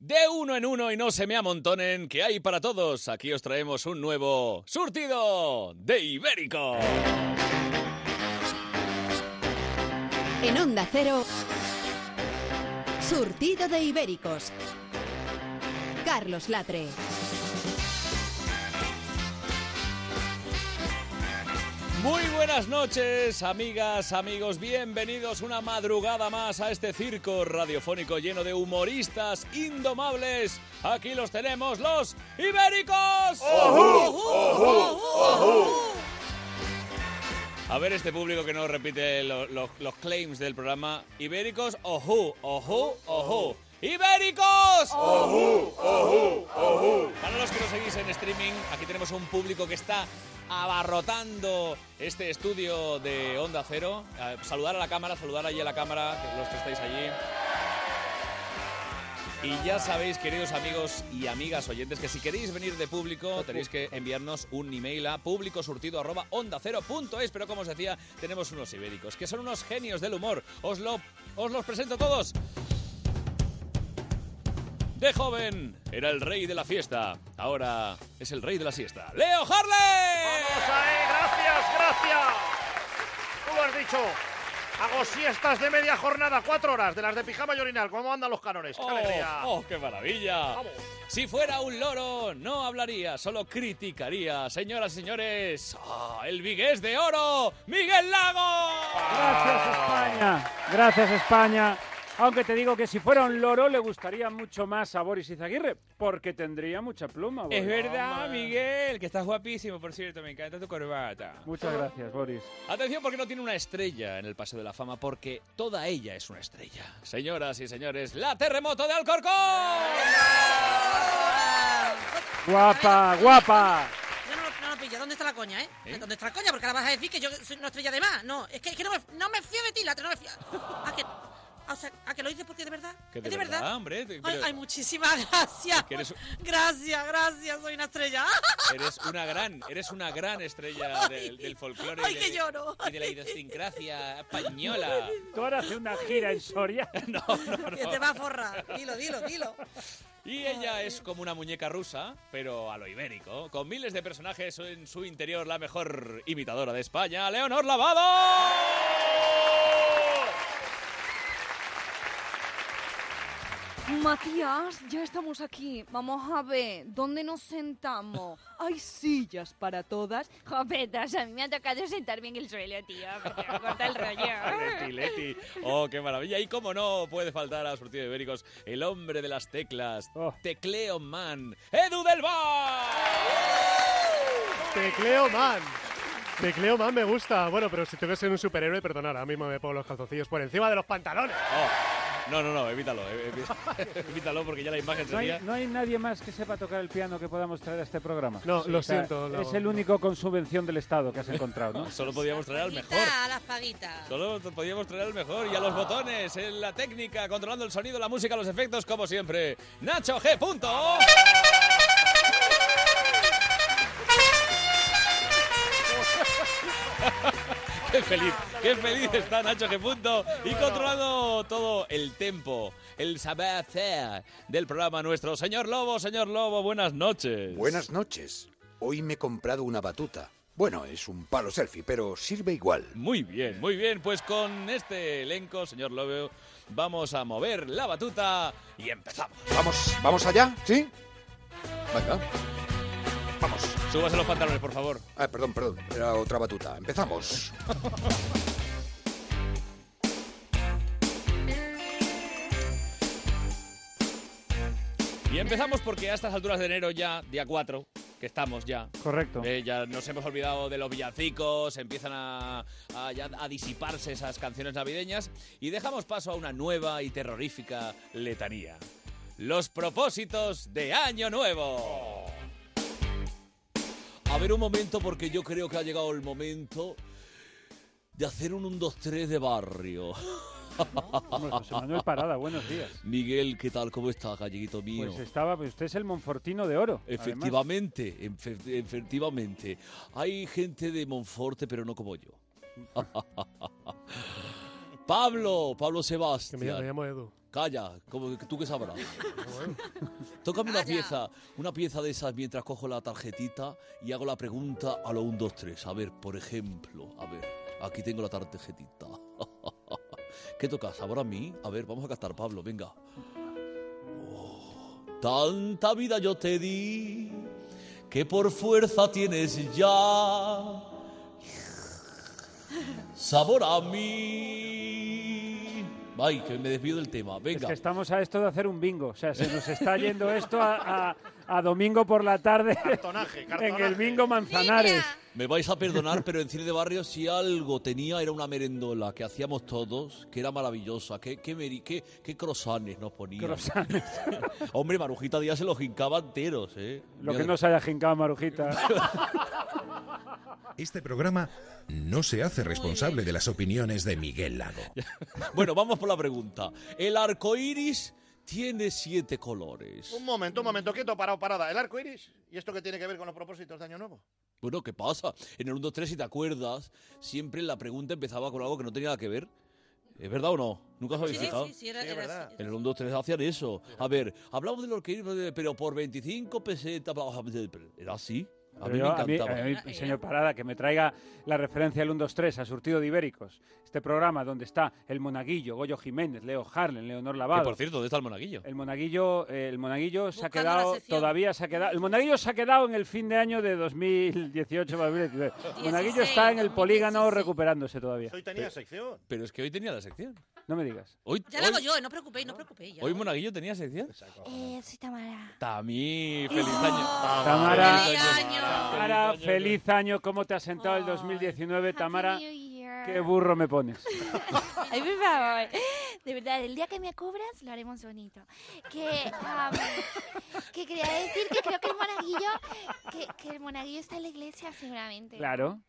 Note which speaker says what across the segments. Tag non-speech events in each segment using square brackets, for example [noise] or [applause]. Speaker 1: De uno en uno y no se me amontonen, que hay para todos. Aquí os traemos un nuevo surtido de Ibérico.
Speaker 2: En Onda Cero, surtido de ibéricos. Carlos Latre.
Speaker 1: Muy buenas noches, amigas, amigos. Bienvenidos una madrugada más a este circo radiofónico lleno de humoristas indomables. Aquí los tenemos, los ibéricos. A ver este público que no repite lo- lo- los claims del programa. Ibéricos, ojú, ojú, ojú. ¡Ibéricos! ¡Ojú, ojú, ojú! Para los que nos seguís en streaming, aquí tenemos un público que está abarrotando este estudio de Onda Cero. Eh, Saludar a la cámara, saludar allí a la cámara, que los que estáis allí. Y ya sabéis, queridos amigos y amigas oyentes, que si queréis venir de público, tenéis que enviarnos un email a públicosurtido.onda0.es. Pero como os decía, tenemos unos ibéricos, que son unos genios del humor. Os, lo, os los presento a todos. De joven era el rey de la fiesta, ahora es el rey de la siesta. ¡Leo Harley!
Speaker 3: ¡Vamos ahí! ¡Gracias, gracias! Tú lo has dicho. Hago siestas de media jornada, cuatro horas, de las de pijama y orinal. ¿Cómo andan los canones? ¡Qué
Speaker 1: ¡Oh,
Speaker 3: alegría!
Speaker 1: oh, qué maravilla!
Speaker 3: Vamos.
Speaker 1: Si fuera un loro, no hablaría, solo criticaría. Señoras y señores, ¡ah, el vigués de oro, Miguel Lago.
Speaker 4: Gracias España, gracias España. Aunque te digo que si fuera un loro le gustaría mucho más a Boris Izaguirre, porque tendría mucha pluma. Boris.
Speaker 5: Es verdad,
Speaker 4: Hombre.
Speaker 5: Miguel, que estás guapísimo, por cierto, me encanta tu corbata.
Speaker 4: Muchas gracias, Boris.
Speaker 1: Atención porque no tiene una estrella en el Paseo de la Fama, porque toda ella es una estrella. Señoras y señores, la terremoto de Alcorcón.
Speaker 4: Guapa, guapa.
Speaker 6: No, no, no, no, pilla, ¿dónde está la coña, eh? ¿Dónde está la coña? Porque ahora vas a decir que yo soy una estrella de más. No, es que, es que no, me, no me fío de ti, Latre, no me fío. ¿A que, o sea, ¿a que lo dices porque de verdad?
Speaker 1: Que
Speaker 6: ¿Es
Speaker 1: de verdad, hombre, te-
Speaker 6: Ay,
Speaker 1: pero-
Speaker 6: ay, muchísimas gracias.
Speaker 1: que eres-
Speaker 6: Gracias, gracias, soy una estrella.
Speaker 1: Eres una gran, eres una gran estrella del, del folclore
Speaker 6: [laughs] Ay,
Speaker 1: y,
Speaker 6: que
Speaker 1: de,
Speaker 6: lloro.
Speaker 1: [laughs] y de la
Speaker 7: [laughs]
Speaker 1: idiosincrasia española.
Speaker 4: Tú ahora haces una gira en Soria.
Speaker 1: No, no, no.
Speaker 6: Que te va a forrar. Dilo, dilo, dilo.
Speaker 1: Y ella es como una muñeca rusa, pero a lo ibérico, con miles de personajes en su interior, la mejor imitadora de España, Leonor Lavado.
Speaker 8: Matías, ya estamos aquí. Vamos a ver, ¿dónde nos sentamos? Hay sillas para todas.
Speaker 9: Jopetas, a mí me ha tocado sentar bien el suelo, tío, porque me corta el
Speaker 1: Leti,
Speaker 9: rollo.
Speaker 1: Leti. Oh, qué maravilla. Y cómo no puede faltar a Surtido de Ibéricos el hombre de las teclas,
Speaker 4: Oh.
Speaker 1: Tecleo Man, Edu del Val.
Speaker 7: Tecleo Man. Tecleo Man me gusta. Bueno, pero si tengo que ser un superhéroe, perdonad, ahora mismo me pongo los calzoncillos por encima de los pantalones.
Speaker 1: Oh, No, no, no, evítalo. eh, evi- [laughs] Evítalo porque ya la imagen
Speaker 4: No hay,
Speaker 1: sería.
Speaker 4: no hay nadie más que sepa tocar el piano que podamos traer a este programa.
Speaker 7: No, lo
Speaker 4: O sea,
Speaker 7: siento. lo-
Speaker 4: Es el único con subvención del Estado que has encontrado,
Speaker 1: [laughs]
Speaker 4: ¿no?
Speaker 1: Solo podíamos traer al mejor.
Speaker 6: Paguita, A las paguitas.
Speaker 1: Solo podíamos traer al mejor y a los botones, en la técnica, controlando el sonido, la música, los efectos, como siempre. Nacho G. Punto.
Speaker 6: [laughs]
Speaker 1: Qué feliz, qué feliz está Nacho G. Punto. Y controlando todo el tempo, el saber hacer del programa nuestro. Señor Lobo, señor Lobo, buenas noches.
Speaker 10: Buenas noches. Hoy me he comprado una batuta. Bueno, es un palo selfie, pero sirve igual.
Speaker 1: Muy bien, muy bien. Pues con este elenco, señor Lobo, vamos a mover la batuta y empezamos.
Speaker 10: Vamos, vamos allá, ¿sí? Venga. Vamos.
Speaker 1: Súbase los pantalones, por favor.
Speaker 10: Ah, perdón, perdón. Era otra batuta. Empezamos.
Speaker 1: Y empezamos porque a estas alturas de enero ya, día 4, que estamos ya.
Speaker 4: Correcto.
Speaker 1: eh, ya nos hemos olvidado de los villancicos, empiezan a, a ya a disiparse esas canciones navideñas y dejamos paso a una nueva y terrorífica letanía. Los propósitos de Año Nuevo. A ver un momento porque yo creo que ha llegado el momento de hacer un 1, 2, 3 de barrio.
Speaker 4: Hombre, José Manuel Parada, buenos días.
Speaker 1: Miguel, ¿qué tal? ¿Cómo estás, galleguito mío?
Speaker 4: Pues estaba, pues usted es el Monfortino de Oro. además.
Speaker 1: Efectivamente, efe- efectivamente. Hay gente de Monforte, pero no como
Speaker 11: [laughs]
Speaker 1: yo. Pablo, Pablo
Speaker 7: Que me, me
Speaker 1: Sebastián.
Speaker 7: llamo Edu.
Speaker 11: Calla, como que- tú
Speaker 7: [laughs]
Speaker 11: que sabrás. Tócame una pieza, una pieza de esas mientras cojo la tarjetita y hago la pregunta a lo 1, 2, 3. A ver, por ejemplo, a ver, aquí tengo la tarjetita. [laughs] ¿Qué tocas? ¿Ahora a mí? A ver, vamos a gastar, Pablo, venga. Oh, tanta vida yo te di que por fuerza tienes ya sabor a mí. Ay, que me desvío del tema. Venga.
Speaker 4: Es que estamos a esto de hacer un bingo. O sea, se nos está yendo esto a, a- a domingo por la tarde. [laughs]
Speaker 3: Cartonaje,
Speaker 4: En el bingo Manzanares.
Speaker 11: Me vais a perdonar, pero en cine de barrio si algo tenía era una merendola que hacíamos todos, que era maravillosa. Qué, qué, meri- qué, qué croissants nos ponían.
Speaker 4: Croissants.
Speaker 11: [laughs] Hombre, Marujita Díaz se los hincaba enteros, ¿eh?
Speaker 4: Lo
Speaker 11: Mira
Speaker 4: que
Speaker 11: de-
Speaker 4: no se haya
Speaker 11: [laughs]
Speaker 4: jincado Marujita.
Speaker 12: Este programa no se hace responsable de las opiniones de
Speaker 4: [laughs]
Speaker 12: Miguel Lago.
Speaker 11: Bueno, vamos por la pregunta. El arco iris tiene siete colores.
Speaker 3: Un momento, un momento, quieto, parado, parada. ¿El arco iris? ¿Y esto qué tiene que ver con los propósitos de Año Nuevo?
Speaker 11: Bueno, ¿qué pasa? En el 1, 2, 3, si te acuerdas, siempre la pregunta empezaba con algo que no tenía nada que ver. ¿Es verdad o no? ¿Nunca os habéis
Speaker 6: Sí, sí,
Speaker 11: fijado?
Speaker 6: sí, sí, era- Sí, es era verdad. así.
Speaker 11: En el 1, 2, 3 hacían eso. A ver, hablamos de lo que iba, pero por 25 pesetas. bla, bla, bla, bla. Era así. A
Speaker 4: Pero
Speaker 11: mí me
Speaker 4: yo- a mí-
Speaker 11: encantaba.
Speaker 4: a mí, señor Parada, que me traiga la referencia del 1-2-3 a Surtido de Ibéricos. Este programa donde está el Monaguillo, Goyo Jiménez, Leo Harlen, Leonor Lavado.
Speaker 11: Que, por cierto, ¿dónde está el monaguillo?
Speaker 4: El monaguillo, eh, el monaguillo se ha
Speaker 11: Buscando la
Speaker 4: quedado,
Speaker 11: sección.
Speaker 4: todavía se ha quedado. El monaguillo se ha quedado en el fin de año de 2018-2019. El monaguillo está en el polígono recuperándose todavía.
Speaker 3: Hoy tenía sección.
Speaker 11: Pero es que hoy tenía la sección.
Speaker 4: No me digas.
Speaker 11: Hoy,
Speaker 6: Ya la hago
Speaker 11: hoy-
Speaker 6: yo, eh, no os preocupéis, no os preocupéis. ya.
Speaker 11: hoy monaguillo tenía sección.
Speaker 2: Eh, soy Tamara.
Speaker 11: Tamí,
Speaker 4: ¡Oh!
Speaker 11: feliz
Speaker 1: Oh,
Speaker 11: año.
Speaker 4: Tamara,
Speaker 11: Feliz año.
Speaker 4: Tamara, feliz año. ¿Cómo te has sentado el 2019, Tamara?
Speaker 2: New Year.
Speaker 4: Qué burro me pones.
Speaker 2: Ay, por favor. De verdad, el día que me cubras lo haremos bonito. Que, am, que quería decir que creo que el monaguillo, que, que el monaguillo está en la iglesia seguramente.
Speaker 4: Claro.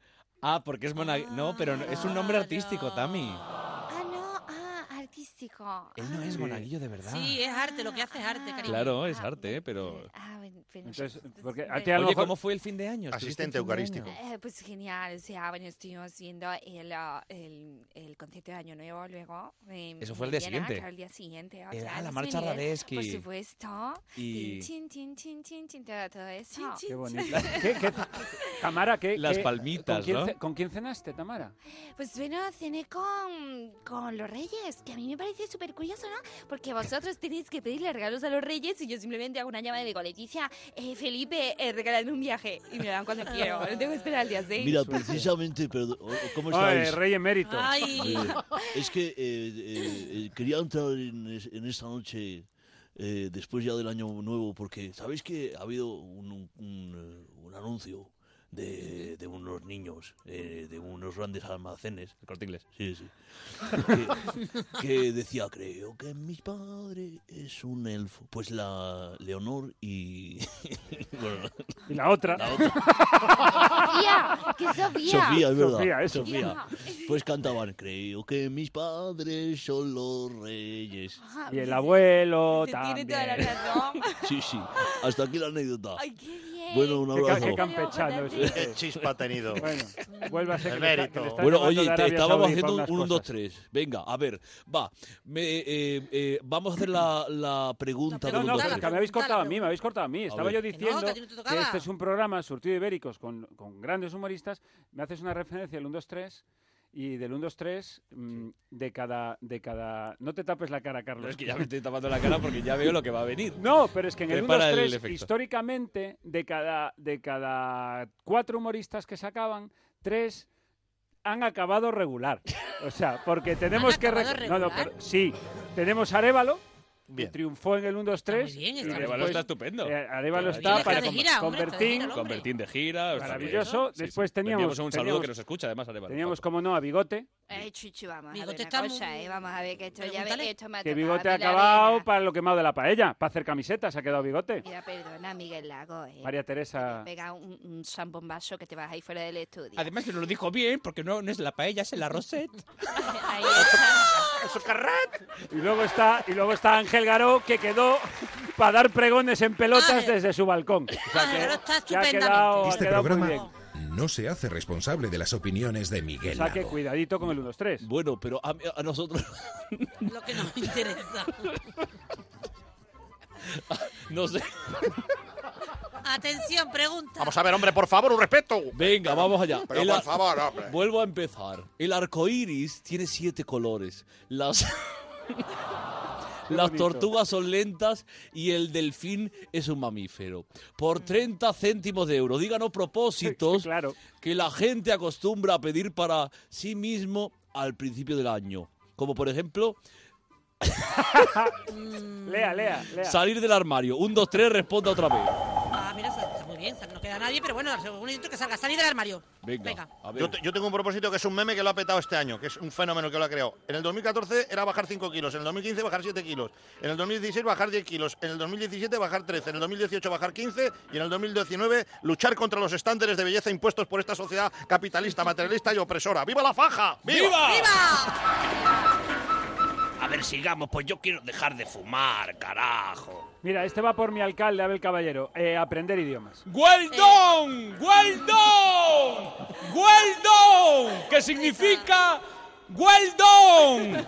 Speaker 11: Ah, porque es monaguillo. No, pero no- es un nombre artístico, Tami.
Speaker 2: Ah, no, ah, artístico. Ah.
Speaker 11: Él no es monaguillo de verdad.
Speaker 6: Sí, es arte, lo que hace es arte, cariño.
Speaker 11: Claro, es arte, ¿eh? pero...
Speaker 4: Entonces, porque a ti a lo
Speaker 11: Oye,
Speaker 4: mejor-
Speaker 11: ¿cómo fue el fin de año? ¿Estuviste en fin de año?
Speaker 2: Eh, pues genial, o sea, bueno, estuvimos viendo el, ah, el, el concierto de Año Nuevo luego. en-
Speaker 11: Eso fue
Speaker 2: en
Speaker 11: el día
Speaker 2: Viena,
Speaker 11: siguiente.
Speaker 2: claro, el día siguiente. o
Speaker 11: Eh,
Speaker 2: sea,
Speaker 11: ah, la
Speaker 2: Luis
Speaker 11: marcha
Speaker 2: Miguel,
Speaker 11: Radetzky.
Speaker 2: Por supuesto.
Speaker 11: Y-
Speaker 2: Y... Chin, chin, chin, chin, chin, todo, todo eso.
Speaker 4: Qué bonito. ¿Qué, qué- Tamara, ¿qué?
Speaker 11: Las
Speaker 4: qué-
Speaker 11: palmitas,
Speaker 4: ¿con quién,
Speaker 11: ¿no?
Speaker 4: ce- ¿Con quién cenaste, Tamara?
Speaker 2: Pues bueno, cené con, con los reyes, que a mí me parece súper curioso, ¿no? Porque [laughs] vosotros tenéis que pedirle regalos a los reyes y yo simplemente hago una llamada y digo, Leticia, eh, Felipe, eh, regálame un viaje. Y me lo dan cuando quiero, no tengo que esperar al día 6.
Speaker 13: Mira, [laughs] precisamente, perdón, o- o- ¿cómo
Speaker 4: Ay,
Speaker 13: estáis?
Speaker 4: rey emérito.
Speaker 2: Ay.
Speaker 13: Eh, es que eh, eh, eh, quería entrar en, es- en esta noche, eh, después ya del año nuevo, porque sabéis que ha habido un, un- un, eh, un anuncio de, de unos niños, eh, de unos grandes almacenes. El corte inglés. Sí, sí. Que, que decía, creo que mis padres es un elfo. Pues la Leonor y... [laughs] bueno,
Speaker 4: Y la otra.
Speaker 13: La otra.
Speaker 2: [laughs] Sofía, que Sofía.
Speaker 13: Sofía, es verdad.
Speaker 4: Sofía, eso.
Speaker 13: Sofía. Pues cantaban, creo que mis padres son los reyes.
Speaker 2: Ajá,
Speaker 4: Y el abuelo
Speaker 2: Tiene toda la
Speaker 4: también.
Speaker 2: razón.
Speaker 13: [laughs] Sí, sí. Hasta aquí la anécdota.
Speaker 2: Ay, qué bien.
Speaker 13: Bueno, un
Speaker 4: Qué ca-
Speaker 13: abrazo.
Speaker 4: qué campechano es este.
Speaker 3: Qué chispa ha tenido.
Speaker 4: Bueno, vuelva a ser que le está- que le está
Speaker 11: Bueno, oye,
Speaker 4: llamando de
Speaker 11: te-
Speaker 4: Arabia
Speaker 11: estábamos
Speaker 4: Saudí para
Speaker 11: haciendo
Speaker 4: unas
Speaker 11: un 1, 2,
Speaker 4: cosas.
Speaker 11: 3. Venga, a ver, va. Me, eh, eh, vamos a hacer la, la pregunta.
Speaker 4: No,
Speaker 11: del 1,
Speaker 4: no,
Speaker 11: 2,
Speaker 4: que me
Speaker 11: 3.
Speaker 4: habéis cortado a mí, me habéis cortado a mí. Estaba
Speaker 11: ver.
Speaker 4: yo
Speaker 11: Que no,
Speaker 4: diciendo
Speaker 6: que a ti no te
Speaker 4: que
Speaker 6: tocaba.
Speaker 4: este es un programa surtido de ibéricos con, con grandes humoristas. Me haces una referencia del 1-2-3 y del 1-2-3 mm, de, cada, de cada... No te tapes la cara, Carlos.
Speaker 11: Pero es que ya me estoy tapando la cara porque ya veo lo que va a venir.
Speaker 4: No, pero es que en el
Speaker 11: Prepara
Speaker 4: 1,
Speaker 11: el
Speaker 4: 3,
Speaker 11: efecto.
Speaker 4: históricamente, de cada, de cada cuatro humoristas que sacaban, tres han acabado regular. O sea,
Speaker 11: [laughs]
Speaker 4: porque tenemos que...
Speaker 6: acabado
Speaker 4: rec- No, no,
Speaker 6: regular?
Speaker 4: pero sí. Tenemos a Arevalo, que triunfó en el 1, 2,
Speaker 6: muy
Speaker 4: 3.
Speaker 6: bien, está
Speaker 4: y
Speaker 6: muy bien.
Speaker 11: Arevalo
Speaker 4: después-
Speaker 11: está estupendo.
Speaker 4: eh, Arevalo
Speaker 11: Tiene
Speaker 4: está
Speaker 11: que
Speaker 4: para
Speaker 11: estar de
Speaker 4: con-
Speaker 6: gira,
Speaker 4: con
Speaker 6: hombre, está de
Speaker 4: Bertín.
Speaker 6: gira, ¿no?
Speaker 11: Con Bertín de gira. está
Speaker 4: Maravilloso.
Speaker 11: bien.
Speaker 4: Después teníamos-
Speaker 11: Enviamos un saludo
Speaker 4: teníamos-
Speaker 11: que nos escucha, además, Arevalo.
Speaker 4: Teníamos, como no, a Bigote,
Speaker 2: Ay, Chuchu, vamos
Speaker 6: Bigote
Speaker 2: a ver
Speaker 6: está
Speaker 2: una cosa,
Speaker 6: muy-
Speaker 2: eh, vamos a ver que esto ya ve
Speaker 6: Pregúntale.
Speaker 2: que esto me ha
Speaker 4: que
Speaker 2: tocado a
Speaker 4: Bigote ha
Speaker 2: mí la
Speaker 4: acabado
Speaker 2: arena.
Speaker 4: para lo quemado de la paella, para hacer camisetas, ha quedado Bigote.
Speaker 2: Mira, perdona, Miguel Lago, eh.
Speaker 4: María Teresa...
Speaker 2: Pega un, un zambombazo que te vas ahí fuera del estudio.
Speaker 4: Ah,
Speaker 1: Además que no lo dijo bien, porque no, no es la paella, es el arrocet.
Speaker 2: Ahí
Speaker 4: [laughs]
Speaker 2: está.
Speaker 4: Y luego está, y luego está Ángel Garó, que quedó [laughs] para dar pregones en pelotas
Speaker 6: Ah,
Speaker 4: desde su balcón. O sea
Speaker 6: Ah,
Speaker 4: que
Speaker 6: Garó está
Speaker 4: que ha
Speaker 6: estupendamente.
Speaker 4: quedado, ha
Speaker 12: Este
Speaker 4: quedado muy
Speaker 12: programa
Speaker 4: bien.
Speaker 12: no se hace responsable de las opiniones de
Speaker 4: O
Speaker 12: Miguel
Speaker 4: sea que
Speaker 12: Lago.
Speaker 4: cuidadito con el 1-2-3.
Speaker 11: Bueno, pero a, a nosotros [laughs]
Speaker 6: Lo que nos
Speaker 1: [laughs]
Speaker 6: interesa.
Speaker 11: no sé.
Speaker 6: Atención, pregunta.
Speaker 3: Vamos a ver, hombre, por favor, un respeto.
Speaker 11: Venga, vamos allá.
Speaker 3: [laughs] Pero
Speaker 11: El
Speaker 3: por
Speaker 11: ar-
Speaker 3: favor, hombre.
Speaker 11: Vuelvo a empezar. El arco iris tiene siete colores. Las. [laughs] Las
Speaker 14: bonito.
Speaker 11: tortugas son lentas y el delfín es un mamífero.
Speaker 4: Mm.
Speaker 11: Por 30 céntimos de euro. Díganos
Speaker 4: [laughs]
Speaker 11: propósitos que la gente acostumbra a pedir para sí mismo al principio del año. Como por ejemplo,
Speaker 15: Mm.
Speaker 4: Lea, lea, lea.
Speaker 11: salir del armario. Un, dos, tres, responda otra vez.
Speaker 6: Ah, mira, está está muy bien. No queda nadie, pero bueno, según intento que salga. Salir del armario. Venga.
Speaker 3: Yo, te- yo tengo un propósito que es un meme que lo ha petado este año, que es un fenómeno que lo ha creado. En el 2014 era bajar 5 kilos, en el 2015 bajar 7 kilos, en el 2016 bajar 10 kilos, en el 2017 bajar 13, en el 2018 bajar 15 y en el 2019 luchar contra los estándares de belleza impuestos por esta sociedad capitalista, materialista y opresora. ¡Viva la faja!
Speaker 1: ¡Viva!
Speaker 5: A ver, sigamos, pues yo quiero dejar de fumar, carajo.
Speaker 4: Mira, este va por mi alcalde, Abel Caballero. Eh, aprender idiomas.
Speaker 1: ¡Well done! ¡Well done! ¡Well done! Que significa well done.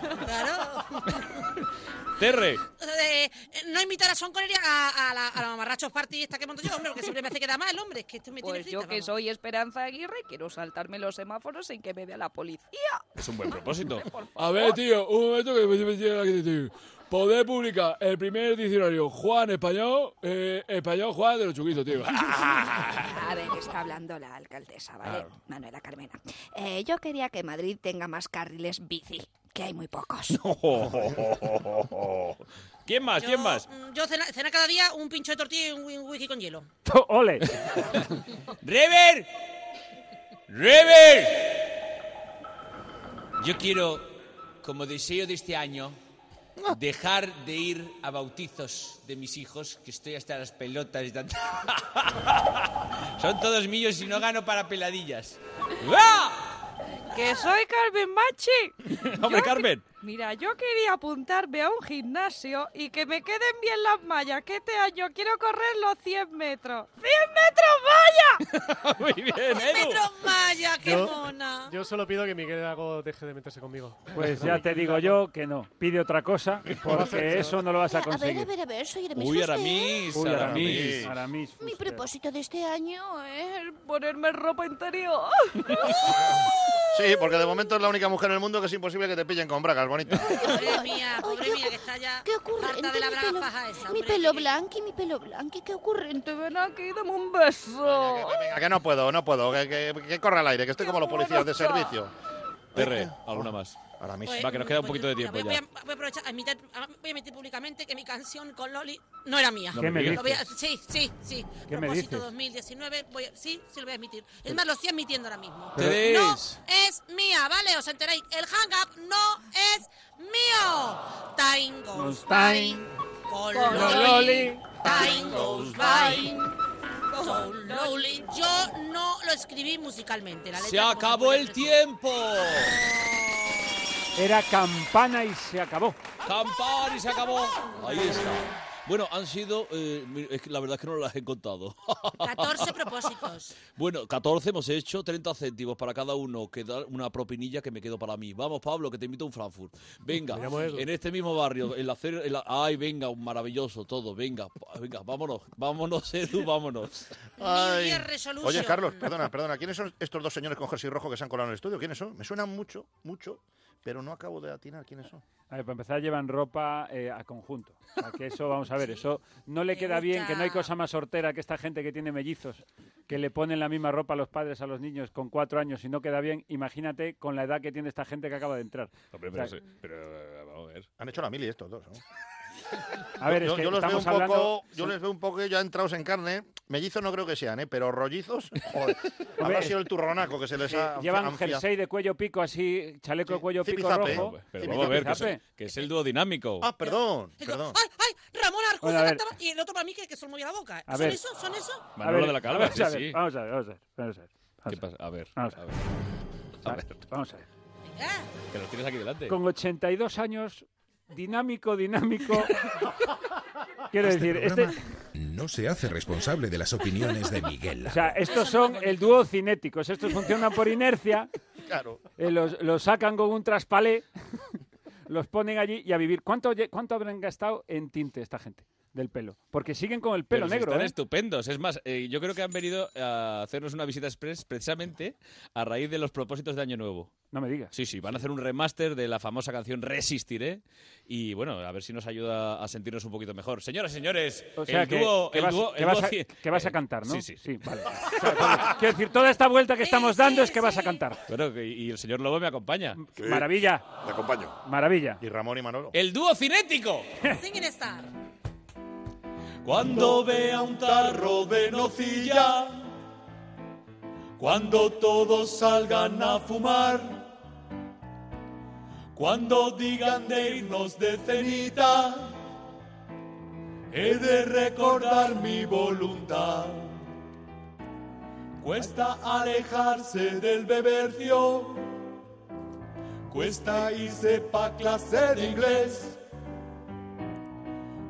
Speaker 1: Terre,
Speaker 6: Eh, eh, no invitar a Son Connery a, a la, a la mamarrachos party esta que monto yo, hombre, porque siempre me hace quedar mal, hombre. Es que esto me tiene
Speaker 15: Pues yo
Speaker 6: frita,
Speaker 15: que
Speaker 6: vamos.
Speaker 15: soy Esperanza Aguirre, quiero saltarme los semáforos sin que me vea la policía.
Speaker 1: es un buen propósito.
Speaker 16: A ver, tío, un momento que me estoy metiendo aquí, tío. Poder publicar el primer diccionario Juan Español, eh, Español Juan de los Chuquitos, tío.
Speaker 2: A ver, está hablando la alcaldesa, ¿vale?
Speaker 16: Claro.
Speaker 2: Manuela Carmena. Eh, yo quería que Madrid tenga más carriles bici, que hay muy pocos.
Speaker 1: ¿Quién más? ¿Quién más?
Speaker 6: Mm, Yo cena, cena cada día un pincho de tortilla y un, un whisky con hielo.
Speaker 4: [laughs] ¡Ole!
Speaker 1: ¡River! ¡River! Yo quiero, como deseo de este año, dejar de ir a bautizos de mis hijos, que estoy hasta las pelotas. de tanto- [laughs] Son todos míos y no gano para peladillas. ¡Ah!
Speaker 15: ¡Que soy Carmen Machi!
Speaker 1: [laughs] ¡Hombre,
Speaker 15: Yo que-
Speaker 1: Carmen!
Speaker 15: Mira, yo quería apuntarme a un gimnasio y que me queden bien las mallas, que este año quiero correr los 100 metros. ¡100 metros
Speaker 1: Muy bien,
Speaker 15: vaya!
Speaker 17: Edu.
Speaker 6: Maya, qué
Speaker 17: Yo-
Speaker 6: mona.
Speaker 17: Yo solo pido que Miguel Lago deje de meterse conmigo.
Speaker 4: Pues ya te digo yo que no. Pide otra
Speaker 1: [laughs]
Speaker 4: cosa, porque eso no lo vas a
Speaker 18: A ver, a
Speaker 4: conseguir.
Speaker 18: ver, a ver, soy Aramis.
Speaker 4: Uy,
Speaker 18: Fuster.
Speaker 4: Aramis, Uy, Aramis, Aramis. Aramis
Speaker 18: Mi propósito de este año es el
Speaker 15: Ponerme ropa interior.
Speaker 3: Sí, porque de momento es la única mujer en el mundo que es imposible que te pillen con
Speaker 6: [laughs]
Speaker 3: bragas, bonita.
Speaker 6: Pobre mía, pobre mía, que está ya ¿Qué ocurre? harta de la braga faja esa,
Speaker 18: Mi
Speaker 6: hombre.
Speaker 18: pelo blanco y mi pelo blanco. ¿Qué ocurrente? Ven aquí, dame un
Speaker 15: beso.
Speaker 3: Venga, que no puedo, no puedo, que, que- que corra el aire, que estoy como los policías de servicio.
Speaker 1: Terre, alguna más.
Speaker 3: Ahora mismo.
Speaker 6: Pues,
Speaker 1: Va, que nos queda un
Speaker 6: pues
Speaker 1: poquito de
Speaker 6: yo-
Speaker 1: tiempo
Speaker 6: voy,
Speaker 1: ya.
Speaker 6: Voy a, voy a aprovechar, a admitir- a- voy a admitir públicamente que mi canción con Loli no era mía.
Speaker 1: No me ¿Qué me digas.
Speaker 6: Lo voy a- sí, sí, sí.
Speaker 1: ¿Qué me
Speaker 6: Propósito
Speaker 1: dices?
Speaker 6: 2019, voy a- sí, sí lo voy a admitir. Es más, lo estoy admitiendo ahora mismo.
Speaker 1: Tres.
Speaker 6: No es mía, ¿vale? ¿Os enteráis? El hang up no es mío. Time goes by. Con
Speaker 15: Con
Speaker 6: Loli.
Speaker 15: Loli.
Speaker 6: Time goes by. So Loli. Yo no lo escribí musicalmente. La
Speaker 1: ¡Se
Speaker 6: letra, por
Speaker 1: acabó el tiempo!
Speaker 4: Era campana y se acabó.
Speaker 1: ¡Campar y se acabó!
Speaker 11: Ahí está. Bueno, han sido, eh, mi- es que la verdad es que no las he contado. [laughs]
Speaker 6: 14 propósitos.
Speaker 11: Bueno, 14 hemos hecho, 30 céntimos para cada uno, que da una propinilla que me quedo para mí. Vamos, Pablo, que te invito a un Frankfurt. Venga,
Speaker 17: Me llamo Edu.
Speaker 11: en este mismo barrio, en la, cer- en la- Ay, venga, un maravilloso todo, venga, pa- venga, vámonos, vámonos, [laughs] Edu, vámonos.
Speaker 3: Ay.
Speaker 6: Year Resolution.
Speaker 3: Oye, Carlos, perdona, perdona. ¿Quiénes son estos dos señores con jersey rojo que se han colado en el estudio? ¿Quiénes son? Me suenan mucho, mucho, pero no acabo de atinar quiénes son.
Speaker 4: A ver, para empezar llevan ropa eh, a conjunto. O sea, que eso, vamos a ver, eso no le queda bien, que no hay cosa más sortera que esta gente que tiene mellizos, que le ponen la misma ropa a los padres, a los niños con cuatro años y no queda bien. Imagínate con la edad que tiene esta gente que acaba de entrar. O sea,
Speaker 1: eh, vamos a ver.
Speaker 3: Han hecho la mili estos dos, ¿no?
Speaker 4: A ver, es
Speaker 3: yo,
Speaker 4: que
Speaker 3: yo los veo
Speaker 4: estamos
Speaker 3: un poco,
Speaker 4: hablando-
Speaker 3: yo les veo un poco ya entrados en carne. Mellizos no creo que sean, ¿eh? Pero rollizos, joder. Habrá
Speaker 4: [laughs] Hombre, eh,
Speaker 3: sido el turronaco que se les ha
Speaker 4: Llevan
Speaker 3: anfia-
Speaker 4: jersey de cuello pico así, chaleco de cuello pico
Speaker 3: zipizape.
Speaker 4: rojo.
Speaker 1: Pero vamos a ver, que es, que es el dúo dinámico.
Speaker 3: Ah, perdón, perdón.
Speaker 6: Ramón Arjuz
Speaker 4: Bueno, a ver.
Speaker 6: cantaba- y el otro para mí que, que se lo movía la boca.
Speaker 4: A
Speaker 6: ¿Son
Speaker 4: ver.
Speaker 6: eso? ¿Son eso?
Speaker 4: A ver,
Speaker 1: Manolo de la Calva,
Speaker 4: vamos a
Speaker 1: sí,
Speaker 4: ver, Ah,
Speaker 1: sí.
Speaker 4: Vamos a ver, vamos a ver, vamos a ver.
Speaker 1: ¿Qué pasa? A ver,
Speaker 4: Vamos
Speaker 1: a ver.
Speaker 4: A ver, vamos a ver.
Speaker 1: Que lo tienes aquí delante.
Speaker 4: Con 82 años, dinámico, dinámico. Quiero
Speaker 12: Este
Speaker 4: decir, este,
Speaker 12: programa No se hace responsable de las opiniones de Miguel
Speaker 4: O
Speaker 12: Lago.
Speaker 4: sea, estos son el dúo cinéticos. Estos funcionan por inercia.
Speaker 3: Claro.
Speaker 4: eh, los, los sacan con un traspalé, los ponen allí y a vivir. ¿Cuánto, lle- ¿Cuánto habrán gastado en tinte esta gente del pelo? Porque siguen con el pelo
Speaker 1: Pero si
Speaker 4: negro.
Speaker 1: están
Speaker 4: ¿eh?
Speaker 1: estupendos. Es más, eh, yo creo que han venido a hacernos una visita express precisamente a raíz de los propósitos de Año Nuevo.
Speaker 4: No me digas.
Speaker 1: Sí, sí, van a hacer un remaster de la famosa canción Resistiré. Y bueno, a ver si nos ayuda a sentirnos un poquito mejor. Señoras y señores,
Speaker 4: O sea,
Speaker 1: el
Speaker 4: que,
Speaker 1: dúo.
Speaker 4: que
Speaker 1: el
Speaker 4: vas,
Speaker 1: dúo-
Speaker 4: que
Speaker 1: el
Speaker 4: vas
Speaker 1: dúo
Speaker 4: a,
Speaker 1: cien- Eh,
Speaker 4: que vas a cantar, ¿no?
Speaker 1: Sí, sí.
Speaker 4: vale. O sea, cuando- quiero decir, toda esta vuelta que estamos dando es que vas a cantar.
Speaker 1: Bueno, que- y el señor Lobo me acompaña.
Speaker 4: Maravilla.
Speaker 3: Te acompaño.
Speaker 4: Maravilla.
Speaker 3: Y Ramón y Manolo.
Speaker 1: ¡El dúo cinético!
Speaker 6: Singing Star.
Speaker 1: Cuando vea
Speaker 16: un tarro de nocilla, cuando todos salgan a fumar, cuando digan de irnos de cenita, he de recordar mi voluntad. Cuesta alejarse del bebercio, cuesta irse pa' clase de inglés.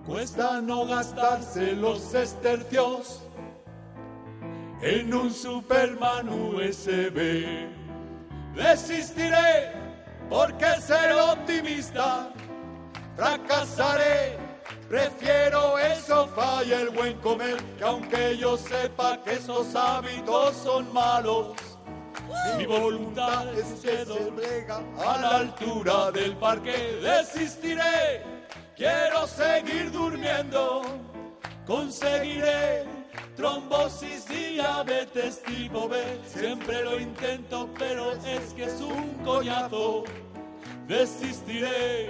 Speaker 16: Cuesta no gastarse los sestercios en un Superman USB. Resistiré porque seré optimista. Fracasaré, prefiero el sofá y el buen comer. Que aunque yo sepa que esos hábitos son malos, mi voluntad es que doblega a la altura del parque. Resistiré. Quiero seguir durmiendo, conseguiré trombosis y diabetes tipo B. Siempre lo intento, pero es que es un coñazo. Desistiré,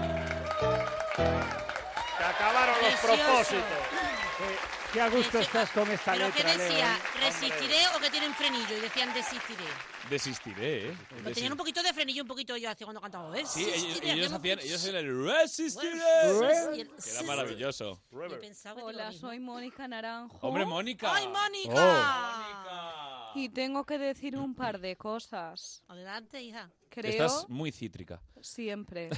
Speaker 16: desistiré.
Speaker 3: Se acabaron los
Speaker 6: Precioso.
Speaker 3: propósitos.
Speaker 4: Qué a gusto estás con esta
Speaker 6: Pero que
Speaker 4: letra, Leo,
Speaker 6: decía,
Speaker 4: ¿eh?
Speaker 6: resistiré o que tienen frenillo. Y decían desistiré.
Speaker 1: Desistiré, ¿eh?
Speaker 6: Lo tenían un poquito de frenillo, un poquito yo hacía cuando cantaba.
Speaker 1: Sí,
Speaker 6: Resistiré.
Speaker 1: ellos,
Speaker 6: hacíamos
Speaker 1: ellos hacían. Ellos
Speaker 6: un-
Speaker 1: hacían el Resistiré.
Speaker 6: Resistiré.
Speaker 1: Que era maravilloso.
Speaker 6: Yo pensaba que digo lo
Speaker 15: Hola,
Speaker 6: mismo.
Speaker 15: soy Mónica Naranjo.
Speaker 1: Hombre, Mónica. Oh.
Speaker 15: ¡Ay,
Speaker 6: Mónica!
Speaker 15: Y tengo que decir un par de cosas.
Speaker 6: Adelante, hija.
Speaker 15: Creo
Speaker 1: Estás muy cítrica. [laughs]
Speaker 15: siempre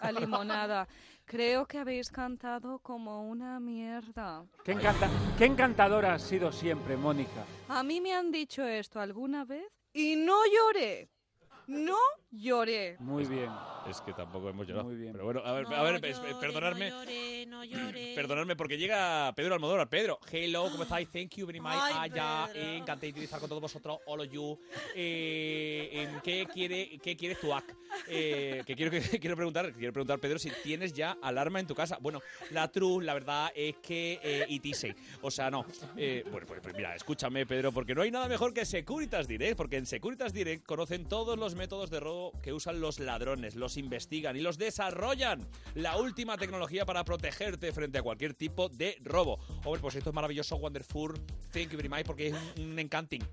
Speaker 15: a limonada. Creo que habéis cantado como una mierda.
Speaker 4: Qué, encanta- qué encantadora has sido siempre, Mónica.
Speaker 15: A mí me han dicho esto alguna vez y no lloré. No lloré.
Speaker 4: Muy bien.
Speaker 1: Es que tampoco hemos llorado.
Speaker 4: Muy bien.
Speaker 1: Pero bueno, a ver,
Speaker 15: No
Speaker 1: a ver
Speaker 15: llores,
Speaker 1: es- es- perdonadme. [clears throat]
Speaker 6: No lloré.
Speaker 1: Perdonadme porque llega Pedro Almodóvar. Pedro, hello, ¿cómo estáis? Thank you very much.
Speaker 6: Ah. Ay,
Speaker 1: Allá,
Speaker 6: Pedro.
Speaker 1: eh, encantado de estar con todos vosotros. All of you. Eh, em, ¿qué, quiere, ¿Qué quieres tu ac? Eh, que [laughs] quiero, que, quiero preguntar, quiero preguntar, Pedro, si tienes ya alarma en tu casa. Bueno, la true, la verdad es que eh, it isn't. O sea, no. Eh, bueno, pues, pues mira, escúchame, Pedro, porque no hay nada mejor que Securitas Direct, porque en Securitas Direct conocen todos los métodos de robo que usan los ladrones, los investigan y los desarrollan. La última tecnología para protegerte frente a cualquier tipo de robo. Hombre, pues esto es maravilloso, Wonderful. Thank you very much, porque es un, un encanting.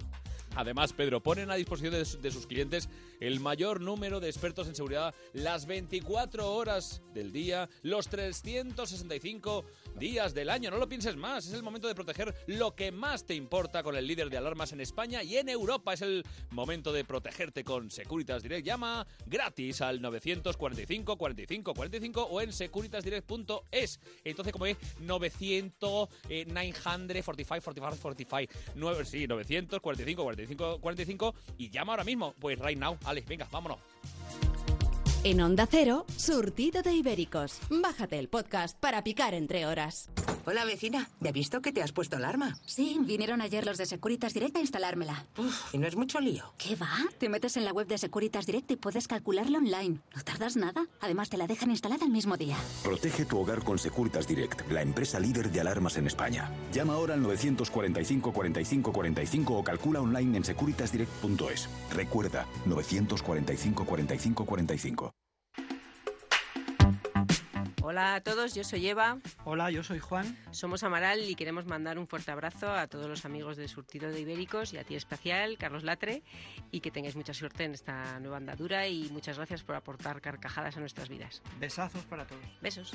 Speaker 1: Además, Pedro, ponen a disposición de, su- de sus clientes el mayor número de expertos en seguridad las 24 horas del día, los 365 días del año. No lo pienses más, es el momento de proteger lo que más te importa con el líder de alarmas en España y en Europa. Es el momento de protegerte con Securitas Direct. Llama gratis al 945 45 45 o en securitasdirect.es. Entonces, como es 900, eh, 945, 45, 45, nueve- sí, 900, 45, 45, 45 y llama ahora mismo. Pues right now, Alex, venga, vámonos.
Speaker 19: En Onda Cero, surtido de ibéricos. Bájate el podcast para picar entre horas.
Speaker 20: Hola vecina, ¿ya he visto que te has puesto alarma?
Speaker 19: Sí, vinieron ayer los de Securitas Direct a instalármela.
Speaker 20: Y no es mucho lío.
Speaker 19: ¿Qué va? Te metes en la web de Securitas Direct y puedes calcularlo online. No tardas nada. Además, te la dejan instalada el mismo día.
Speaker 21: Protege tu hogar con Securitas Direct, la empresa líder de alarmas en España. Llama ahora al 945 45 45 o calcula online en securitasdirect.es. Recuerda, 945 45 45.
Speaker 22: Hola a todos, yo soy Eva.
Speaker 23: Hola, yo soy Juan.
Speaker 22: Somos Amaral y queremos mandar un fuerte abrazo a todos los amigos de Surtido de Ibéricos y a ti especial, Carlos Latre, y que tengáis mucha suerte en esta nueva andadura y muchas gracias por aportar carcajadas a nuestras vidas.
Speaker 23: Besazos para todos.
Speaker 22: Besos.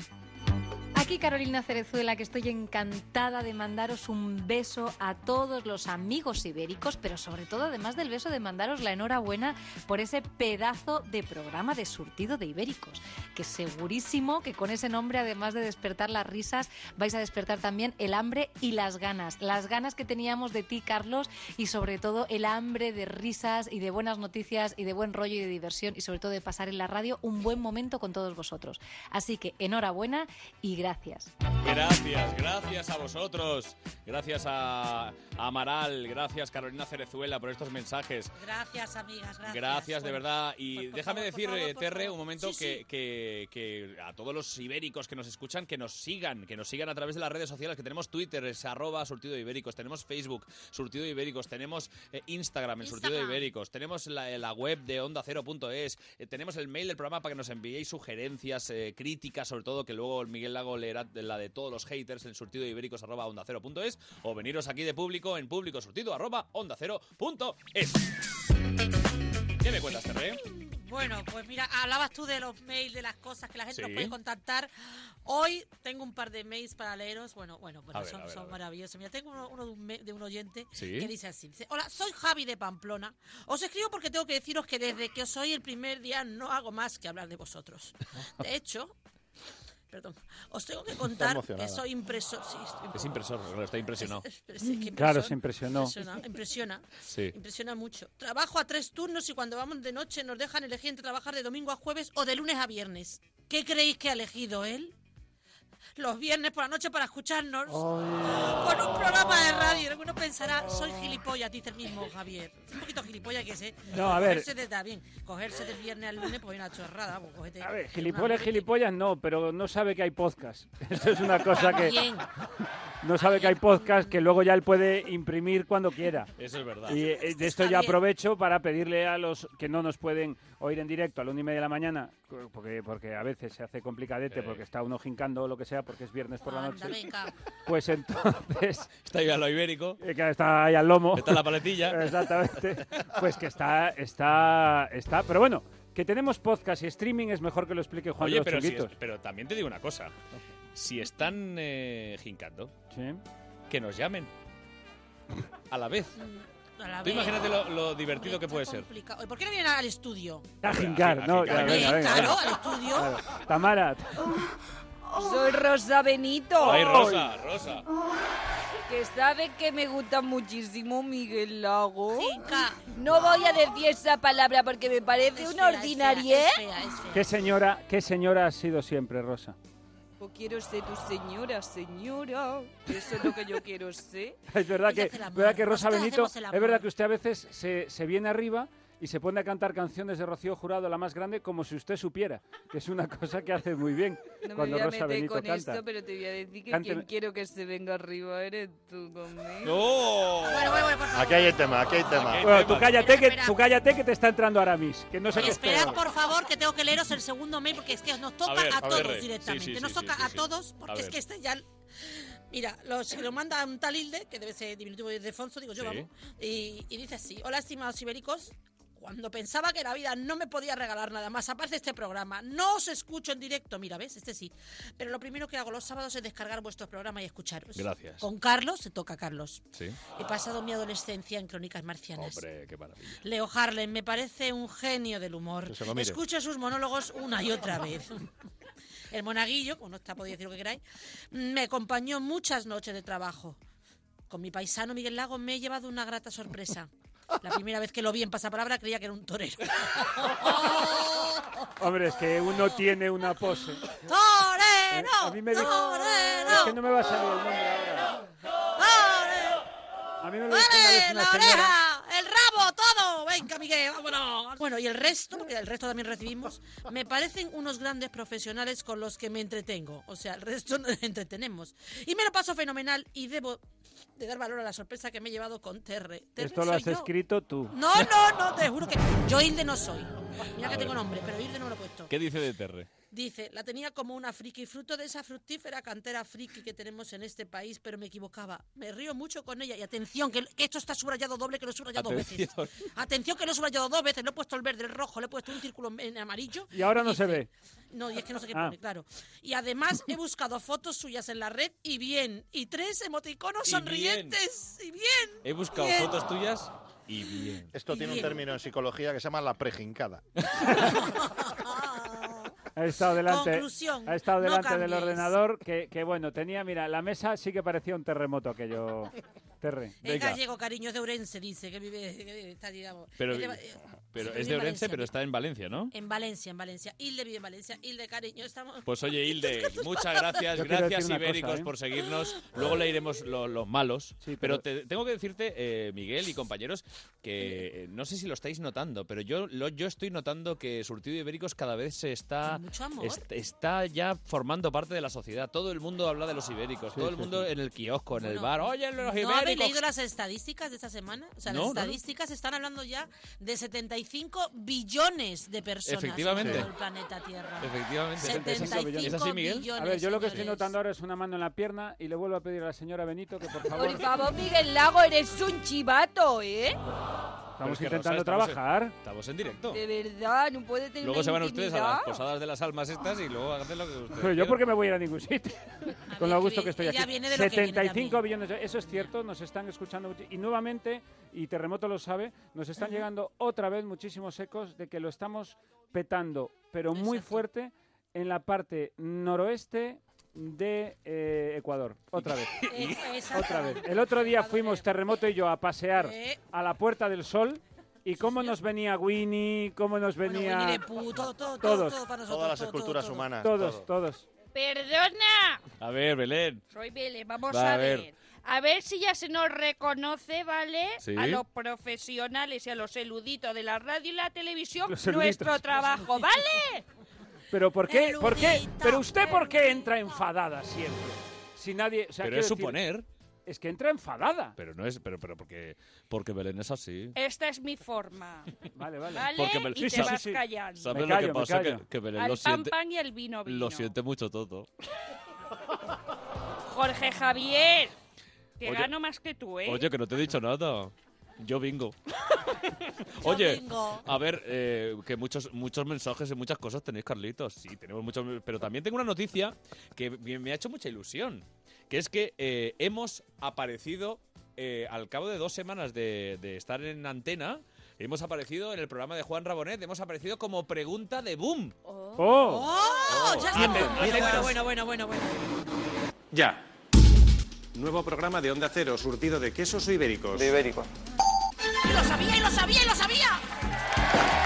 Speaker 24: Aquí Carolina Cerezuela, que estoy encantada de mandaros un beso a todos los amigos ibéricos, pero sobre todo, además del beso, de mandaros la enhorabuena por ese pedazo de programa de surtido de ibéricos, que segurísimo que con ese nombre, además de despertar las risas, vais a despertar también el hambre y las ganas. Las ganas que teníamos de ti, Carlos, y sobre todo el hambre de risas y de buenas noticias y de buen rollo y de diversión, y sobre todo de pasar en la radio un buen momento con todos vosotros. Así que enhorabuena y gracias.
Speaker 1: Gracias, gracias a vosotros. Gracias a a Amaral, gracias Carolina Cerezuela por estos mensajes.
Speaker 6: Gracias, amigas. Gracias,
Speaker 1: Gracias, de verdad. Y déjame decir,
Speaker 6: favor,
Speaker 1: eh,
Speaker 6: por
Speaker 1: Terre,
Speaker 6: favor.
Speaker 1: un momento
Speaker 6: Sí,
Speaker 1: que, que- que a todos los ibéricos que nos escuchan, que nos sigan, que nos sigan a través de las redes sociales, que tenemos Twitter, es arroba surtido de ibéricos, tenemos Facebook, surtido de ibéricos, tenemos eh, Instagram, el surtido de
Speaker 25: Instagram.
Speaker 1: ibéricos, tenemos la, la web de onda cero.es, eh, tenemos el mail del programa para que nos enviéis sugerencias, eh, críticas, sobre todo, que luego el Miguel Lago leerá de la de todos los haters en surtido de ibéricos arroba onda cero.es, o veniros aquí de público en público surtido arroba onda cero.es. ¿Qué me cuentas, Terre?
Speaker 6: Bueno, pues mira, hablabas tú de los mails, de las cosas que la gente nos
Speaker 1: Sí.
Speaker 6: puede contactar. Hoy tengo un par de mails para leeros. Bueno, bueno, bueno
Speaker 1: A ver,
Speaker 6: son,
Speaker 1: a ver,
Speaker 6: son
Speaker 1: a ver.
Speaker 6: maravillosos. Mira, tengo uno, uno de, un, me- de un oyente
Speaker 1: Sí.
Speaker 6: que dice así. Dice, Hola, soy Javi de Pamplona. Os escribo porque tengo que deciros que desde que os soy el primer día no hago más que hablar de vosotros. De hecho... Perdón, os tengo que contar que
Speaker 1: emocionada.
Speaker 6: soy impresor. sí, estoy un
Speaker 1: Es
Speaker 6: poco-
Speaker 1: impresor, claro, está [laughs] impresionado.
Speaker 6: Pero sí, es que
Speaker 4: Mm. Claro,
Speaker 6: impresiona,
Speaker 4: se impresionó.
Speaker 6: Impresiona, impresiona,
Speaker 1: Sí.
Speaker 6: impresiona mucho. Trabajo a tres turnos y cuando vamos de noche nos dejan elegir entre trabajar de domingo a jueves o de lunes a viernes. ¿Qué creéis que ha elegido él? Los viernes por la noche para escucharnos con un programa de radio. Y Alguno pensará, soy gilipollas, dice el mismo Javier. Es un poquito gilipollas que sé.
Speaker 4: No, a ver.
Speaker 6: Cogerse de, está bien, cogerse del viernes al lunes, pues es una chorrada. Pues, cógete
Speaker 4: A ver,
Speaker 6: una-
Speaker 4: gilipollas, gilipollas no, pero no sabe que hay podcast. [laughs] Eso es una cosa que...
Speaker 6: También.
Speaker 4: No sabe que hay podcast que luego ya él puede imprimir cuando quiera.
Speaker 1: Eso es verdad.
Speaker 4: Y eh, de esto
Speaker 1: Está
Speaker 4: ya
Speaker 1: bien.
Speaker 4: aprovecho para pedirle a los que no nos pueden oír en directo a la una y media de la mañana, cu- porque, porque a veces se hace
Speaker 1: Sí.
Speaker 4: complicadete, porque está uno jincando o lo que sea, porque es viernes por la noche.
Speaker 6: venga.
Speaker 4: Pues entonces...
Speaker 1: [laughs] Está ahí a lo ibérico.
Speaker 4: Eh, que está ahí al lomo.
Speaker 1: Está la paletilla.
Speaker 4: [laughs] Exactamente. Pues que está, está, está. Pero bueno, que tenemos podcast y streaming es mejor que lo explique Juan de
Speaker 1: Oye,
Speaker 4: los
Speaker 1: pero, si es-
Speaker 4: Chunguitos.
Speaker 1: pero también te digo una cosa. Si están eh, jincando, que nos llamen. A la vez.
Speaker 6: Mm, a la
Speaker 1: Tú
Speaker 6: vez.
Speaker 1: imagínate lo, lo divertido que
Speaker 6: Está
Speaker 1: puede ser.
Speaker 6: complicado. ¿Y ¿Por qué no vienen al estudio?
Speaker 4: A jincar, ¿no? Ya, venga,
Speaker 6: Claro,
Speaker 4: venga, venga.
Speaker 6: al estudio.
Speaker 4: Claro. Tamara.
Speaker 15: Soy Rosa Benito.
Speaker 4: Ay, Rosa,
Speaker 1: Rosa.
Speaker 15: Que sabe que me gusta muchísimo Miguel Lago. No voy a decir esa palabra porque me parece una ordinaria. ¿eh?
Speaker 4: ¿Qué señora, ¿Qué señora has sido siempre, Rosa?
Speaker 15: Yo quiero ser tu señora, señora. Eso es lo que yo quiero ser.
Speaker 4: [laughs] Es verdad que,
Speaker 15: hace el amor.
Speaker 4: verdad que Rosa
Speaker 15: Nosotras
Speaker 4: Benito,
Speaker 15: hacemos el
Speaker 4: es
Speaker 15: amor.
Speaker 4: verdad que usted a veces se, se viene arriba y se pone a cantar canciones de Rocío Jurado, la más grande, como si usted supiera, que es una cosa que hace muy bien
Speaker 15: [laughs] No me
Speaker 4: cuando
Speaker 15: voy a
Speaker 4: Rosa
Speaker 15: meter
Speaker 4: Benito
Speaker 15: con
Speaker 4: canta.
Speaker 15: esto, pero te voy a decir que
Speaker 4: Cánteme.
Speaker 15: quien quiero que se venga arriba eres tú conmigo.
Speaker 1: ¡No!
Speaker 3: Aquí hay el tema, aquí hay tema.
Speaker 4: Bueno, tú cállate, que, tú cállate que te está entrando Aramis, que no sé qué es
Speaker 6: Esperad,
Speaker 4: peor.
Speaker 6: por favor, que tengo que leeros el segundo mail porque es que nos toca a,
Speaker 4: A ver, a ver,
Speaker 6: todos
Speaker 4: Rey. Sí,
Speaker 6: directamente.
Speaker 4: sí, sí,
Speaker 6: nos
Speaker 4: sí,
Speaker 6: toca
Speaker 4: sí,
Speaker 6: a
Speaker 4: sí.
Speaker 6: todos
Speaker 4: A
Speaker 6: porque es
Speaker 4: ver.
Speaker 6: que este ya. Mira, los, se lo manda un tal Hilde, que debe ser diminutivo de Defonso, digo yo,
Speaker 1: Sí.
Speaker 6: vamos. Y, y dice así: Hola, estimados ibéricos. Cuando pensaba que la vida no me podía regalar nada más, aparte de este programa, no os escucho en directo, mira, ¿ves? Este sí. Pero lo primero que hago los sábados es descargar vuestros programas y escucharos.
Speaker 1: Gracias.
Speaker 6: Con Carlos, se toca Carlos.
Speaker 1: Sí.
Speaker 6: He pasado mi adolescencia en Crónicas Marcianas.
Speaker 1: Hombre, qué maravilla.
Speaker 6: Leo Harlem me parece un genio del humor.
Speaker 1: Que se lo mire.
Speaker 6: Escucha sus monólogos una y otra vez. El monaguillo, como no está, podéis decir lo que queráis, me acompañó muchas noches de trabajo. Con mi paisano Miguel Lago me he llevado una grata
Speaker 1: [laughs]
Speaker 6: sorpresa. La primera vez que lo vi en pasapalabra creía que era un torero.
Speaker 4: Hombre, es que uno tiene una pose.
Speaker 6: ¡Torero!
Speaker 4: A mí me dijo- Es que no me va a salir el nombre ahora. A mí me lo dijo una vez
Speaker 6: ¡Vale,
Speaker 4: una
Speaker 6: la
Speaker 4: señora.
Speaker 6: oreja! ¡El rabo! ¡Todo! ¡Venga, Miguel! ¡Vámonos! Bueno, y el resto, porque el resto también recibimos, me parecen unos grandes profesionales con los que me entretengo. O sea, el resto [laughs] nos entretenemos. Y me lo paso fenomenal y debo de dar valor a la sorpresa que me he llevado con Terre. Terre
Speaker 4: Esto lo has
Speaker 6: soy yo.
Speaker 4: escrito tú.
Speaker 6: No, no, no, te juro que yo Hilde no soy. Mira
Speaker 1: A
Speaker 6: que
Speaker 1: ver.
Speaker 6: tengo nombre, pero Hilde no me lo he puesto.
Speaker 1: ¿Qué dice de Terre?
Speaker 6: Dice, la tenía como una friki, fruto de esa fructífera cantera friki que tenemos en este país, pero me equivocaba. Me río mucho con ella. Y atención, que, que esto está subrayado doble, que lo he subrayado dos veces. Atención, que lo he subrayado dos veces. Le he puesto el verde, el rojo, le he puesto un círculo en amarillo.
Speaker 4: Y ahora no se ve.
Speaker 6: No, y es que no sé qué
Speaker 4: Ah.
Speaker 6: pone, claro. Y además he buscado fotos suyas en la red y bien. Y tres emoticonos
Speaker 1: Y bien.
Speaker 6: sonrientes. Y bien.
Speaker 1: He buscado
Speaker 6: Bien.
Speaker 1: fotos tuyas y bien.
Speaker 3: Esto tiene un
Speaker 6: Bien.
Speaker 3: término en psicología que se llama la
Speaker 6: [laughs]
Speaker 3: prejincada.
Speaker 4: Ha estado delante,
Speaker 6: Conclusión,
Speaker 4: ha estado
Speaker 6: no
Speaker 4: delante del
Speaker 6: cambies.
Speaker 4: ordenador que, que, bueno, tenía, mira, la mesa sí que parecía un terremoto aquello.
Speaker 6: [laughs]
Speaker 4: Terre.
Speaker 6: Es gallego, cariño, es de Urense, dice, que vive, que vive- está allí, vamos.
Speaker 1: Pero,
Speaker 6: Es de Va- eh, sí,
Speaker 1: pero
Speaker 6: vive
Speaker 1: es
Speaker 6: en
Speaker 1: de Orense,
Speaker 6: Valencia.
Speaker 1: pero está en Valencia, ¿no?
Speaker 6: En Valencia, en Valencia. Hilde vive en Valencia. Hilde, cariño, estamos...
Speaker 1: Pues oye,
Speaker 6: [laughs]
Speaker 1: Hilde, muchas gracias.
Speaker 4: Yo quiero
Speaker 1: gracias,
Speaker 4: decir una
Speaker 1: Ibéricos,
Speaker 4: cosa, ¿eh?
Speaker 1: por seguirnos. Luego leiremos lo- los malos. pero
Speaker 4: pero-
Speaker 1: te- tengo que decirte, eh, Miguel y compañeros, que eh, no sé si lo estáis notando, pero yo, lo- yo estoy notando que Surtido Ibéricos cada vez se está,
Speaker 6: Con mucho amor.
Speaker 1: est- está ya formando parte de la sociedad. Todo el mundo habla de los ibéricos. todo el
Speaker 4: sí,
Speaker 1: mundo en el kiosco, en el
Speaker 6: Ah. Bueno,
Speaker 1: bar. Oye, los
Speaker 6: ¿No habéis
Speaker 1: ibéricos.
Speaker 6: leído las estadísticas de esta semana? O sea,
Speaker 1: No,
Speaker 6: las
Speaker 1: no, no.
Speaker 6: estadísticas están hablando ya de 75 billones de personas
Speaker 1: Efectivamente.
Speaker 6: en todo el planeta Tierra.
Speaker 1: Efectivamente.
Speaker 6: 75
Speaker 1: ¿Es así, Miguel?
Speaker 6: billones,
Speaker 4: A ver, yo lo que estoy
Speaker 6: señores.
Speaker 4: notando ahora es una mano en la pierna y le vuelvo a pedir a la señora Benito que por favor
Speaker 8: Por favor, Miguel Lago, eres un chivato, ¿eh?
Speaker 1: Pero es que,
Speaker 4: intentando
Speaker 1: estamos en-
Speaker 4: trabajar.
Speaker 1: estamos en directo.
Speaker 8: De verdad, no puede tener
Speaker 1: Luego
Speaker 8: una
Speaker 1: se van ustedes a las
Speaker 8: intimidad.
Speaker 1: posadas de las almas estas y luego hacen lo que ustedes
Speaker 4: Pero yo
Speaker 1: quieran.
Speaker 4: porque me voy a ir a
Speaker 6: [laughs]
Speaker 4: ningún sitio. Con lo gusto que estoy
Speaker 6: ella
Speaker 4: aquí.
Speaker 6: viene de lo que viene
Speaker 4: 75 billones. de- Eso es cierto, nos están escuchando. mucho- Y nuevamente, y Terremoto lo sabe, nos están
Speaker 6: Ajá.
Speaker 4: llegando otra vez muchísimos ecos de que lo estamos petando, pero muy fuerte, en la parte noroeste de eh, Ecuador. Otra vez.
Speaker 6: [laughs] Eh,
Speaker 4: Otra
Speaker 6: exactamente.
Speaker 4: vez. El otro día fuimos Terremoto y yo a pasear
Speaker 6: Eh.
Speaker 4: a la Puerta del Sol. ¿Y cómo nos venía Winnie? ¿Cómo nos venía...?
Speaker 6: Winnie the Pooh, todo, todo, todo,
Speaker 4: todos.
Speaker 6: todo para nosotros,
Speaker 3: Todas las esculturas humanas.
Speaker 4: Todos,
Speaker 3: todo.
Speaker 4: todos.
Speaker 5: Perdona,
Speaker 1: A ver, Belén.
Speaker 5: soy Bele, vamos
Speaker 1: Va,
Speaker 5: a,
Speaker 1: a ver.
Speaker 5: ver. A ver si ya se nos reconoce, ¿vale?
Speaker 1: Sí.
Speaker 5: A los profesionales y a los eluditos de la radio y la televisión,
Speaker 4: Los eruditos.
Speaker 5: nuestro trabajo, ¿vale?
Speaker 4: Pero ¿por qué? ¿Por qué?
Speaker 5: Peludita,
Speaker 4: Pero usted ¿por qué entra enfadada siempre? Si nadie, o sea,
Speaker 1: Pero
Speaker 4: quiero
Speaker 1: es
Speaker 4: decir,
Speaker 1: suponer.
Speaker 4: es que entra enfadada.
Speaker 1: Pero no es, pero, pero porque, porque Belén es así.
Speaker 5: Esta es mi forma.
Speaker 4: Vale,
Speaker 5: Eh, Vale,
Speaker 1: Porque
Speaker 5: y
Speaker 1: Belén-
Speaker 5: te
Speaker 1: Sí, sí,
Speaker 5: vas
Speaker 1: sí.
Speaker 5: callando.
Speaker 1: ¿Sabes
Speaker 5: Al
Speaker 1: lo
Speaker 4: callo,
Speaker 1: que
Speaker 4: me
Speaker 1: pasa? Que,
Speaker 4: callo.
Speaker 1: que Belén
Speaker 5: pan
Speaker 1: lo siente,
Speaker 5: pan y el vino vino.
Speaker 1: lo siente mucho todo.
Speaker 5: Jorge Javier, te
Speaker 1: Oye-
Speaker 5: gano más que tú, ¿eh?
Speaker 1: Oye, que no te he dicho nada.
Speaker 6: [laughs]
Speaker 1: Yo bingo. [laughs] Oye,
Speaker 5: bingo.
Speaker 1: a ver, eh, que muchos, muchos mensajes y muchas cosas tenéis, Carlitos. Sí, tenemos muchos. Pero también tengo una noticia que me me ha hecho mucha ilusión. Que es que eh, hemos aparecido, eh, al cabo de dos semanas de, de estar en antena, hemos aparecido en el programa de Juan Rabonet, hemos aparecido como pregunta de boom.
Speaker 4: ¡Oh!
Speaker 6: ¡Oh! ya está.
Speaker 1: Bien,
Speaker 6: Bueno,
Speaker 1: bien.
Speaker 6: bueno, bueno, bueno, bueno, bueno.
Speaker 9: Ya. Nuevo programa de Onda Cero, surtido de quesos o ibéricos. De ibéricos.
Speaker 6: ¡Y lo sabía, y lo sabía, y lo sabía!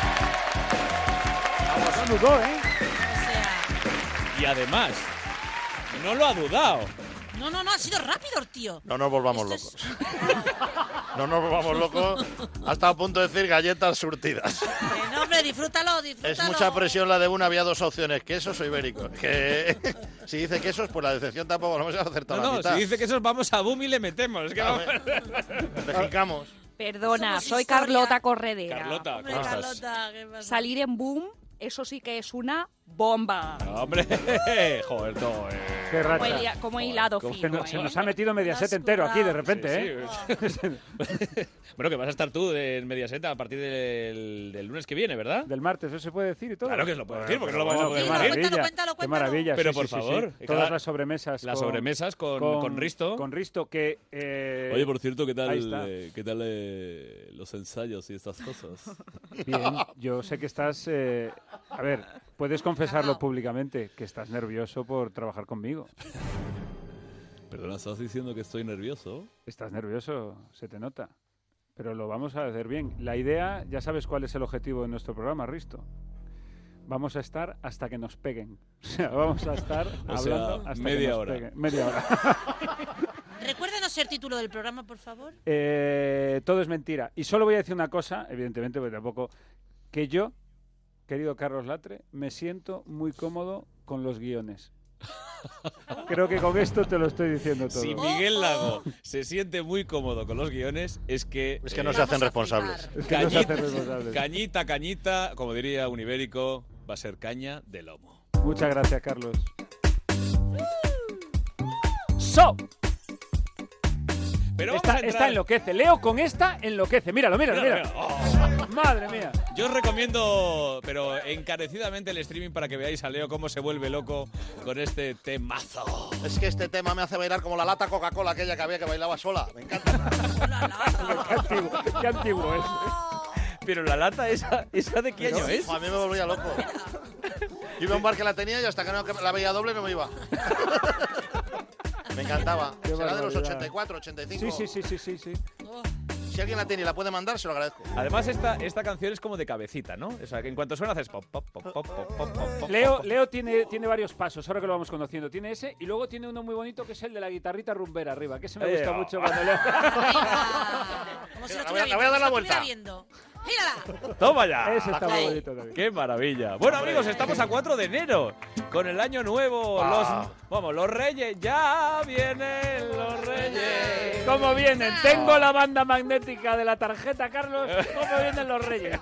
Speaker 4: No dudó, ¿eh?
Speaker 1: Y además, no lo ha dudado.
Speaker 6: No, no, no, ha sido rápido, el tío.
Speaker 3: No nos volvamos
Speaker 6: Esto
Speaker 3: locos. No nos volvamos locos. Hasta a punto de decir galletas surtidas.
Speaker 6: Eh, no, hombre, disfrútalo, disfrútalo.
Speaker 3: Es mucha presión la de una. Había dos opciones, quesos o ibéricos. Que [laughs] si dice quesos, pues la decepción tampoco lo hemos acertado
Speaker 1: No,
Speaker 3: la
Speaker 1: no,
Speaker 3: mitad.
Speaker 1: si dice que esos vamos a boom y le metemos. Es que vamos-
Speaker 3: Mexicamos.
Speaker 15: Perdona,
Speaker 6: Somos
Speaker 15: soy
Speaker 6: historia.
Speaker 15: Carlota Corredera.
Speaker 1: Carlota,
Speaker 6: Hombre,
Speaker 1: ¿cómo estás?
Speaker 6: Carlota, ¿qué pasa?
Speaker 15: Salir en boom, eso sí que es una bomba.
Speaker 1: Hombre, [laughs] joder, todo. eh.
Speaker 4: Qué
Speaker 15: Como,
Speaker 4: racha.
Speaker 15: hila- como hilado
Speaker 1: ¿cómo
Speaker 4: Se
Speaker 15: fino.
Speaker 4: nos, se
Speaker 15: ¿eh?
Speaker 4: nos
Speaker 15: [laughs]
Speaker 4: ha metido Mediaset entero aquí de repente, ¿eh?
Speaker 1: [laughs] bueno, que vas a estar tú en Mediaseta a partir del, del lunes que viene, ¿verdad?
Speaker 4: Del martes, eso se puede decir y todo.
Speaker 1: Claro que lo puedes decir, porque no lo
Speaker 4: pero
Speaker 1: vamos a
Speaker 4: bueno,
Speaker 1: poder
Speaker 4: qué
Speaker 1: decir.
Speaker 4: maravilla,
Speaker 6: cuéntalo,
Speaker 4: Qué
Speaker 6: cuéntalo.
Speaker 4: maravilla,
Speaker 1: Pero
Speaker 4: sí,
Speaker 1: por
Speaker 4: sí, sí.
Speaker 1: favor, cada-
Speaker 4: Todas las sobremesas.
Speaker 1: las sobremesas con- con Risto.
Speaker 4: Con Risto, que... eh,
Speaker 10: Oye, por cierto, ¿qué
Speaker 4: Ahí
Speaker 10: tal,
Speaker 4: está.
Speaker 10: eh, ¿qué tal eh, los ensayos y estas
Speaker 4: [laughs]
Speaker 10: cosas?
Speaker 4: Bien, yo sé que estás... eh, a ver, puedes confesarlo públicamente, que estás nervioso por trabajar conmigo.
Speaker 10: Perdona, ¿estás diciendo que estoy nervioso?
Speaker 4: Estás nervioso, se te nota. Pero lo vamos a hacer bien. La idea, ya sabes cuál es el objetivo de nuestro programa, Risto. Vamos a estar hasta que nos peguen. [laughs] O sea, vamos a estar
Speaker 10: O
Speaker 4: hablando
Speaker 10: sea,
Speaker 4: hasta que
Speaker 10: media
Speaker 4: nos
Speaker 10: hora.
Speaker 4: peguen. Media hora. [laughs]
Speaker 6: Recuérdanos el título del programa, por favor.
Speaker 4: Eh, todo es mentira. Y solo voy a decir una cosa, evidentemente, porque tampoco. Que yo, querido Carlos Latre, me siento muy cómodo con los
Speaker 10: [laughs]
Speaker 4: guiones. Creo que con esto te lo estoy diciendo todo.
Speaker 1: Si Miguel Lago se siente muy cómodo con los guiones, es que... eh,
Speaker 3: Es que no se hacen responsables.
Speaker 4: Es que no se
Speaker 1: Cañita,
Speaker 4: hacen responsables.
Speaker 1: cañita, cañita, como diría un ibérico, va a ser caña de lomo.
Speaker 4: Muchas gracias, Carlos. ¡So!
Speaker 1: Pero vamos
Speaker 4: esta,
Speaker 1: a entrar-
Speaker 4: esta enloquece. Leo con esta enloquece. Míralo, míralo,
Speaker 1: Míralo,
Speaker 4: míralo.
Speaker 1: míralo.
Speaker 4: Madre mía.
Speaker 1: Yo os recomiendo, pero encarecidamente, el streaming para que veáis a Leo cómo se vuelve loco con este temazo.
Speaker 3: Es que este tema me hace bailar como la lata Coca-Cola aquella que había que bailaba sola. Me encanta. [laughs]
Speaker 4: Qué antiguo es.
Speaker 1: Pero la lata esa, esa de qué
Speaker 3: ¿eh? Pero,
Speaker 1: año es?
Speaker 3: A mí me volvía loco. Yo iba a un bar que la tenía y hasta que no la veía doble no me iba. Me
Speaker 1: [laughs]
Speaker 3: encantaba.
Speaker 4: Qué
Speaker 3: Será de los
Speaker 4: barbaridad.
Speaker 3: 84, 85.
Speaker 4: Sí, sí, sí, sí, sí, sí.
Speaker 6: Oh,
Speaker 3: Si alguien la tiene y la puede mandar, se lo agradezco.
Speaker 1: Además, esta, esta canción es como de cabecita, ¿no? O sea, que en cuanto suena haces pop, pop, pop, pop, pop, pop, pop, pop.
Speaker 4: Leo, Leo tiene, tiene varios pasos, ahora que lo vamos conociendo. Tiene ese y luego tiene uno muy bonito que es el de la guitarrita rumbera arriba, que se me gusta
Speaker 1: Eh,
Speaker 4: mucho
Speaker 1: oh.
Speaker 4: cuando Leo.
Speaker 6: Como si
Speaker 3: La
Speaker 6: lo
Speaker 3: voy a-
Speaker 6: estuviera
Speaker 3: la voy a dar
Speaker 6: viendo,
Speaker 3: la vuelta.
Speaker 6: como si lo estuviera viendo. ¡Gírala!
Speaker 1: ¡Toma ya!
Speaker 4: Ese está muy
Speaker 1: Ahí.
Speaker 4: bonito también.
Speaker 1: ¡Qué maravilla! Bueno, amigos, estamos a 4 de enero, con el año nuevo,
Speaker 4: Ah.
Speaker 1: los... Vamos, los reyes, ya vienen los reyes.
Speaker 4: ¿Cómo vienen?
Speaker 1: Ah.
Speaker 4: Tengo la banda magnética de la tarjeta, Carlos. ¿Cómo vienen
Speaker 1: [laughs]
Speaker 4: los reyes?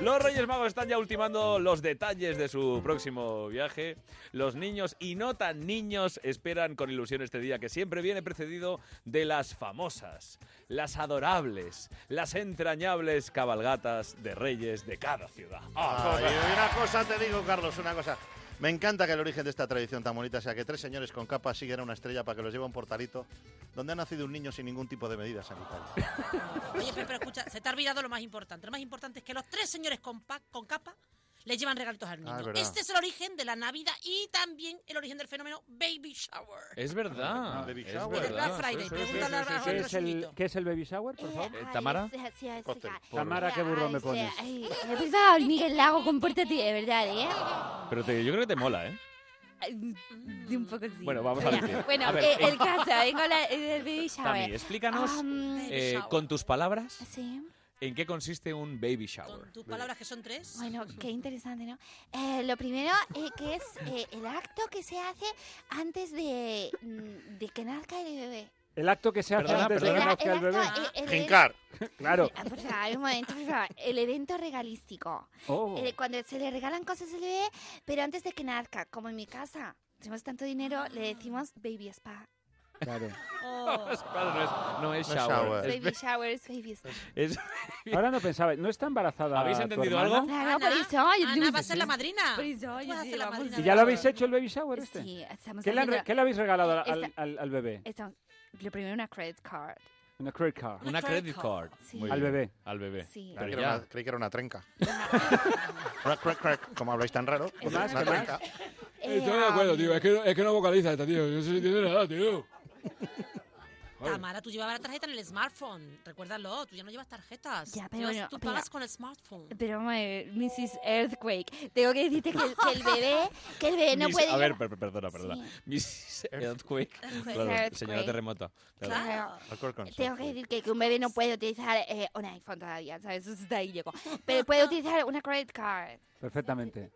Speaker 1: Los Reyes Magos están ya ultimando los detalles de su próximo viaje. Los niños y no tan niños esperan con ilusión este día que siempre viene precedido de las famosas, las adorables, las entrañables cabalgatas de reyes de cada ciudad.
Speaker 2: Ah,
Speaker 1: Ah,
Speaker 3: Ay, y una cosa te digo, Carlos, una cosa. Me encanta que el origen de esta tradición tan bonita sea que tres señores con capa siguen a una estrella para que los lleve a un portalito donde ha nacido un niño sin ningún tipo de medida sanitaria.
Speaker 6: Oye, pero, pero escucha, se te ha olvidado lo más importante. Lo más importante es que los tres señores con, pa- con capa le llevan regalitos
Speaker 4: Ah,
Speaker 6: al niño.
Speaker 3: es verdad.
Speaker 6: este es el origen de la Navidad y también el origen del fenómeno baby shower.
Speaker 1: Es verdad.
Speaker 3: Baby
Speaker 1: es
Speaker 3: shower.
Speaker 1: Ah, verdad.
Speaker 6: Del Black Friday,
Speaker 1: Sí, sí, sí,
Speaker 6: pregúntale
Speaker 1: sí, sí, sí.
Speaker 4: ¿Qué es, el, ¿Qué es el baby shower, por favor?
Speaker 1: Eh, Tamara.
Speaker 3: Cóctel.
Speaker 4: Tamara, qué burro me pones.
Speaker 2: Ay, de verdad, Miguel Lago, compórtate de verdad, ¿eh?
Speaker 1: Pero te- yo creo que te mola, ¿eh?
Speaker 26: mm,
Speaker 2: De un poco sí.
Speaker 1: Bueno, vamos a
Speaker 2: Ya.
Speaker 1: decir.
Speaker 2: Bueno,
Speaker 1: A ver,
Speaker 2: eh,
Speaker 1: eh,
Speaker 2: el caso, vengo a la, eh, del baby shower.
Speaker 1: Tami, explícanos
Speaker 2: Am,
Speaker 1: eh, con tus palabras
Speaker 2: Sí.
Speaker 1: en qué consiste un baby shower.
Speaker 6: Tus palabras que son tres.
Speaker 2: Bueno, qué interesante, ¿no? Eh, lo primero eh, que es eh, el acto que se hace antes de, mm, de que nazca el bebé.
Speaker 4: El acto que se hace
Speaker 2: Perdona,
Speaker 4: antes de que
Speaker 2: perdona.
Speaker 4: nazca el bebé.
Speaker 2: Ah, el- el- Jincar.
Speaker 4: Claro.
Speaker 2: Ah, por favor, un momento, por favor. El evento regalístico.
Speaker 4: Oh.
Speaker 2: Eh, cuando se le regalan cosas al bebé, pero antes de que nazca, como en mi casa, tenemos tanto dinero, le decimos baby
Speaker 4: [laughs]
Speaker 2: spa.
Speaker 4: Claro.
Speaker 1: Claro, no es, no es
Speaker 4: No es
Speaker 1: shower.
Speaker 4: shower.
Speaker 1: es
Speaker 2: Baby showers, baby spa.
Speaker 1: Es- [laughs]
Speaker 4: Ahora no pensaba, ¿no está embarazada?
Speaker 1: ¿Habéis
Speaker 4: Ah, tu
Speaker 1: entendido
Speaker 4: hermana?
Speaker 1: algo?
Speaker 2: Claro, por eso. yo
Speaker 6: Ana
Speaker 2: digo,
Speaker 6: va a
Speaker 2: sí,
Speaker 6: ser
Speaker 2: sí.
Speaker 6: la madrina.
Speaker 2: Por eso,
Speaker 6: Tú
Speaker 2: yo
Speaker 6: vas a ser
Speaker 2: digo,
Speaker 6: la
Speaker 2: vamos
Speaker 6: madrina
Speaker 2: a-
Speaker 4: ¿Y ya lo habéis hecho el baby shower este?
Speaker 2: Sí, estamos
Speaker 4: ¿Qué le, han re-
Speaker 2: haciendo-
Speaker 4: qué le habéis regalado al, al-
Speaker 2: Esta-
Speaker 4: al- al bebé?
Speaker 2: estamos- Lo primero una credit card.
Speaker 4: Una credit card.
Speaker 1: Una credit card.
Speaker 2: Sí.
Speaker 1: Muy
Speaker 4: Al
Speaker 1: bien.
Speaker 4: bebé.
Speaker 1: Al bebé.
Speaker 2: Sí.
Speaker 1: Pero
Speaker 3: Creí que,
Speaker 1: ya.
Speaker 3: era una, creí que era una trenca. Crack, crack, crack. Como habláis tan raro. pues
Speaker 4: más?
Speaker 3: una
Speaker 4: ¿Qué más?
Speaker 3: trenca.
Speaker 2: Eh,
Speaker 16: Estoy de acuerdo, tío. Es que, no- es que no vocaliza esta, tío. No se entiende nada, tío.
Speaker 6: Tamara, tú llevabas la tarjeta en el smartphone. Recuérdalo, tú ya no llevas tarjetas.
Speaker 2: Ya, pero
Speaker 6: Llevas-
Speaker 2: bueno,
Speaker 6: tú
Speaker 2: pero-
Speaker 6: pagas con el smartphone.
Speaker 2: Pero, madre, Mrs. Earthquake, tengo que decirte que el, que el bebé, que el
Speaker 6: Eh,
Speaker 2: bebé no
Speaker 1: Miss-
Speaker 2: puede...
Speaker 1: A ver,
Speaker 2: llorar.
Speaker 1: per- per- perdona, perdona.
Speaker 2: Sí.
Speaker 1: Miss Earthquake.
Speaker 2: Earthquake.
Speaker 1: Claro, señora
Speaker 2: Earthquake.
Speaker 1: terremoto.
Speaker 2: Claro.
Speaker 3: Alcorcón, sí.
Speaker 2: Tengo que decir que, que un bebé no puede utilizar eh, un iPhone todavía, ¿sabes? Eso está ahí
Speaker 6: [laughs]
Speaker 2: llegó. Pero puede utilizar una credit card.
Speaker 4: Perfectamente.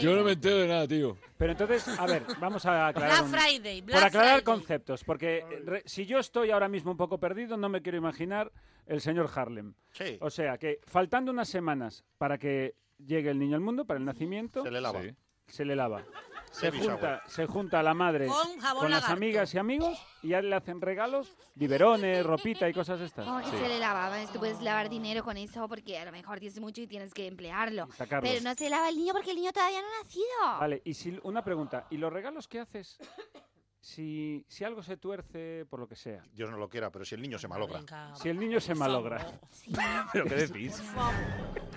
Speaker 16: Yo no me entero de nada, tío.
Speaker 4: Pero entonces, a ver, vamos a aclarar.
Speaker 6: Black Friday, Black
Speaker 4: por aclarar
Speaker 6: Friday.
Speaker 4: conceptos, porque eh, re- si yo estoy ahora mismo un poco perdido, no me quiero imaginar el señor Harlem.
Speaker 3: Sí.
Speaker 4: O sea que faltando unas semanas para que llegue el niño al mundo, para el nacimiento,
Speaker 3: Se le lava. Sí.
Speaker 4: se le lava. Se
Speaker 3: Baby shower.
Speaker 4: junta, se junta la madre
Speaker 6: Con jabón
Speaker 4: las
Speaker 6: lagarto.
Speaker 4: amigas y amigos y ya le hacen regalos, biberones, ropita y cosas estas.
Speaker 6: Oh,
Speaker 2: Como que se le lavaban, tú puedes lavar dinero con eso porque a lo mejor tienes mucho y tienes que emplearlo.
Speaker 4: Y sacarlo.
Speaker 2: Pero no se lava el niño porque el niño todavía no ha nacido.
Speaker 4: Vale, y si una pregunta, ¿y los regalos que haces si, si algo se tuerce por lo que sea?
Speaker 3: Dios no lo quiera, pero si el niño se malogra.
Speaker 4: Si el niño se malogra. [laughs]
Speaker 1: ¿Pero qué decís?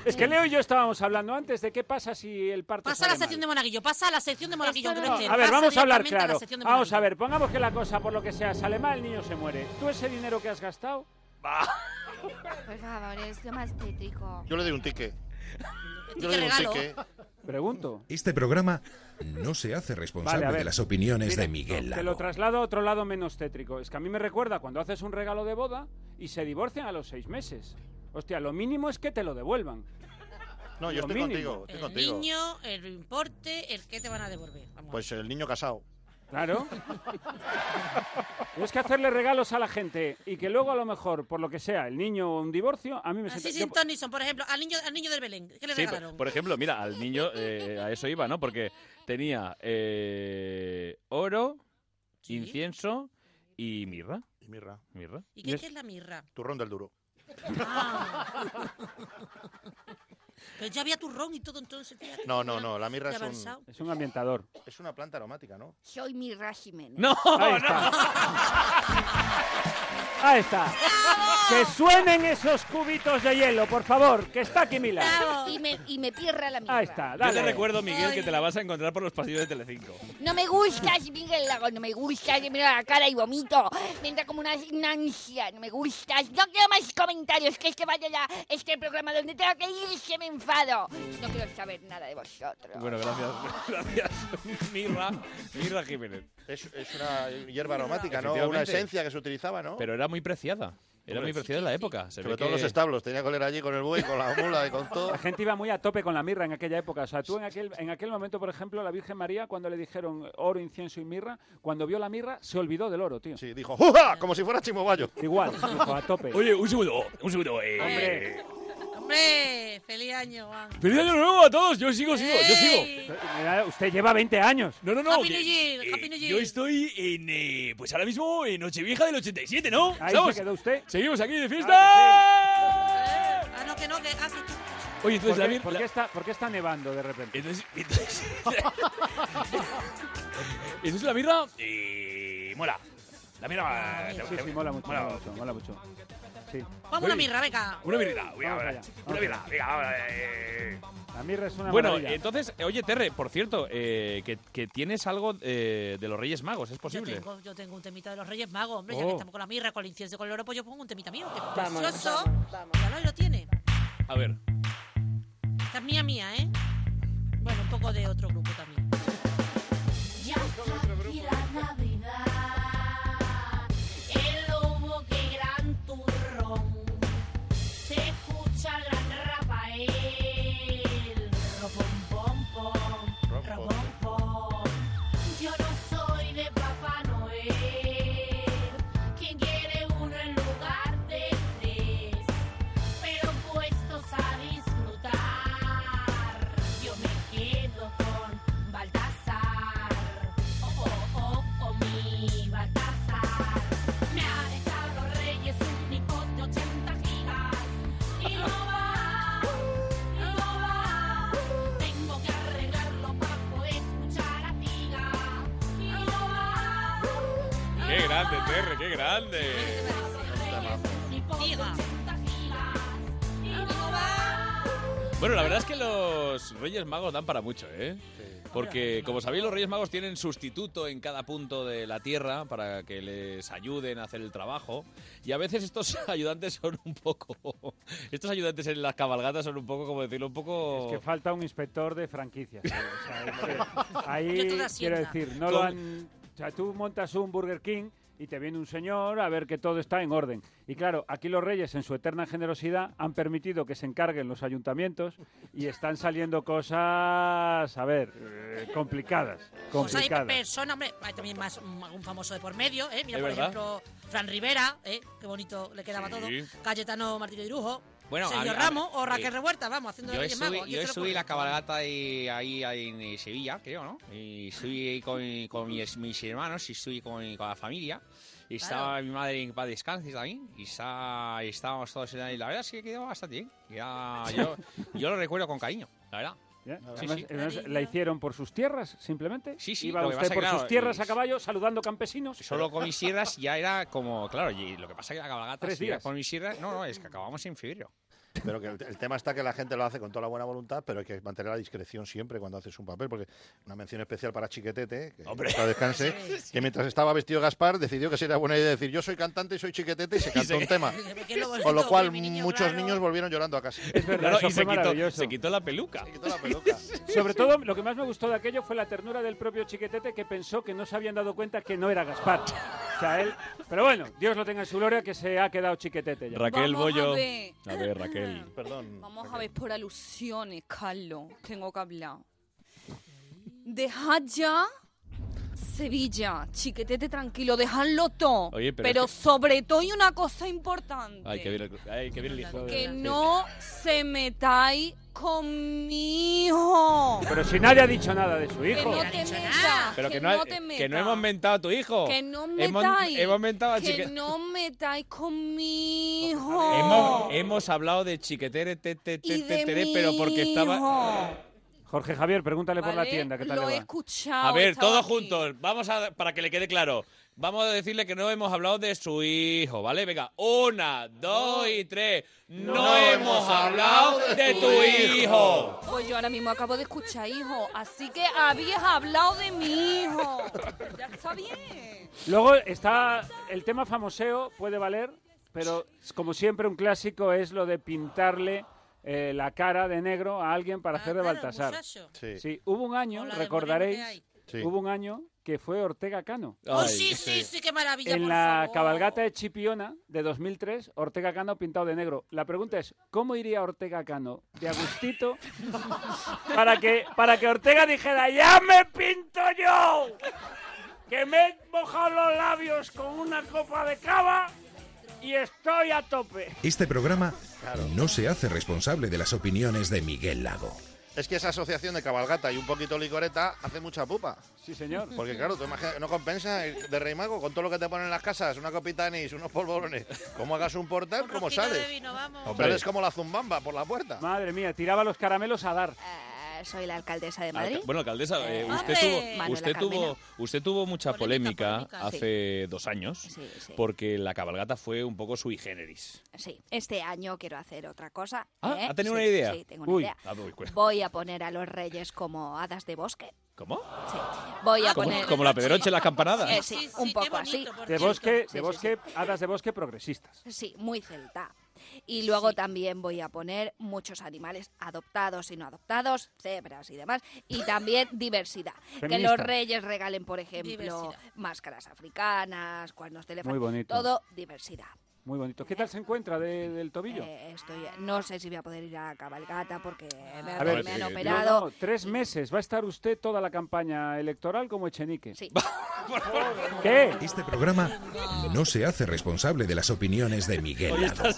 Speaker 4: Es que Leo y yo estábamos hablando antes de qué pasa si el parto
Speaker 6: Pasa a la
Speaker 4: sale
Speaker 6: sección de Monaguillo, pasa a la sección de Monaguillo.
Speaker 4: mal.
Speaker 6: aunque no esté.
Speaker 4: A ver,
Speaker 6: Pasa
Speaker 4: vamos a hablar
Speaker 6: directamente
Speaker 4: claro.
Speaker 6: la sección de
Speaker 4: Vamos a
Speaker 6: Monaguillo.
Speaker 4: ver, pongamos que la cosa por lo que sea sale mal, el niño se muere. ¿Tú ese dinero que has gastado?
Speaker 2: Por favor, es lo más tétrico.
Speaker 3: Yo le doy un tique. Yo le doy un
Speaker 2: regalo.
Speaker 3: tique.
Speaker 4: Pregunto.
Speaker 27: Este programa no se hace responsable
Speaker 4: Vale, a ver.
Speaker 27: de las opiniones
Speaker 4: Mira,
Speaker 27: de Miguel
Speaker 4: Te
Speaker 27: Lago.
Speaker 4: lo traslado a otro lado menos tétrico. Es que a mí me recuerda cuando haces un regalo de boda y se divorcian a los seis meses. Hostia, lo mínimo es que te lo devuelvan.
Speaker 3: No, yo
Speaker 4: Lo
Speaker 3: estoy
Speaker 4: mínimo.
Speaker 3: contigo. Estoy
Speaker 6: El
Speaker 3: contigo.
Speaker 6: niño, el importe, el que te van a devolver. Vamos.
Speaker 3: Pues el niño casado.
Speaker 4: Claro. Tienes que hacerle regalos a la gente y que luego a lo mejor, por lo que sea, el niño o un divorcio, a mí me
Speaker 6: Así
Speaker 4: senta-
Speaker 6: sin
Speaker 4: Pues yo- pues,
Speaker 6: Tonison, por ejemplo, al niño, al niño del Belén, ¿qué le
Speaker 1: Sí,
Speaker 6: regalaron?
Speaker 1: por, por ejemplo, mira, al niño, eh, a eso iba, ¿no? Porque tenía eh, oro, incienso y mirra.
Speaker 3: Y mirra.
Speaker 1: Mirra.
Speaker 6: ¿Y qué, qué es la mirra?
Speaker 3: Turrón del duro.
Speaker 6: Ah. Pero ya había turrón y todo entonces. fíjate.
Speaker 3: e- No, no, no, la mirra
Speaker 6: Qué
Speaker 3: es un,
Speaker 6: avanzado.
Speaker 4: es un ambientador.
Speaker 3: es una planta
Speaker 1: [laughs]
Speaker 3: aromática, ¿no?
Speaker 2: Soy Mirra Jiménez.
Speaker 4: ¡No! Ahí está. Ahí está. Que suenen esos cubitos de hielo, por favor, que está aquí Mila.
Speaker 2: Y me, y me pierra la mirra.
Speaker 4: Ahí está,
Speaker 1: Yo
Speaker 4: dale.
Speaker 1: te recuerdo, Miguel, que te la vas a encontrar por los pasillos de Telecinco.
Speaker 2: No me gustas, Miguel Lago, no me gustas, me miro a la cara y vomito. Me entra como una, una ansia, no me gustas. No quiero más comentarios, que este vaya ya, este programa donde tengo que ir se me enfado. No quiero saber nada de vosotros.
Speaker 1: Bueno, gracias. Gracias. Mirra, Mirra Jiménez.
Speaker 3: Es, es una hierba aromática, ¿no?
Speaker 1: Efectivamente.
Speaker 3: Una esencia que se utilizaba, ¿no?
Speaker 1: Pero era muy preciada. Era muy
Speaker 3: Hombre,
Speaker 1: preciada en la época. Se
Speaker 3: Sobre
Speaker 1: ve
Speaker 3: todo en
Speaker 1: que-
Speaker 3: los establos, tenía que oler allí con el buey, con la mula y con todo.
Speaker 4: La gente iba muy a tope con la mirra en aquella época. O sea, tú en aquel, en aquel momento, por ejemplo, la Virgen María, cuando le dijeron oro, incienso y mirra, cuando vio la mirra, se olvidó del oro, tío.
Speaker 3: Sí, dijo, ¡juja! Como si fuera chimobayo. [laughs]
Speaker 4: Igual, dijo, a tope.
Speaker 1: Oye, un segundo, un segundo. eh,
Speaker 4: Hombre.
Speaker 6: Hombre, feliz año, Juan.
Speaker 1: ¡Feliz año nuevo a todos! Yo sigo, sigo,
Speaker 6: ¡Ey!
Speaker 1: yo sigo.
Speaker 4: Mira, Usted lleva 20 años.
Speaker 1: No, no, no.
Speaker 6: Happy
Speaker 1: que-
Speaker 6: New Year,
Speaker 1: eh,
Speaker 6: Happy New
Speaker 1: Yo
Speaker 6: Year.
Speaker 1: estoy en, eh, pues ahora mismo, en Nochevieja del 87, ¿no?
Speaker 4: Ahí
Speaker 1: ¿Estamos?
Speaker 4: se quedó usted.
Speaker 1: Seguimos aquí de fiesta.
Speaker 6: Ah, no, que no, que. ah, que-
Speaker 1: Oye, entonces
Speaker 4: ¿Por
Speaker 1: la
Speaker 4: qué,
Speaker 1: Vir-
Speaker 4: por
Speaker 1: la-
Speaker 4: qué está, por qué está nevando de repente?
Speaker 1: Entonces, entonces, entonces la mirra eh, mola. La mirra
Speaker 4: Sí,
Speaker 1: te-
Speaker 4: sí,
Speaker 1: te-
Speaker 4: mola mucho, mola mucho, mola mucho. Sí.
Speaker 6: Vamos a una mirra, venga.
Speaker 1: Una mirrita, voy a-
Speaker 4: Vamos allá,
Speaker 1: una
Speaker 4: vamos
Speaker 1: mirra,
Speaker 4: allá.
Speaker 1: venga, ahora, eh.
Speaker 4: La mirra es una
Speaker 1: Bueno,
Speaker 4: maravilla.
Speaker 1: entonces, eh, oye, Terre, por cierto, eh, que, que tienes algo eh, de los Reyes Magos, ¿es
Speaker 6: Yo
Speaker 1: posible?
Speaker 6: tengo, yo tengo un temita de los Reyes Magos, hombre, ya
Speaker 1: Oh.
Speaker 6: que estamos con la mirra, con el incienso, con el oro, pues yo pongo un temita mío, que es
Speaker 1: Vamos,
Speaker 6: precioso. Ya lo, lo tiene.
Speaker 1: A ver.
Speaker 6: Esta es mía, mía, ¿eh? Bueno, un poco de otro grupo también.
Speaker 7: Ya está aquí la Navidad. El lobo, que gran turrón. Se escucha gran Rafael. Ropom, pom, pom. Ropom, pom. Yo no soy de Papá Noel. Quien quiere uno en lugar de tres. Pero puestos a disfrutar. Yo me quedo con Baltasar. Oh, oh, oh, oh, mi Baltasar. Me ha dejado Reyes únicos de 80 gigas. Y no va, no va. Tengo que arreglarlo para poder escuchar a Tiga. Y no va,
Speaker 1: ¡Qué grande, Terre, qué grande!
Speaker 7: Reyes únicos de 80 gigas. Y no va.
Speaker 1: Bueno, la verdad es que los Reyes Magos dan para mucho, ¿eh? Porque, como sabéis, los Reyes Magos tienen sustituto en cada punto de la Tierra para que les ayuden a hacer el trabajo. Y a veces estos [laughs] ayudantes son un poco... Estos ayudantes en las cabalgatas son un poco, como decirlo, un poco...
Speaker 4: Es que falta un inspector de franquicias. tío. O sea, es que
Speaker 6: [laughs]
Speaker 1: [laughs]
Speaker 6: Yo
Speaker 4: ahí
Speaker 6: toda
Speaker 4: quiero
Speaker 6: Hacienda.
Speaker 4: decir, no
Speaker 1: Con-
Speaker 4: lo han. O sea, tú montas un Burger King y te viene un señor a ver que todo está en orden. Y claro, aquí los reyes, en su eterna generosidad, han permitido que se encarguen los ayuntamientos y están saliendo cosas, a ver, eh, complicadas.
Speaker 6: Pues hay
Speaker 4: Complicadas.
Speaker 6: personas, hombre, hay también más mm, algún famoso de por medio, ¿eh? Mira,
Speaker 4: Es
Speaker 6: por
Speaker 4: verdad.
Speaker 6: ejemplo, Fran Rivera, ¿eh? Qué bonito le quedaba
Speaker 1: Sí.
Speaker 6: todo. Cayetano Martínez Dirujo.
Speaker 13: Bueno,
Speaker 6: Sergio
Speaker 13: a mí- a
Speaker 6: Ramos
Speaker 13: mí-
Speaker 6: o Raquel
Speaker 13: sí.
Speaker 6: Revuelta, vamos, haciendo
Speaker 13: Yo
Speaker 6: de Reyes
Speaker 13: subí,
Speaker 6: Magos.
Speaker 13: yo
Speaker 6: ¿Qué se le
Speaker 13: subí
Speaker 6: ocurre?
Speaker 13: la cabalgata y ahí, ahí en eh, Sevilla, creo, ¿no? Y subí ahí con, con mis, mis hermanos y subí con, con la familia. Y estaba mi madre en paz descanse también. Y está- y estábamos todos en ahí. La verdad es que quedó bastante bien. Queda- yo, yo lo recuerdo con cariño, la verdad.
Speaker 4: ¿Ya?
Speaker 13: Sí,
Speaker 4: Además,
Speaker 13: sí.
Speaker 4: además, ¿La hicieron por sus tierras, simplemente?
Speaker 13: Sí, sí,
Speaker 4: Iba
Speaker 13: lo que
Speaker 4: usted
Speaker 13: pasa
Speaker 4: por
Speaker 13: que,
Speaker 4: sus
Speaker 13: claro,
Speaker 4: tierras
Speaker 13: eh,
Speaker 4: a caballo saludando campesinos.
Speaker 13: Solo
Speaker 4: [laughs]
Speaker 13: con mis sierras ya era como, claro, y lo que pasa es que la cabalgata
Speaker 4: Tres
Speaker 13: si era
Speaker 4: días.
Speaker 13: con mis sierras, no, no, es que acabamos en febrero.
Speaker 3: Pero que el, el tema está que la gente lo hace con toda la buena voluntad, pero hay que mantener la discreción siempre cuando haces un papel, porque una mención especial para Chiquetete, que
Speaker 1: Hombre.
Speaker 3: en paz descanse, que mientras estaba vestido Gaspar decidió que sería buena idea decir yo soy cantante y soy Chiquetete y se cantó un tema.
Speaker 6: Qué lo bonito,
Speaker 3: Con lo cual
Speaker 6: que mi niño,
Speaker 3: muchos
Speaker 6: claro.
Speaker 3: niños volvieron llorando a casa.
Speaker 1: Claro, y se quitó, se quitó la peluca.
Speaker 4: Sobre todo, lo que más me gustó de aquello fue la ternura del propio Chiquetete que pensó que no se habían dado cuenta que no era Gaspar. O sea, él... Pero bueno, Dios lo tenga en su gloria que se ha quedado Chiquetete ya.
Speaker 1: Raquel
Speaker 15: Vamos a
Speaker 1: Bollo.
Speaker 15: ver.
Speaker 1: A ver, Raquel.
Speaker 3: Perdón.
Speaker 15: Vamos a ver por alusiones, Carlos. Tengo que hablar. Dejad ya Sevilla, chiquetete tranquilo, déjalo todo.
Speaker 1: Oye, pero
Speaker 15: pero
Speaker 1: es que-
Speaker 15: sobre todo hay una cosa importante.
Speaker 1: Hay que ver el, hay que ver el hijo.
Speaker 15: Que no se metáis con mi hijo.
Speaker 4: Pero si nadie ha dicho nada de su
Speaker 15: Que
Speaker 4: hijo.
Speaker 15: no te metas.
Speaker 1: Pero que,
Speaker 15: que
Speaker 1: no, ha-
Speaker 15: no te
Speaker 1: eh, que no
Speaker 15: metas.
Speaker 1: hemos mentado a tu hijo.
Speaker 15: Que no
Speaker 1: Hemos-
Speaker 15: metáis.
Speaker 1: Hemos mentado a
Speaker 15: que
Speaker 1: chique-
Speaker 15: no metáis con mi hijo.
Speaker 1: Hemos, hemos hablado de chiquetere, te, te, te,
Speaker 15: Y
Speaker 1: te,
Speaker 15: de
Speaker 1: te,
Speaker 15: mi
Speaker 1: pero porque estaba...
Speaker 15: hijo.
Speaker 4: Jorge Javier, pregúntale por la
Speaker 15: ¿Vale?
Speaker 4: tienda, ¿qué tal
Speaker 15: Lo he
Speaker 4: le va?
Speaker 15: escuchado.
Speaker 1: A ver,
Speaker 15: estaba
Speaker 1: todos
Speaker 15: aquí.
Speaker 1: juntos, vamos a, para que le quede claro. Vamos a decirle que no hemos hablado de su hijo, ¿vale? Venga, una, dos y tres. No, hemos hablado de tu hijo.
Speaker 15: Pues yo ahora mismo acabo de escuchar, hijo. Así que habías hablado de mi hijo. Ya está bien.
Speaker 4: Luego está el tema famoseo, puede valer, pero como siempre un clásico es lo de pintarle eh, la cara de negro a alguien
Speaker 15: Ah,
Speaker 4: para hacer de Baltasar.
Speaker 6: muchacho.
Speaker 4: Sí. hubo un año, recordaréis,
Speaker 6: Sí.
Speaker 4: hubo un año que fue Ortega Cano.
Speaker 6: Oh, sí, sí, sí, qué maravilla.
Speaker 4: En
Speaker 6: por
Speaker 4: la
Speaker 6: favor.
Speaker 4: cabalgata de Chipiona de 2003, Ortega Cano pintado de negro. La pregunta es, ¿cómo iría Ortega Cano de Agustito
Speaker 1: [laughs]
Speaker 4: para que, para que Ortega dijera, ya me pinto yo? Que me he mojado los labios con una copa de cava y estoy a tope.
Speaker 27: Este programa no se hace responsable de las opiniones de Miguel Lago.
Speaker 3: Es que esa asociación de cabalgata y un poquito licoreta hace mucha pupa.
Speaker 4: Sí, señor.
Speaker 3: Porque claro, tú imagina- no compensa ir de rey mago con todo lo que te ponen en las casas, una copita de anís, unos polvorones. Como hagas un portal, ¿cómo sales?
Speaker 4: Hombre.
Speaker 3: Sales como la zumbamba por la puerta.
Speaker 4: Madre mía, tiraba los caramelos a dar.
Speaker 28: Soy la alcaldesa de
Speaker 1: Alca-
Speaker 28: Madrid.
Speaker 1: Bueno, alcaldesa, eh, usted,
Speaker 28: Hombre.
Speaker 1: tuvo,
Speaker 28: Manuela
Speaker 1: usted, tuvo,
Speaker 28: Carmena.
Speaker 1: usted tuvo mucha polémica,
Speaker 28: polémica, sí.
Speaker 1: hace dos años
Speaker 28: sí.
Speaker 1: porque la cabalgata fue un poco sui generis.
Speaker 28: Sí, este año quiero hacer otra cosa.
Speaker 1: Ah,
Speaker 28: ¿eh?
Speaker 1: ¿ha tenido
Speaker 28: Sí,
Speaker 1: una idea?
Speaker 28: Sí, tengo una
Speaker 1: Uy.
Speaker 28: idea.
Speaker 1: Ah, voy, cu-
Speaker 28: Voy a poner a los reyes como hadas de bosque.
Speaker 1: ¿Cómo?
Speaker 28: Voy a
Speaker 1: Ah, como,
Speaker 28: poner...
Speaker 1: como la Pedroche en las campanadas.
Speaker 28: Eh, sí, un poco así.
Speaker 4: De bosque,
Speaker 28: Sí, sí,
Speaker 4: de bosque, hadas de bosque progresistas.
Speaker 28: Sí, muy celta. Y luego también voy a poner muchos animales adoptados y no adoptados, cebras y demás, y también diversidad. Que
Speaker 4: Feminista.
Speaker 28: los reyes regalen, por ejemplo,
Speaker 6: Diversidad.
Speaker 28: máscaras africanas, cuernos de elefante,
Speaker 4: Muy bonito.
Speaker 28: todo diversidad.
Speaker 4: Muy bonito. ¿Qué tal se encuentra de- del tobillo?
Speaker 28: Eh, estoy, no sé si voy a poder ir a cabalgata porque me,
Speaker 4: A
Speaker 28: han-
Speaker 4: ver, eh,
Speaker 28: me han
Speaker 4: no,
Speaker 28: operado.
Speaker 4: no, tres meses. Va a estar usted toda la campaña electoral como Echenique.
Speaker 1: [laughs]
Speaker 4: ¿Qué?
Speaker 27: Este programa no se hace responsable de las opiniones de Miguel
Speaker 1: Hoy
Speaker 27: Lago.
Speaker 1: estás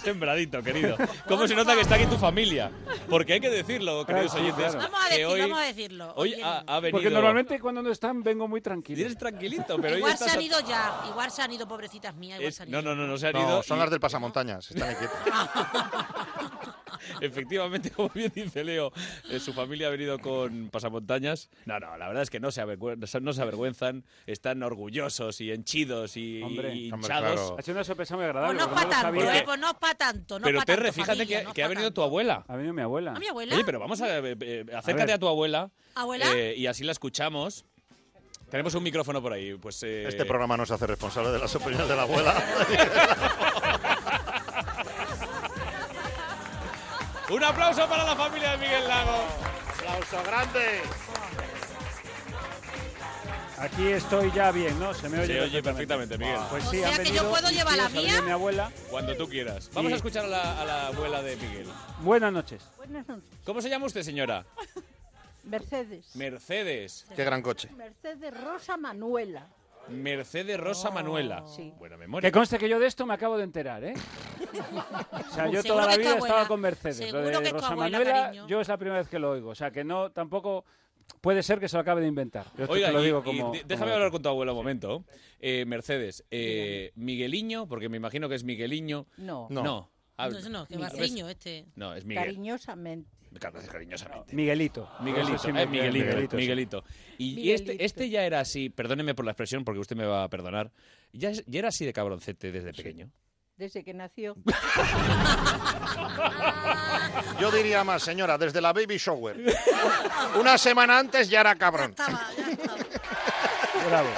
Speaker 28: [laughs]
Speaker 1: sembradito, querido. ¿Cómo se nota que está aquí tu familia? Porque hay que decirlo, queridos
Speaker 4: Ah, sí,
Speaker 1: oyentes.
Speaker 4: claro.
Speaker 6: Vamos a
Speaker 1: que
Speaker 6: decir,
Speaker 1: hoy,
Speaker 6: vamos a decirlo.
Speaker 1: Hoy ha, ha venido.
Speaker 4: Porque normalmente cuando no están vengo muy tranquilo.
Speaker 1: Eres tranquilito, pero hoy
Speaker 6: igual
Speaker 1: estás.
Speaker 6: se han ido ya, igual se han ido, pobrecitas mías, igual
Speaker 1: Es-
Speaker 6: se han ido.
Speaker 1: no, no, no, no se han
Speaker 3: No,
Speaker 1: ido.
Speaker 3: son
Speaker 1: y-
Speaker 3: las del pasamontañas, están aquí.
Speaker 1: [laughs] Efectivamente, como bien dice Leo, eh, su familia ha venido con pasamontañas. No, no, la verdad es que no se, avergüen- no se avergüenzan, están orgullosos y henchidos y,
Speaker 4: Hombre,
Speaker 1: y
Speaker 4: hombre,
Speaker 1: hinchados.
Speaker 4: claro. Ha sido una sorpresa muy agradable.
Speaker 6: No es para tanto,
Speaker 1: sabía.
Speaker 6: eh, pues no es para tanto. No
Speaker 1: pero
Speaker 6: pa'
Speaker 1: Terre,
Speaker 6: tanto,
Speaker 1: fíjate
Speaker 6: familia,
Speaker 1: que,
Speaker 6: no es
Speaker 1: que ha
Speaker 6: pa'
Speaker 1: venido tu abuela.
Speaker 4: Ha venido mi abuela.
Speaker 6: ¿A mi abuela?
Speaker 1: Oye, pero vamos a... eh, eh, acércate
Speaker 4: ver.
Speaker 1: a, tu abuela.
Speaker 6: ¿Abuela?
Speaker 1: eh, y así la escuchamos. Tenemos un micrófono por ahí. Pues, eh,
Speaker 3: Este programa no se hace responsable de las opiniones de
Speaker 1: [laughs]
Speaker 3: la abuela.
Speaker 1: Un aplauso para la familia de Miguel Lago. Aplauso grande.
Speaker 4: Aquí estoy ya bien, ¿no? Se me
Speaker 1: Se
Speaker 4: oye,
Speaker 1: oye perfectamente, Miguel.
Speaker 4: Pues
Speaker 6: O
Speaker 4: sí,
Speaker 6: sea
Speaker 4: han
Speaker 6: que yo
Speaker 4: venido
Speaker 6: puedo
Speaker 4: mis
Speaker 6: llevar la
Speaker 4: tíos, ha venido
Speaker 6: mía.
Speaker 4: mi abuela.
Speaker 1: Cuando tú quieras. Vamos
Speaker 4: Sí.
Speaker 1: a escuchar a la, a la abuela de Miguel.
Speaker 4: Buenas noches.
Speaker 1: ¿Cómo se llama usted, señora?
Speaker 29: Mercedes.
Speaker 1: Mercedes.
Speaker 3: Qué gran coche.
Speaker 29: Mercedes Rosa Manuela.
Speaker 1: Mercedes
Speaker 6: Oh,
Speaker 1: Rosa Manuela. Buena memoria.
Speaker 4: Que conste que yo de esto me acabo de enterar, ¿eh? O sea, yo
Speaker 6: Seguro
Speaker 4: toda la
Speaker 6: que tu
Speaker 4: vida
Speaker 6: abuela-
Speaker 4: estaba con Mercedes. Lo
Speaker 6: seguro que
Speaker 4: de
Speaker 6: tu
Speaker 4: Rosa
Speaker 6: abuela,
Speaker 4: Manuela,
Speaker 6: cariño.
Speaker 4: yo es la primera vez que lo oigo. O sea, que no, tampoco puede ser que se lo acabe de inventar. Yo esto
Speaker 1: Oiga,
Speaker 4: te lo
Speaker 1: y-
Speaker 4: digo
Speaker 1: y
Speaker 4: como.
Speaker 1: de- déjame
Speaker 4: como-
Speaker 1: hablar con tu abuela un momento. Eh, Mercedes, eh, Migueliño, porque me imagino que es Migueliño.
Speaker 29: No.
Speaker 1: No. Ah,
Speaker 6: No, no, que
Speaker 1: ¿ves?
Speaker 6: vaciño este.
Speaker 1: No, es Miguel.
Speaker 29: Cariñosamente.
Speaker 1: Claro, cariñosamente.
Speaker 4: Miguelito.
Speaker 1: Miguelito,
Speaker 4: Eso sí,
Speaker 1: eh,
Speaker 4: Miguel-
Speaker 1: Miguelito,
Speaker 4: Miguelito, sí.
Speaker 1: Miguelito. Y
Speaker 29: Miguelito.
Speaker 1: Este, este ya era así, perdóneme por la expresión porque usted me va a perdonar, ya, es- ya era así de cabroncete desde pequeño.
Speaker 29: Desde que
Speaker 6: [laughs]
Speaker 29: nació.
Speaker 3: [laughs] Yo diría más, señora, desde la baby shower. Una semana antes ya era cabrón.
Speaker 4: Bravo.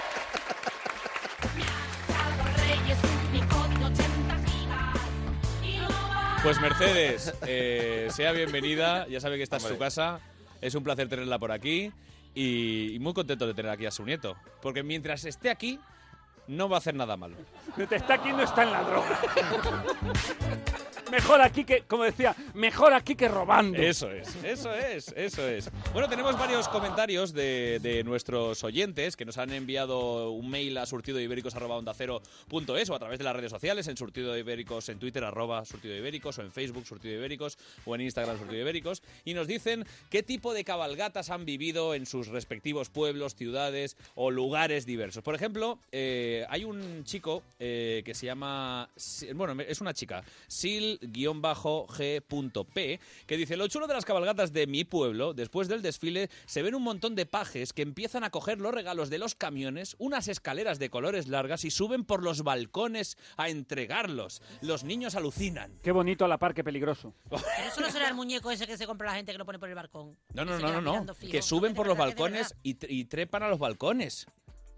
Speaker 1: Pues Mercedes, eh, sea bienvenida, ya sabe que esta es su casa, es un placer tenerla por aquí y, y muy contento de tener aquí a su nieto, porque mientras esté aquí no va a hacer nada malo. [laughs]
Speaker 4: Desde está aquí no está en la droga. Mejor aquí que, como decía, mejor aquí que robando.
Speaker 1: Eso es, eso es, eso es. Bueno, tenemos varios comentarios de, de nuestros oyentes que nos han enviado un mail a surtidoibéricos.es o a través de las redes sociales, en Surtido de Ibéricos, en Twitter, arroba Surtido de Ibéricos, o en Facebook, Surtido de Ibéricos, o en Instagram, Surtido de Ibéricos, y nos dicen qué tipo de cabalgatas han vivido en sus respectivos pueblos, ciudades o lugares diversos. Por ejemplo, eh, hay un chico eh, que se llama, Si- bueno, me- es una chica, sil-g.p, que dice, lo chulo de las cabalgatas de mi pueblo, después del desfile, se ven un montón de pajes que empiezan a coger los regalos de los camiones, unas escaleras de colores largas y suben por los balcones a entregarlos. Los niños alucinan.
Speaker 4: Qué bonito a la par que peligroso.
Speaker 6: Pero eso no será el muñeco ese que se compra la gente que lo pone por el balcón.
Speaker 1: [laughs] No,
Speaker 6: Que
Speaker 1: no,
Speaker 6: se
Speaker 1: no,
Speaker 6: queda
Speaker 1: no, no.
Speaker 6: mirando fijo.
Speaker 1: Que suben por los balcones y, tre- y trepan a los balcones.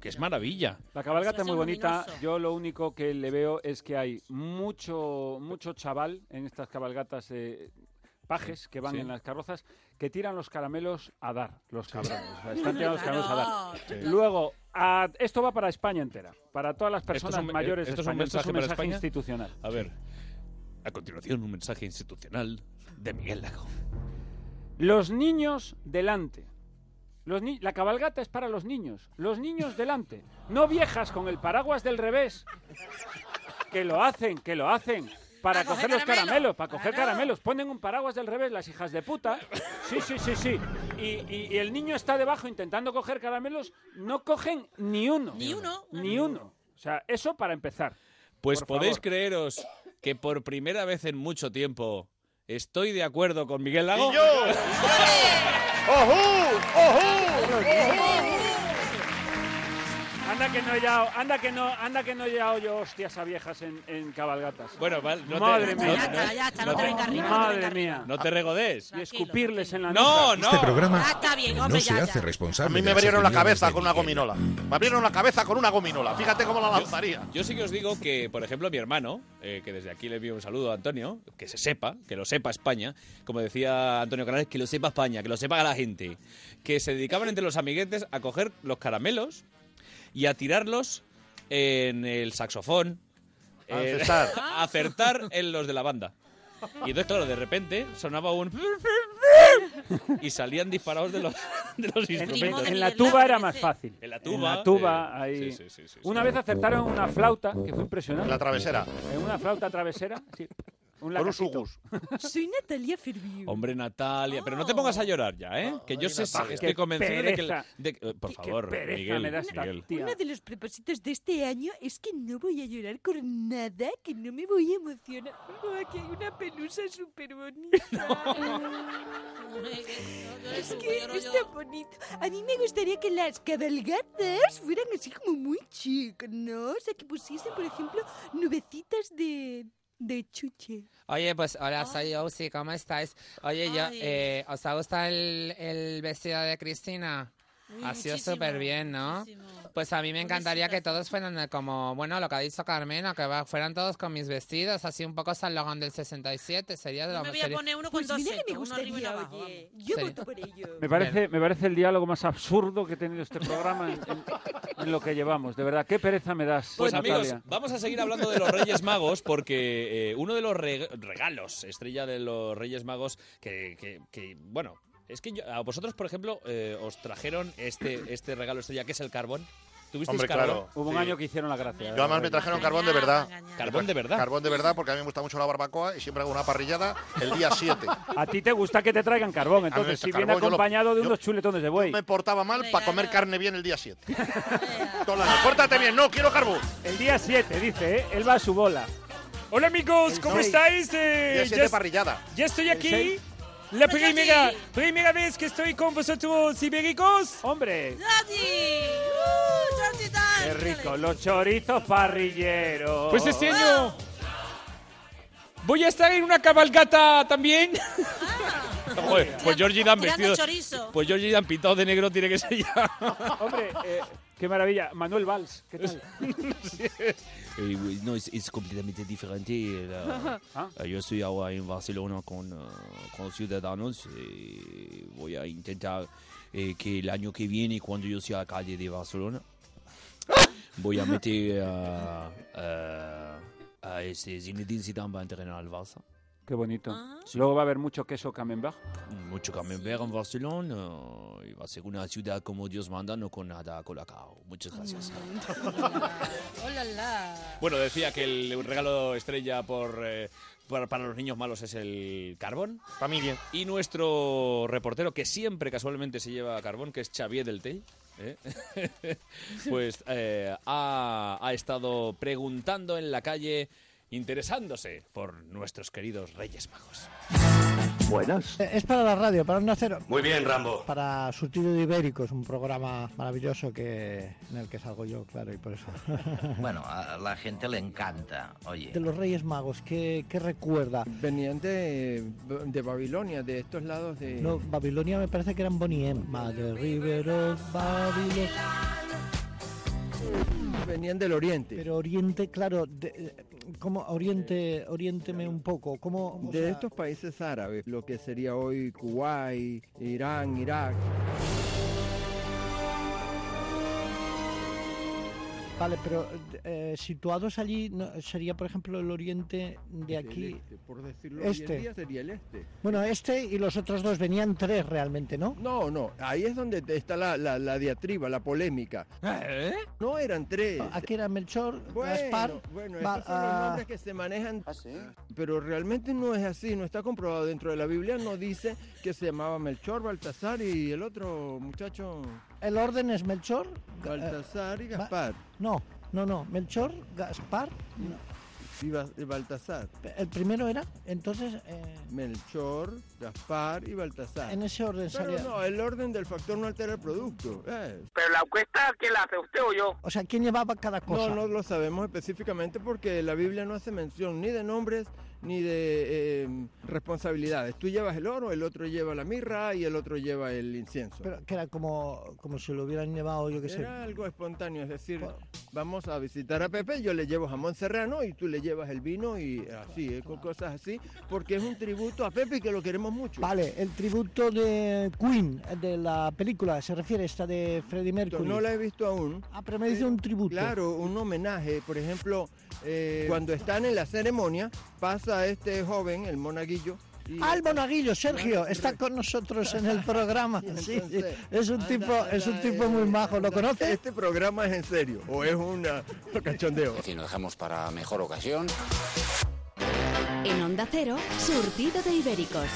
Speaker 1: Que es maravilla.
Speaker 4: La cabalgata es muy
Speaker 1: Eso va a ser
Speaker 4: bonita.
Speaker 1: luminoso.
Speaker 4: Yo lo único que le veo es que hay mucho, mucho chaval en estas cabalgatas eh, pajes que van
Speaker 1: Sí.
Speaker 4: en las carrozas que tiran los caramelos a dar, los cabrones. O sea, están
Speaker 1: Sí.
Speaker 4: tirando los caramelos a dar.
Speaker 1: Claro, Sí. claro.
Speaker 4: Luego, a- esto va para España entera, para todas las
Speaker 1: Esto es
Speaker 4: personas
Speaker 1: un- eh,
Speaker 4: mayores de
Speaker 1: esto es un
Speaker 4: España. Esto es un
Speaker 1: mensaje para
Speaker 4: mensaje
Speaker 1: España.
Speaker 4: institucional.
Speaker 1: A ver, a continuación un mensaje institucional de Miguel Lago.
Speaker 4: Los niños delante. Los ni- la cabalgata es para los niños. Los niños delante. No viejas con el paraguas del revés. Que lo hacen, que lo hacen. Para coger los caramelos, para coger caramelos. Ponen un paraguas del revés las hijas de puta. Sí, sí, sí, sí. Y, y- y el niño está debajo intentando coger caramelos. No cogen ni uno. Ni uno. Ni uno. O sea, eso para empezar.
Speaker 1: Pues
Speaker 4: Por
Speaker 1: podéis
Speaker 4: favor.
Speaker 1: creeros que por primera vez en mucho tiempo estoy de acuerdo con Miguel Lago.
Speaker 7: ¡Y yo!
Speaker 1: ¡Ojú!
Speaker 4: Anda que no he hallado- anda que no, anda que no he hallado yo hostias a viejas en, en cabalgatas.
Speaker 1: Bueno, vale, no te-
Speaker 4: Madre
Speaker 1: no-
Speaker 4: mía.
Speaker 1: no- Ya está, ya está, no no te te- vengas arriba, no te
Speaker 4: Madre
Speaker 1: vengas
Speaker 4: mía.
Speaker 1: No te regodees.
Speaker 4: Y escupirles en la
Speaker 1: No,
Speaker 4: nuca.
Speaker 27: Este programa no
Speaker 3: Ah, hombre,
Speaker 27: se
Speaker 3: ya,
Speaker 27: hace
Speaker 3: A
Speaker 27: responsable.
Speaker 3: mí
Speaker 27: de
Speaker 3: me
Speaker 27: las
Speaker 3: abrieron la
Speaker 27: opiniones
Speaker 3: cabeza
Speaker 27: de
Speaker 3: con una gominola. Me abrieron la cabeza con una gominola. Fíjate cómo la lanzaría.
Speaker 1: Yo sí que os digo que, por ejemplo, mi hermano, eh, que desde aquí le envío un saludo a Antonio, que se sepa, que lo sepa España, como decía Antonio Canales, que lo sepa España, que lo sepa la gente, que se dedicaban entre los amiguetes a coger los caramelos y a tirarlos en el saxofón,
Speaker 3: A
Speaker 1: en-
Speaker 3: acertar.
Speaker 1: [laughs] a acertar en los de la banda. Y entonces, claro, de repente sonaba un... Y salían disparados de los, de los
Speaker 4: En,
Speaker 1: instrumentos.
Speaker 4: en la tuba era más fácil.
Speaker 1: En la tuba.
Speaker 4: En la tuba,
Speaker 1: eh,
Speaker 4: ahí.
Speaker 1: sí, sí, sí, sí,
Speaker 4: una
Speaker 1: sí.
Speaker 4: vez acertaron una flauta, que fue impresionante.
Speaker 3: La travesera.
Speaker 4: En una flauta travesera, sí. Un lacacito.
Speaker 1: Soy Natalia Firmino. [laughs] Hombre, Natalia. Pero no te pongas a llorar ya, ¿eh? que yo sé,
Speaker 4: Natalia.
Speaker 1: estoy
Speaker 4: Qué
Speaker 1: convencido de que...
Speaker 4: pereza.
Speaker 1: la- de que- eh, por
Speaker 4: Qué- qué
Speaker 1: favor,
Speaker 4: pereza
Speaker 1: Miguel.
Speaker 4: me da esta
Speaker 1: Miguel.
Speaker 4: tía. Pues,
Speaker 26: Uno de los propósitos de este año es que no voy a llorar con nada, que no me voy a emocionar. Oh, aquí hay una pelusa súper bonita. es que es tan bonito. A mí me gustaría que las cabalgatas fueran así como muy chic, ¿no? O sea, que pusiesen, por ejemplo, nubecitas de, de chuche.
Speaker 30: Oye, pues
Speaker 6: Ah.
Speaker 30: hola, soy Ousi, ¿cómo estáis? Oye, yo,
Speaker 26: Ay.
Speaker 30: eh, ¿os ha gustado el, el vestido de Cristina? Uy, ha sido muchísimo, súper bien, ¿no? Pues a mí me encantaría que todos fueran eh, como, bueno, lo que ha dicho Carmena, que va- fueran todos con mis vestidos, así un poco San Logan del 67, sería de lo
Speaker 6: Me voy a
Speaker 30: sería-
Speaker 6: poner uno con
Speaker 26: Pues
Speaker 6: dos
Speaker 26: mira que me
Speaker 6: setos, uno arriba y uno
Speaker 26: gustaría,
Speaker 6: abajo.
Speaker 26: oye. Yo
Speaker 30: Sí.
Speaker 26: voto por ello.
Speaker 4: Me parece, me parece el diálogo más absurdo que ha tenido este programa en, en- en lo que llevamos. De verdad, qué pereza me das,
Speaker 1: Pues
Speaker 4: Natalia.
Speaker 1: amigos, vamos a seguir hablando de los Reyes Magos porque eh, uno de los reg- regalos, estrella de los Reyes Magos, que, que- que, bueno, es que yo- a vosotros, por ejemplo, eh, os trajeron este, este regalo estrella que es el carbón. ¿Tuvisteis
Speaker 3: Hombre,
Speaker 1: carbón?
Speaker 3: claro.
Speaker 4: Hubo un año que hicieron la gracia.
Speaker 3: Yo además me trajeron carbón de verdad.
Speaker 1: Carbón de verdad.
Speaker 3: ¿eh? Carbón de verdad porque a mí me gusta mucho la barbacoa y siempre hago una parrillada el día 7.
Speaker 4: [laughs] A ti te gusta que te traigan carbón, entonces, si viene acompañado de unos chuletones de buey.
Speaker 3: me portaba mal para comer carne bien el día [laughs] 7. Toda la noche, Pórtate bien, no, quiero carbón.
Speaker 4: El día 7, dice, ¿eh? Él va a su bola.
Speaker 21: Hola amigos, ¿cómo
Speaker 4: seis.
Speaker 21: estáis? Eh,
Speaker 4: Día siete
Speaker 21: ya es-
Speaker 4: parrillada.
Speaker 21: Ya estoy aquí.
Speaker 4: seis.
Speaker 21: La primera, primera vez que estoy con vosotros ibéricos.
Speaker 4: Hombre,
Speaker 6: ¡Daddy! ¡Uh, Jordi Dan!
Speaker 4: qué rico. Los chorizos parrilleros.
Speaker 21: pues este año voy a estar en una cabalgata también.
Speaker 1: [laughs] Joder, pues Georgie Dan
Speaker 21: Ah. tirando
Speaker 1: vestido.
Speaker 21: chorizo.
Speaker 1: Pues Georgie Dan pintado de negro tiene que ser ya.
Speaker 4: Hombre, eh, qué maravilla. Manuel Valls, ¿qué tal?
Speaker 11: Eh, oui, no, es, es completamente diferente.
Speaker 27: [laughs]
Speaker 11: la-
Speaker 4: Ah.
Speaker 11: eh, Yo estoy ahora en Barcelona con, eh, con Ciudadanos. eh, voy a intentar eh, que el año que viene, cuando yo sea alcalde de Barcelona, voy a Ah, este, meter eh, eh, a ese Zinedine Zidane para entrenar al Barça.
Speaker 4: Qué bonito.
Speaker 1: Ah.
Speaker 4: Luego va a haber mucho queso camembert.
Speaker 11: Mm, Mucho camembert en Barcelona. Y va a ser una ciudad como Dios manda, no con nada colacao. Muchas gracias.
Speaker 6: Hola, la.
Speaker 1: Bueno, decía que el regalo estrella por, eh, para, para los niños malos es el carbón.
Speaker 3: Familia.
Speaker 1: Y nuestro reportero, que siempre casualmente se lleva carbón, que es Xavier del Tell, ¿eh? [laughs] pues eh, ha, ha estado preguntando en la calle, interesándose por nuestros queridos Reyes Magos.
Speaker 31: Buenas. eh. Es para la radio, para Onda Cero.
Speaker 1: Muy bien, Rambo.
Speaker 31: Para Surtido de Ibéricos, un programa maravilloso que en el que salgo yo, claro, y por eso.
Speaker 32: Bueno,
Speaker 27: ah.
Speaker 32: a la gente le encanta, oye.
Speaker 31: De los Reyes Magos, ¿qué, qué recuerda?
Speaker 33: Venían de, de Babilonia, de estos lados de...
Speaker 31: No, Babilonia me parece que eran Bonnie M. Mother River of Babylon.
Speaker 33: Venían del Oriente.
Speaker 31: Pero Oriente, claro, de- eh, ¿cómo? Oriente, oriénteme un poco. ¿Cómo? o
Speaker 33: de
Speaker 31: sea,
Speaker 33: estos países árabes, lo que sería hoy Kuwait, Irán, Irak.
Speaker 31: Vale, pero eh, situados allí no- sería, por ejemplo, el oriente de
Speaker 33: del
Speaker 31: aquí.
Speaker 33: este, por decirlo hoy
Speaker 31: Este.
Speaker 33: en día sería el este.
Speaker 31: Bueno, este y los otros dos venían tres realmente, ¿no?
Speaker 33: No, no, ahí es donde te- está la, la- la diatriba, la polémica. No eran tres.
Speaker 31: Aquí era Melchor,
Speaker 33: Bueno,
Speaker 31: Gaspar,
Speaker 33: bueno,
Speaker 31: Va-
Speaker 33: esos son los
Speaker 31: ah.
Speaker 33: nombres que se manejan. Pero realmente no es así, no está comprobado. Dentro de la Biblia no dice que se llamaba Melchor, Baltasar y el otro muchacho.
Speaker 31: El orden es Melchor. Ga-
Speaker 33: Baltasar y
Speaker 31: Va-
Speaker 33: Gaspar.
Speaker 31: No, no, no. Melchor, Gaspar. no.
Speaker 33: Y, Ba- y Baltasar.
Speaker 31: El primero era, entonces, eh,
Speaker 33: Melchor, Gaspar y Baltasar.
Speaker 31: en ese orden
Speaker 33: Pero
Speaker 31: salía.
Speaker 33: no, el orden del factor no altera el producto. eh.
Speaker 34: Pero la encuesta, ¿quién la hace usted o yo?
Speaker 31: O sea, ¿quién llevaba cada cosa?
Speaker 33: No, no lo sabemos específicamente porque la Biblia no hace mención ni de nombres ni de eh, responsabilidades. Tú llevas el oro, el otro lleva la mirra y el otro lleva el incienso.
Speaker 31: Pero que era como, como si lo hubieran llevado, yo qué sé.
Speaker 33: Era algo espontáneo, es decir, vamos a visitar a Pepe, yo le llevo jamón serrano y tú le llevas el vino
Speaker 31: Ah,
Speaker 33: y así, eh, con cosas así, porque es un tributo a Pepe y que lo queremos mucho.
Speaker 31: Vale, el tributo de Queen, de la película, se refiere esta de Freddie Mercury.
Speaker 33: No la he visto aún.
Speaker 31: Ah, pero me dice un tributo.
Speaker 33: Claro, un homenaje. Por ejemplo, eh, cuando están en la ceremonia, pasa este joven, el monaguillo. y-
Speaker 31: Ah, el monaguillo, Sergio, está con nosotros en
Speaker 33: [laughs]
Speaker 31: el programa. Sí, sí. es un tipo, es un
Speaker 33: eh,
Speaker 31: tipo muy majo. ¿Lo conoces?
Speaker 33: Este programa es en serio, o es una cachondeo.
Speaker 35: Si nos dejamos para mejor ocasión.
Speaker 20: En Onda Cero, surtido de ibéricos.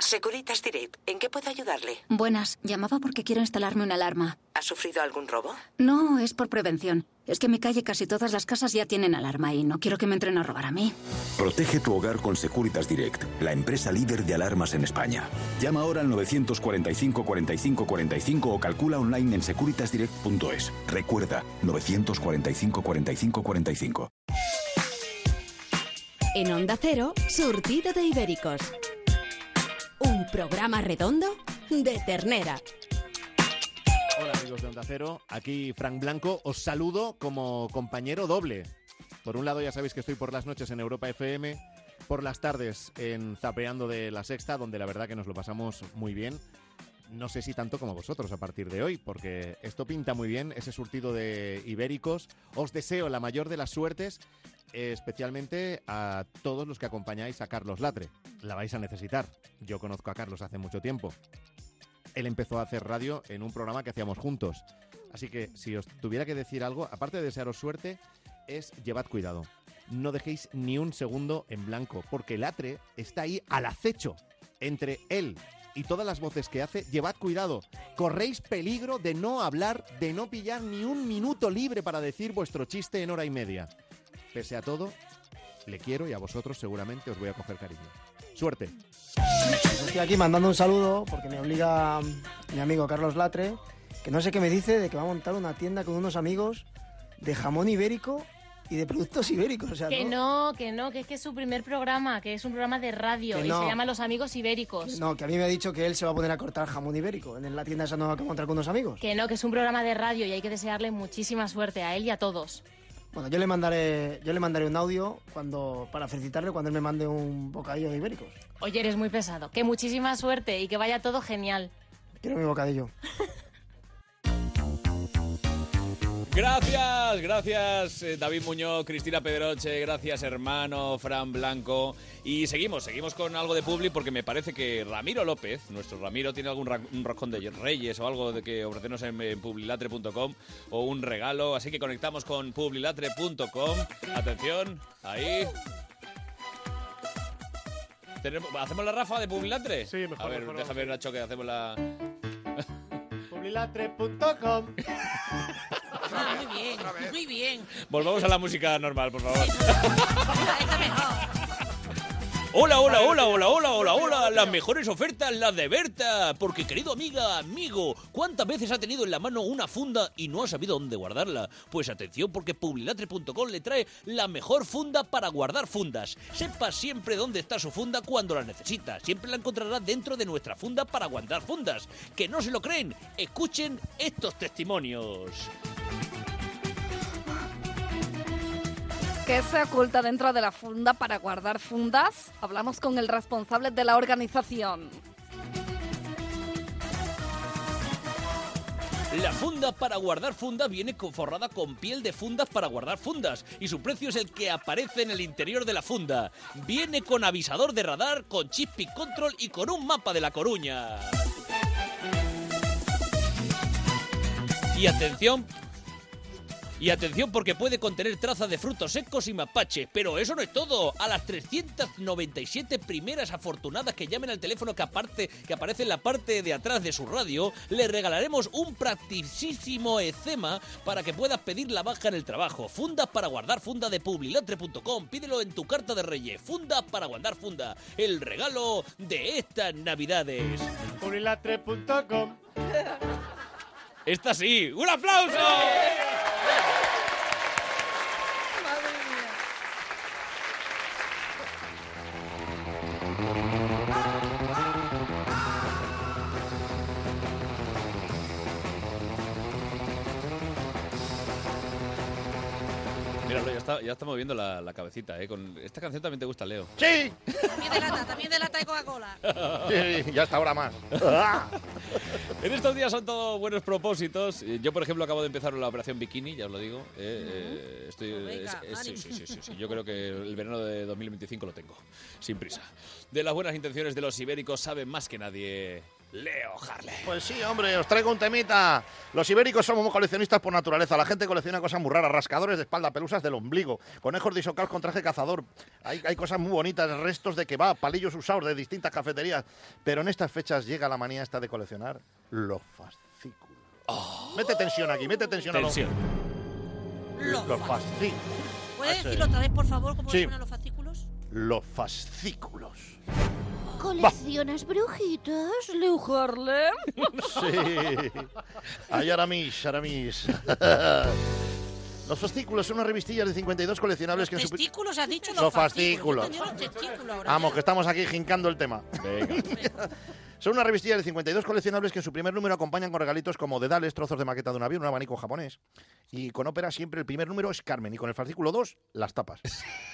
Speaker 19: Securitas Direct, ¿en qué puedo ayudarle?
Speaker 20: Buenas, llamaba porque quiero instalarme una alarma.
Speaker 19: ¿Ha sufrido algún robo?
Speaker 20: No, es por prevención. Es que en mi calle casi todas las casas ya tienen alarma y no quiero que me entren a robar a mí.
Speaker 17: Protege tu hogar con Securitas Direct, la empresa líder de alarmas en España. Llama ahora al 945 45 45 o calcula online en securitasdirect.es. Recuerda, 945 45 45.
Speaker 20: En Onda Cero, surtido de ibéricos. Un programa redondo de ternera.
Speaker 17: Hola amigos de Onda Cero, aquí Frank Blanco, os saludo como compañero doble. Por un lado ya sabéis que estoy por las noches en Europa FM, por las tardes en Zapeando de la Sexta, donde la verdad que nos lo pasamos muy bien. No sé si tanto como vosotros a partir de hoy, porque esto pinta muy bien, ese surtido de ibéricos. Os deseo la mayor de las suertes, eh, especialmente a todos los que acompañáis a Carlos Latre. La vais a necesitar. Yo conozco a Carlos hace mucho tiempo él empezó a hacer radio en un programa que hacíamos juntos. Así que si os tuviera que decir algo, aparte de desearos suerte, es llevad cuidado. No dejéis ni un segundo en blanco, porque el atre está ahí al acecho. Entre él y todas las voces que hace, llevad cuidado. Corréis peligro de no hablar, de no pillar ni un minuto libre para decir vuestro chiste en hora y media. Pese a todo, le quiero y a vosotros seguramente os voy a coger cariño. Suerte.
Speaker 31: Pues Estoy aquí mandando un saludo porque me obliga mi amigo Carlos Latre, que no sé qué me dice de que va a montar una tienda con unos amigos de jamón ibérico y de productos ibéricos. O sea,
Speaker 36: Que no, que no, que es que es su primer programa, que es un programa de radio
Speaker 31: Que
Speaker 36: y
Speaker 31: no.
Speaker 36: se llama Los Amigos Ibéricos.
Speaker 31: No, que a mí me ha dicho que él se va a poner a cortar jamón ibérico en la tienda esa nueva que va a montar con unos amigos.
Speaker 36: Que no, que es un programa de radio y hay que desearle muchísima suerte a él y a todos.
Speaker 31: Bueno, yo le mandaré, yo le mandaré un audio cuando para felicitarle cuando él me mande un bocadillo de ibéricos.
Speaker 36: Oye, eres muy pesado. Que muchísima suerte y que vaya todo genial.
Speaker 31: Quiero mi bocadillo.
Speaker 1: Gracias, gracias eh, David Muñoz, Cristina Pedroche, gracias hermano Fran Blanco. Y seguimos, seguimos con algo de publi porque me parece que Ramiro López, nuestro Ramiro, tiene algún ra- un roscón de reyes o algo de que ofrecernos en, en publilatre.com o un regalo. Así que conectamos con publilatre.com. Atención, ahí. Tenemos- ¿Hacemos la rafa de publilatre? Sí, mejor. A ver,
Speaker 2: mejor,
Speaker 1: déjame ver, Nacho, que hacemos la.
Speaker 2: Publilatre.com.
Speaker 32: [laughs]
Speaker 6: Ah, muy bien, muy
Speaker 3: [laughs]
Speaker 6: bien.
Speaker 1: Volvamos a la música normal, por favor.
Speaker 6: Está mejor.
Speaker 1: Hola, hola, hola, hola, hola, hola, hola. Las mejores ofertas, las de Berta. Porque, querido amiga, amigo, ¿cuántas veces ha tenido en la mano una funda y no ha sabido dónde guardarla? Pues atención, porque Publilatre.com le trae la mejor funda para guardar fundas. Sepa siempre dónde está su funda cuando la necesita. Siempre la encontrará dentro de nuestra funda para guardar fundas. Que no se lo creen. Escuchen estos testimonios.
Speaker 5: ¿Qué se oculta dentro de la funda para guardar fundas? Hablamos con el responsable de la organización.
Speaker 1: La funda para guardar fundas viene con- forrada con piel de fundas para guardar fundas y su precio es el que aparece en el interior de la funda. Viene con avisador de radar, con chip y control y con un mapa de La Coruña. Y atención, y atención porque puede contener trazas de frutos secos y mapaches. Pero eso no es todo. A las 397 primeras afortunadas que llamen al teléfono que, aparte, que aparece en la parte de atrás de su radio, le regalaremos un practicísimo ecema para que puedas pedir la baja en el trabajo. Fundas para guardar funda de publilatre.com. Pídelo en tu carta de reyes. Fundas para guardar funda. El regalo de estas navidades.
Speaker 2: Publilatre.com.
Speaker 1: Esta sí. ¡Un aplauso! Míralo, ya está, ya está moviendo la, la cabecita, ¿eh? Con, esta canción también te gusta, Leo.
Speaker 4: [laughs]
Speaker 3: ¡Sí!
Speaker 6: También de lata, también de lata de Coca-Cola.
Speaker 3: Sí, ya está
Speaker 1: [laughs]
Speaker 3: ahora más.
Speaker 1: en estos días son todos buenos propósitos. Eh, Yo, por ejemplo, acabo de empezar la operación bikini, ya os lo digo. Eh, eh, estoy,
Speaker 6: Oh
Speaker 1: es- es- sí, sí, sí, sí, sí. Yo creo que el verano de 2025 lo tengo, sin prisa. De las buenas intenciones de los ibéricos sabe más que nadie Leo Harley.
Speaker 3: Pues sí, hombre, os traigo un temita. Los ibéricos somos coleccionistas por naturaleza. La gente colecciona cosas muy raras, rascadores de espalda, pelusas del ombligo, conejos disocados con traje cazador. Hay, hay cosas muy bonitas, restos de kebab, palillos usados de distintas cafeterías. Pero en estas fechas llega la manía esta de coleccionar los fascículos. Mete tensión aquí, mete tensión. a lo-
Speaker 1: Tensión.
Speaker 3: Los fascículos.
Speaker 6: ¿Puedes
Speaker 3: Eso
Speaker 6: decirlo
Speaker 3: es.
Speaker 6: otra vez, por favor, cómo
Speaker 3: Sí.
Speaker 6: suenan los fascículos?
Speaker 3: Los fascículos.
Speaker 8: ¿Coleccionas brujitas, Leo Harlem?
Speaker 3: Sí. Ay, Aramis, Aramis. [laughs] Los fascículos son unas revistillas de 52 coleccionables que en su... pri-
Speaker 6: Testículos, has dicho
Speaker 3: Los
Speaker 6: los fascículos.
Speaker 3: fascículos.
Speaker 6: Yo entendí los testículos ahora.
Speaker 3: Vamos, que estamos aquí jincando el tema.
Speaker 1: Venga.
Speaker 3: Son una revistilla de 52 coleccionables que en su primer número acompañan con regalitos como dedales, trozos de maqueta de un avión, un abanico japonés. Y con ópera siempre el primer número es Carmen y con el fascículo 2, las tapas.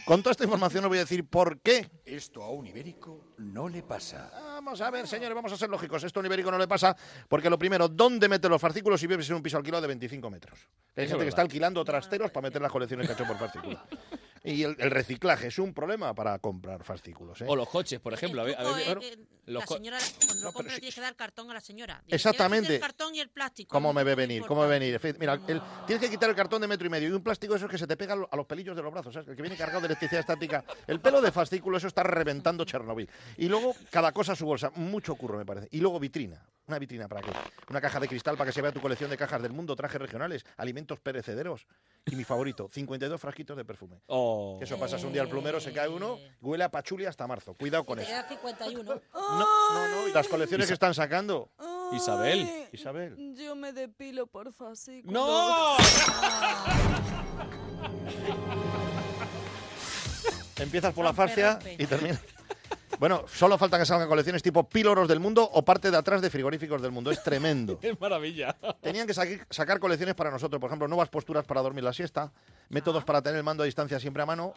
Speaker 3: Con toda esta información os voy a decir por qué.
Speaker 9: Esto a un ibérico no le pasa.
Speaker 3: Vamos a ver, señores, vamos a ser lógicos. Esto a un ibérico no le pasa porque lo primero, ¿dónde mete los fascículos si vives en un piso alquilado de 25 metros? Hay
Speaker 9: Eso es
Speaker 3: gente que
Speaker 9: verdad.
Speaker 3: está alquilando trasteros para meter las colecciones que ha hecho
Speaker 9: [laughs]
Speaker 3: por fascículo. Y el, el reciclaje es un problema para comprar fascículos. ¿eh?
Speaker 1: O los coches, por ejemplo. A ver, a ver,
Speaker 6: Oye,
Speaker 1: claro.
Speaker 6: que
Speaker 1: Los
Speaker 6: la
Speaker 1: co-
Speaker 6: señora, cuando lo compra, tienes que dar cartón a la señora. Dice,
Speaker 3: Exactamente.
Speaker 6: "Quédate El cartón y el plástico.
Speaker 3: ¿Cómo me ve
Speaker 6: No
Speaker 3: venir?
Speaker 6: importa".
Speaker 3: ¿Cómo me ve venir? Efe- Mira, el- tienes que quitar el cartón de metro y medio y un plástico eso que se te pega a lo- a los pelillos de los brazos, ¿sabes? El que viene cargado de electricidad estática. El pelo de fascículo, eso está reventando Chernobyl. Y luego cada cosa a su bolsa. Mucho curro, me parece. Y luego vitrina. Una vitrina para qué? Una caja de cristal para que se vea tu colección de cajas del mundo, trajes regionales, alimentos perecederos. Y mi favorito, 52 frasquitos de perfume.
Speaker 1: Oh.
Speaker 3: Que eso pasa, un día al plumero se cae uno, huele a pachuli hasta marzo. Cuidado con
Speaker 6: Te
Speaker 3: eso.
Speaker 6: queda 51.
Speaker 3: Y las colecciones que están sacando.
Speaker 1: Isabel.
Speaker 3: Isabel.
Speaker 8: Yo me depilo por fascículos.
Speaker 3: ¡No! Empiezas por la fascia
Speaker 8: rompe.
Speaker 3: y terminas. [laughs] Bueno, solo faltan que salgan colecciones tipo píloros del mundo o parte de atrás de frigoríficos del mundo. Es tremendo.
Speaker 1: Es maravilla.
Speaker 3: Tenían que saqui- sacar colecciones para nosotros, por ejemplo, nuevas posturas para dormir la siesta, métodos para tener el mando a distancia siempre a mano,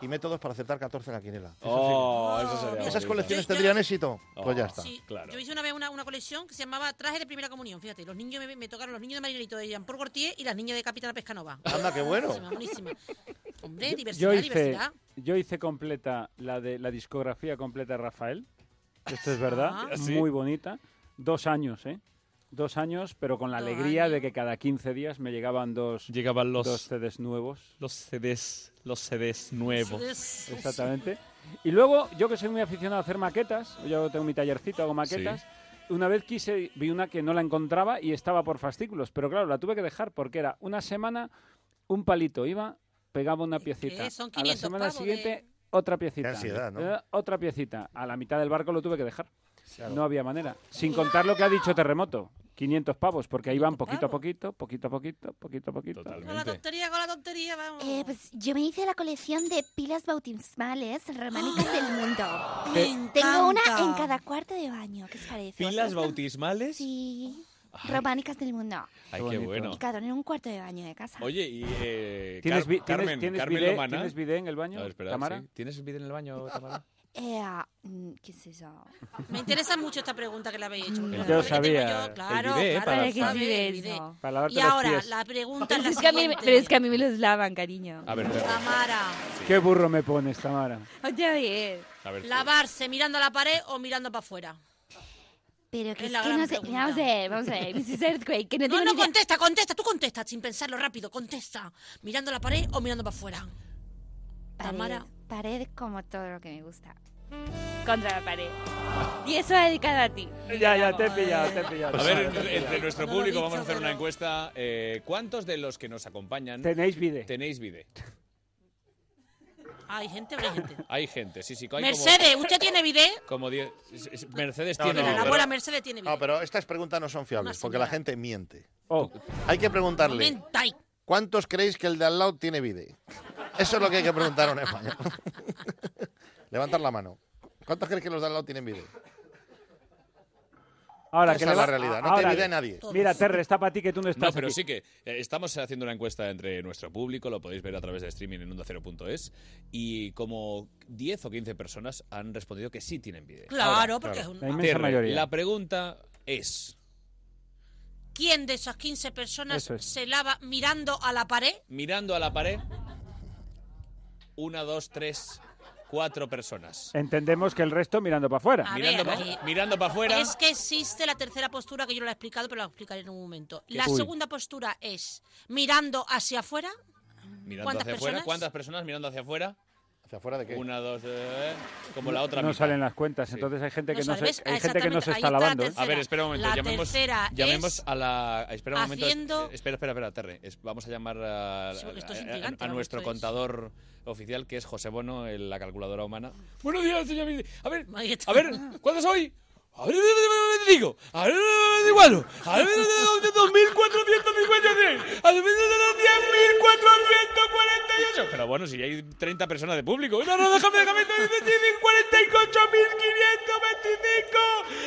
Speaker 3: y métodos para acertar 14 en la quinela. Eso sí.
Speaker 1: Oh, eso sería
Speaker 3: ¿Esas
Speaker 1: bonito.
Speaker 3: colecciones
Speaker 1: Yo- yo-
Speaker 3: tendrían éxito? pues ya
Speaker 1: Oh,
Speaker 3: está.
Speaker 1: sí, claro.
Speaker 6: Yo hice una vez una, una colección que se llamaba Traje de Primera Comunión. Fíjate, los niños me, me tocaron los niños de Marinito de Jean-Paul Gaultier y las niñas de Capitana Pescanova.
Speaker 3: Anda, qué bueno.
Speaker 6: Buenísima, buenísima. Hombre,
Speaker 4: Yo
Speaker 6: diversidad,
Speaker 4: hice,
Speaker 6: diversidad.
Speaker 4: yo hice completa la de la discografía completa de Rafael. Esto es verdad,
Speaker 6: Ah.
Speaker 1: ¿Ah, sí?
Speaker 4: muy bonita. Dos años, ¿eh? Dos años, pero con la
Speaker 1: Dos
Speaker 4: alegría de que cada 15 días me llegaban dos,
Speaker 1: Llegaban los-
Speaker 4: dos CDs nuevos.
Speaker 1: Los CDs, los CDs nuevos.
Speaker 4: Exactamente. Y luego, yo que soy muy aficionado a hacer maquetas, yo tengo mi tallercito, hago maquetas. Una vez quise, vi una que no la encontraba y estaba por fascículos, pero claro, la tuve que dejar porque era una semana, un palito iba, pegaba una piecita.
Speaker 6: qué? Eh, Son
Speaker 4: a la
Speaker 6: 500
Speaker 4: semana
Speaker 6: pavos de-
Speaker 4: siguiente, otra piecita.
Speaker 3: Qué ansiedad, ¿no?
Speaker 4: Eh, Otra piecita. A la mitad del barco lo tuve que dejar. No había manera. Sin contar lo que ha dicho Terremoto. 500 pavos, porque ahí van poquito a poquito, poquito a poquito, poquito a poquito.
Speaker 6: Con la tontería, con la tontería, vamos.
Speaker 7: Eh, pues yo me hice la colección de pilas bautismales románicas
Speaker 6: [gasps]
Speaker 7: del mundo.
Speaker 1: Me
Speaker 7: Tengo una
Speaker 1: encanta.
Speaker 7: en cada cuarto de baño, ¿qué os parece?
Speaker 1: ¿Pilas bautismales?
Speaker 7: Sí,
Speaker 1: Ay.
Speaker 7: románicas del mundo.
Speaker 1: Ay, qué bueno.
Speaker 7: Y cada uno en un cuarto de baño de casa.
Speaker 1: Oye, y eh,
Speaker 4: ¿Tienes
Speaker 1: Car-
Speaker 4: vi- tienes-
Speaker 1: Carmen,
Speaker 4: tienes
Speaker 1: Carmen
Speaker 4: bidé-
Speaker 1: Lomana.
Speaker 4: tienes bidé en el baño,
Speaker 1: A ver, espera,
Speaker 4: Tamara?
Speaker 1: sí. ¿Tienes bidé en el baño, Tamara?
Speaker 7: Eh, ah, mm, ¿Qué es eso?
Speaker 6: Me interesa mucho esta pregunta que le habéis hecho. porque
Speaker 4: Yo
Speaker 6: la verdad que
Speaker 4: sabía.
Speaker 6: tengo
Speaker 4: El
Speaker 6: yo, Claro,
Speaker 4: bidé,
Speaker 6: claro,
Speaker 4: para-
Speaker 6: el
Speaker 4: Para que
Speaker 6: bidé, el
Speaker 4: bidé,
Speaker 6: bidé.
Speaker 4: Para lavarte
Speaker 6: Y
Speaker 4: los
Speaker 6: ahora,
Speaker 4: pies.
Speaker 6: la pregunta es
Speaker 8: Pero
Speaker 6: la
Speaker 8: es que a mí,
Speaker 6: siguiente.
Speaker 8: pero es que a mí me los lavan, cariño.
Speaker 1: A ver, espera.
Speaker 6: Tamara,
Speaker 4: Qué burro me pones, Tamara.
Speaker 8: Oye, bien.
Speaker 1: A ver,
Speaker 6: ¿lavarse mirando a la pared o mirando para afuera?
Speaker 7: Pero que
Speaker 6: Es
Speaker 7: es,
Speaker 6: la
Speaker 7: que
Speaker 6: gran
Speaker 7: no sé.
Speaker 6: pregunta.
Speaker 7: Vamos a ver, vamos a ver.
Speaker 6: [laughs]
Speaker 7: Mrs. Earthquake, que no,
Speaker 6: No,
Speaker 7: tengo ni
Speaker 6: no,
Speaker 7: idea.
Speaker 6: contesta, contesta, tú contesta, sin pensarlo rápido, contesta. ¿Mirando a la pared o mirando para afuera?
Speaker 7: Pared,
Speaker 6: Tamara.
Speaker 7: pared como todo lo que me gusta.
Speaker 8: Contra la pared. Y eso va dedicado a ti.
Speaker 4: Ya, ya, te he pillado, te he pillado.
Speaker 3: Pues
Speaker 1: A ver, entre, entre nuestro
Speaker 4: No lo he
Speaker 1: público
Speaker 4: dicho,
Speaker 1: vamos a hacer una encuesta. Eh, ¿Cuántos de los que nos acompañan
Speaker 4: ¿Tenéis bidé?
Speaker 1: Tenéis bidé.
Speaker 6: Hay gente, hombre, hay gente.
Speaker 1: Hay gente, sí, sí. Hay
Speaker 6: Mercedes, ¿usted tiene bidé?
Speaker 1: Como, como diez- es- es- Mercedes
Speaker 3: No,
Speaker 1: tiene
Speaker 3: no,
Speaker 1: bidé.
Speaker 3: no,
Speaker 6: La abuela Mercedes tiene bidé.
Speaker 3: No, pero estas preguntas no son fiables,
Speaker 6: Una
Speaker 3: porque la
Speaker 6: señora.
Speaker 3: gente miente.
Speaker 4: Oh.
Speaker 3: Hay que preguntarle,
Speaker 6: Mentai.
Speaker 3: ¿cuántos creéis que el de al lado tiene vide? Eso es lo que hay que preguntar a un español. [laughs] Levantar la mano. ¿Cuántos creéis que los de al lado tienen vide?
Speaker 4: Ahora,
Speaker 3: Esa
Speaker 4: que
Speaker 3: es
Speaker 4: le
Speaker 3: la
Speaker 4: va-
Speaker 3: realidad, no
Speaker 4: ahora-
Speaker 3: tiene idea nadie.
Speaker 4: Mira, Terre, está para ti que tú no estás
Speaker 1: No, pero
Speaker 4: aquí.
Speaker 1: sí que eh, estamos haciendo una encuesta entre nuestro público, lo podéis ver a través de streaming en onda0.es, y como 10 o 15 personas han respondido que sí tienen vídeo.
Speaker 6: Claro, porque es un- La inmensa mayoría.
Speaker 1: La pregunta es,
Speaker 6: ¿Quién de esas 15 personas
Speaker 1: Eso es.
Speaker 6: se lava mirando a la pared?
Speaker 1: mirando a la pared, una, dos, tres, cuatro personas.
Speaker 4: Entendemos que el resto mirando para afuera.
Speaker 6: A
Speaker 1: Mirando
Speaker 6: ver,
Speaker 1: pa-
Speaker 6: eh,
Speaker 1: mirando pa' afuera.
Speaker 6: Es que existe la tercera postura que yo no la he explicado, pero la explicaré en un momento.
Speaker 1: ¿Qué?
Speaker 6: La
Speaker 1: Uy.
Speaker 6: segunda postura es mirando hacia afuera.
Speaker 1: Mirando
Speaker 6: ¿Cuántas
Speaker 1: hacia afuera.
Speaker 6: personas?
Speaker 1: ¿Cuántas personas mirando hacia afuera?
Speaker 3: ¿Hacia afuera de
Speaker 1: qué? Una, dos, eh, como la otra
Speaker 4: No
Speaker 1: mitad.
Speaker 4: salen las cuentas, entonces hay gente que no,
Speaker 6: No sale,
Speaker 4: se,
Speaker 6: ¿ves?
Speaker 4: hay gente que no
Speaker 6: Exactamente,
Speaker 4: se
Speaker 6: ahí
Speaker 4: está
Speaker 6: está la
Speaker 4: lavando. ¿eh?
Speaker 6: tercera.
Speaker 1: A ver, espera un momento.
Speaker 6: La
Speaker 1: llamemos
Speaker 6: tercera
Speaker 1: llamemos
Speaker 6: es
Speaker 1: a la. Espera un momento. es-
Speaker 6: haciendo-
Speaker 1: Espera, espera, espera, Terre. Es- vamos a llamar a,
Speaker 6: Sí, porque esto es
Speaker 1: a- a-
Speaker 6: intrigante,
Speaker 1: a
Speaker 6: vamos,
Speaker 1: nuestro
Speaker 6: esto es-
Speaker 1: contador oficial, que es José Bono, el- la calculadora humana. [laughs]
Speaker 21: Buenos días, señor. Vide. A ver,
Speaker 6: está.
Speaker 21: a ver, ¿cuándo soy? A ver, me digo. A ver, me digo. A ver,
Speaker 16: [laughs]
Speaker 21: 2453. A ver, 10.448.
Speaker 1: Pero bueno, si ya hay 30 personas de público.
Speaker 21: No, no, déjame, déjame. 48.525.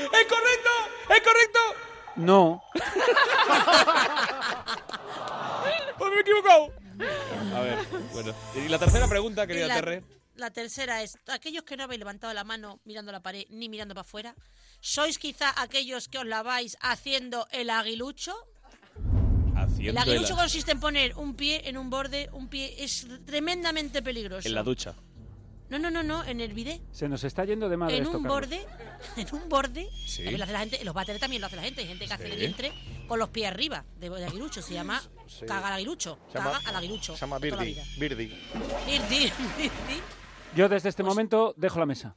Speaker 21: ¿Es correcto? ¿Es correcto? [laughs]
Speaker 4: No.
Speaker 21: Pues me he equivocado.
Speaker 1: A ver, bueno. Y la tercera pregunta,
Speaker 6: Y
Speaker 1: querida
Speaker 6: la-
Speaker 1: Terre.
Speaker 6: La tercera es, aquellos que no habéis levantado la mano mirando la pared ni mirando para afuera, ¿sois quizá aquellos que os laváis haciendo el aguilucho? El
Speaker 1: Haciendo
Speaker 6: aguilucho
Speaker 1: el-
Speaker 6: consiste en poner un pie en un borde, un pie es tremendamente peligroso.
Speaker 1: en la ducha.
Speaker 6: No, no, no, no, en el bidé.
Speaker 4: Se nos está yendo de madre
Speaker 6: en
Speaker 4: esto,
Speaker 6: un
Speaker 4: Carlos.
Speaker 6: borde, [laughs] en un borde,
Speaker 4: Sí.
Speaker 6: también lo hace la gente, en los bateres también lo hace la gente, hay gente que hace
Speaker 4: Sí.
Speaker 6: el vientre con los pies arriba de, de aguilucho, se llama
Speaker 3: Sí.
Speaker 6: caga al aguilucho,
Speaker 3: Se llama-
Speaker 6: caga al aguilucho.
Speaker 3: Se llama
Speaker 6: toda la
Speaker 3: Birdi.
Speaker 6: vida.
Speaker 3: Birdi.
Speaker 6: Birdi, birdi.
Speaker 4: Yo desde
Speaker 6: Pues-
Speaker 4: este momento dejo la mesa.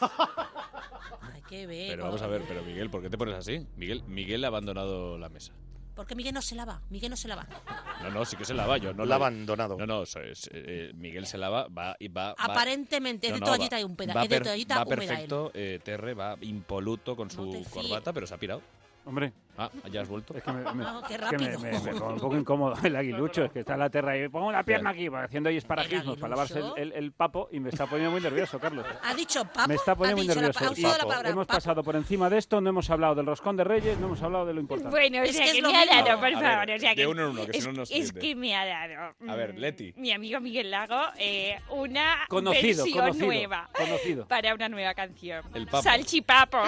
Speaker 6: Ay, qué bello.
Speaker 1: Pero vamos a ver, pero Miguel, ¿por qué te pones así? Miguel, Miguel ha abandonado la mesa.
Speaker 6: Porque Miguel no se lava, Miguel no se lava.
Speaker 1: No, no, sí que se lava. Yo no
Speaker 3: La ha
Speaker 1: abandonado. No, no, eso es, eh, eh, Miguel se lava, va y va. va-
Speaker 6: Aparentemente, es de toallita
Speaker 1: va-
Speaker 6: y un peda-
Speaker 1: va
Speaker 6: es de
Speaker 1: per-
Speaker 6: toallita
Speaker 1: Va
Speaker 6: húmeda
Speaker 1: perfecto, eh, Terre va impoluto con su
Speaker 6: te fíes.
Speaker 1: corbata, pero se ha pirado.
Speaker 4: Hombre.
Speaker 11: Ah, ya has vuelto.
Speaker 4: Es que me,
Speaker 6: [laughs]
Speaker 4: me-
Speaker 6: Ah, qué
Speaker 4: es que me-
Speaker 6: rápido.
Speaker 4: me- me pongo un poco incómodo el aguilucho, es que está en la tierra y pongo la pierna aquí, va haciendo ahí esparajismos para lavarse el, el- el papo y me está poniendo muy nervioso,
Speaker 6: [laughs]
Speaker 4: Carlos.
Speaker 6: Ha dicho papo.
Speaker 4: Me está poniendo
Speaker 6: ha
Speaker 4: muy
Speaker 6: dicho la
Speaker 4: nervioso.
Speaker 6: pa- ha usado la palabra
Speaker 4: hemos
Speaker 6: papo.
Speaker 4: pasado por encima de esto, no hemos hablado del roscón de Reyes, no hemos hablado de lo importante.
Speaker 8: Bueno, o
Speaker 6: Es
Speaker 8: sea
Speaker 6: que
Speaker 8: que,
Speaker 6: es lo
Speaker 8: me ha
Speaker 6: mismo.
Speaker 8: dado, por
Speaker 4: A ver,
Speaker 8: favor. o sea
Speaker 4: de
Speaker 8: que,
Speaker 4: uno en uno, que si
Speaker 8: es,
Speaker 4: no, no se
Speaker 8: es
Speaker 4: entiende.
Speaker 8: que me ha dado.
Speaker 4: A ver,
Speaker 8: mm,
Speaker 4: Leti.
Speaker 8: Mi amigo Miguel Lago, eh, una
Speaker 4: Conocido,
Speaker 8: versión
Speaker 4: conocido,
Speaker 8: nueva.
Speaker 4: conocido.
Speaker 8: Para una nueva canción.
Speaker 1: El papo.
Speaker 8: Salchipapo.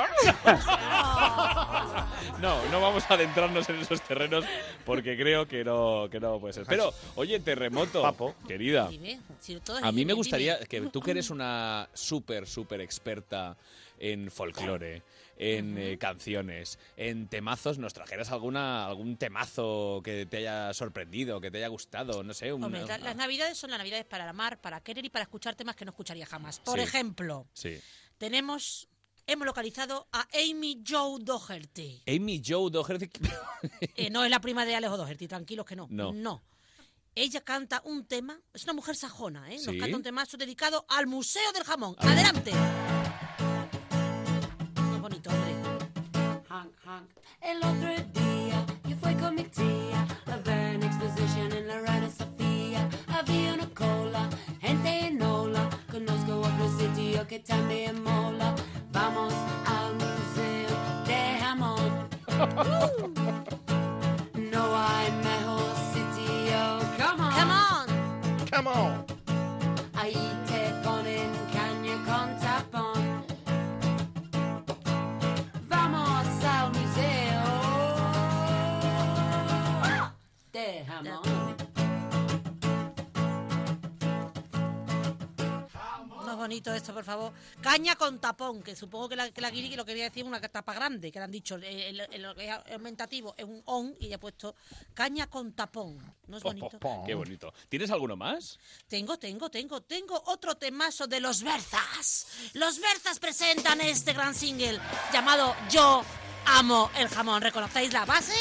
Speaker 1: No, no vamos a adentrarnos en esos terrenos porque creo que no, que no puede ser. Pero, oye, terremoto, querida.
Speaker 6: Dime, si todo es
Speaker 1: A mí
Speaker 6: dime,
Speaker 1: me gustaría
Speaker 6: dime.
Speaker 1: que tú que eres una súper, súper experta en folclore, en eh, canciones, en temazos, nos trajeras alguna, algún temazo que te haya sorprendido, que te haya gustado, no sé. un-
Speaker 6: Hombre, la-
Speaker 1: una-
Speaker 6: las navidades son las navidades para amar, para querer y para escuchar temas que no escucharía jamás. Por
Speaker 1: Ah, Sí.
Speaker 6: ejemplo,
Speaker 1: Sí.
Speaker 6: tenemos, hemos localizado a Amy Joe Doherty.
Speaker 1: Amy Joe
Speaker 6: [laughs]
Speaker 1: Doherty.
Speaker 6: Eh, no es la prima de Alejo Doherty, tranquilos que no.
Speaker 1: No.
Speaker 6: Ella canta un tema, es una mujer sajona, ¿eh? Nos
Speaker 1: Sí. Ah.
Speaker 6: canta un temazo dedicado al Museo del Jamón. ¡Adelante! Muy bonito, hombre.
Speaker 10: El otro día yo fui con mi tía a ver una exposición en la Reina Sofía. Había una cola, gente en ola. Conozco otro sitio que también mola. Vamos al museo de [laughs] jamón. No hay mejor sitio. Come on. Come on.
Speaker 3: Come on.
Speaker 10: Ahí te ponen caña con tapón. Vamos al museo. De jamón.
Speaker 6: No bonito esto, por favor. Caña con tapón, que supongo que la, que la guiri lo quería decir una tapa grande, que le han dicho, eh, el- el- lo que es aumentativo es un on y ya ha puesto caña con tapón. ¿No es bonito?
Speaker 1: [laughs] Qué bonito. ¿Tienes alguno más?
Speaker 6: Tengo, tengo, tengo, tengo otro temazo de los Berzas. Los Berzas presentan este gran single llamado Yo amo el jamón. ¿Reconocéis la base?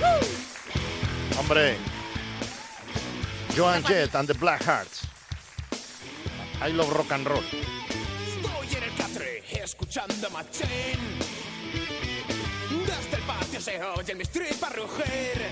Speaker 6: ¡Uh!
Speaker 3: Hombre. Joan Jett and the Black Hearts. I love rock and roll.
Speaker 27: Estoy en el catre escuchando Machín. Desde el patio se oyen mis tripas rugir.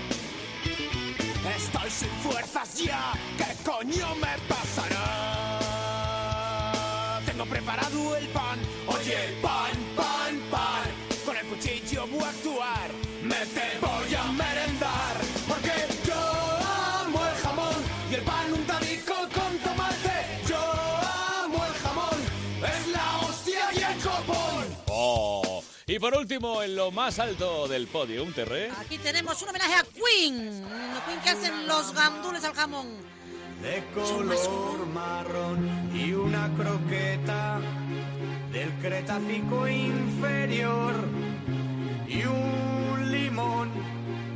Speaker 27: Estoy sin fuerzas ya, ¿qué coño me pasará? Tengo preparado el pan, oye, pan, pan, pan. Con el cuchillo voy a actuar, me te voy a merendar. Porque yo amo el jamón y el pan untadico con tomate. Yo amo el jamón, es la hostia y el copón.
Speaker 1: Oh. Y por último, en lo más alto del podio, un terré.
Speaker 6: Aquí tenemos un homenaje a Queen. Queen que hacen los gandules al jamón.
Speaker 27: de color marrón y una croqueta del Cretácico inferior y un limón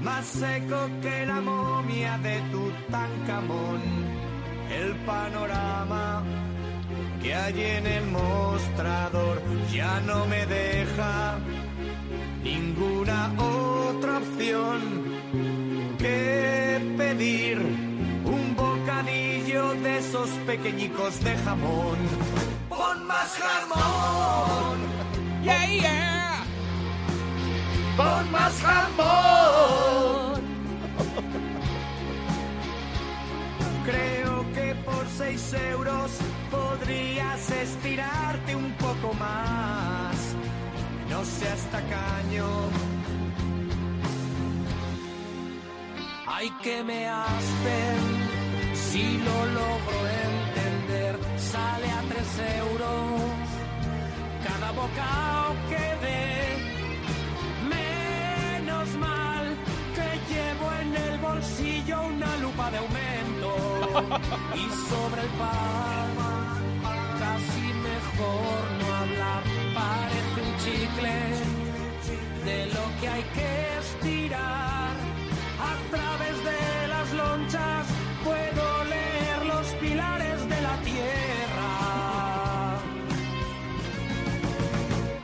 Speaker 27: más seco que la momia de Tutankamón. El panorama que hay en el mostrador ya no me deja ninguna otra opción que pedir un bocadillo de esos pequeñicos de jamón. ¡Pon más jamón! ¡Yeah, yeah! ¡Pon más jamón! Creo que por 6 euros podrías estirarte un poco más. No seas tacaño. Ay, que me aspen, si lo logro entender, sale a tres euros cada bocado que dé. Menos mal que llevo en el bolsillo una lupa de aumento y sobre el pan casi mejor no hablar, parece un chicle de lo que hay que estirar. A través de las lonchas puedo leer los pilares de la tierra.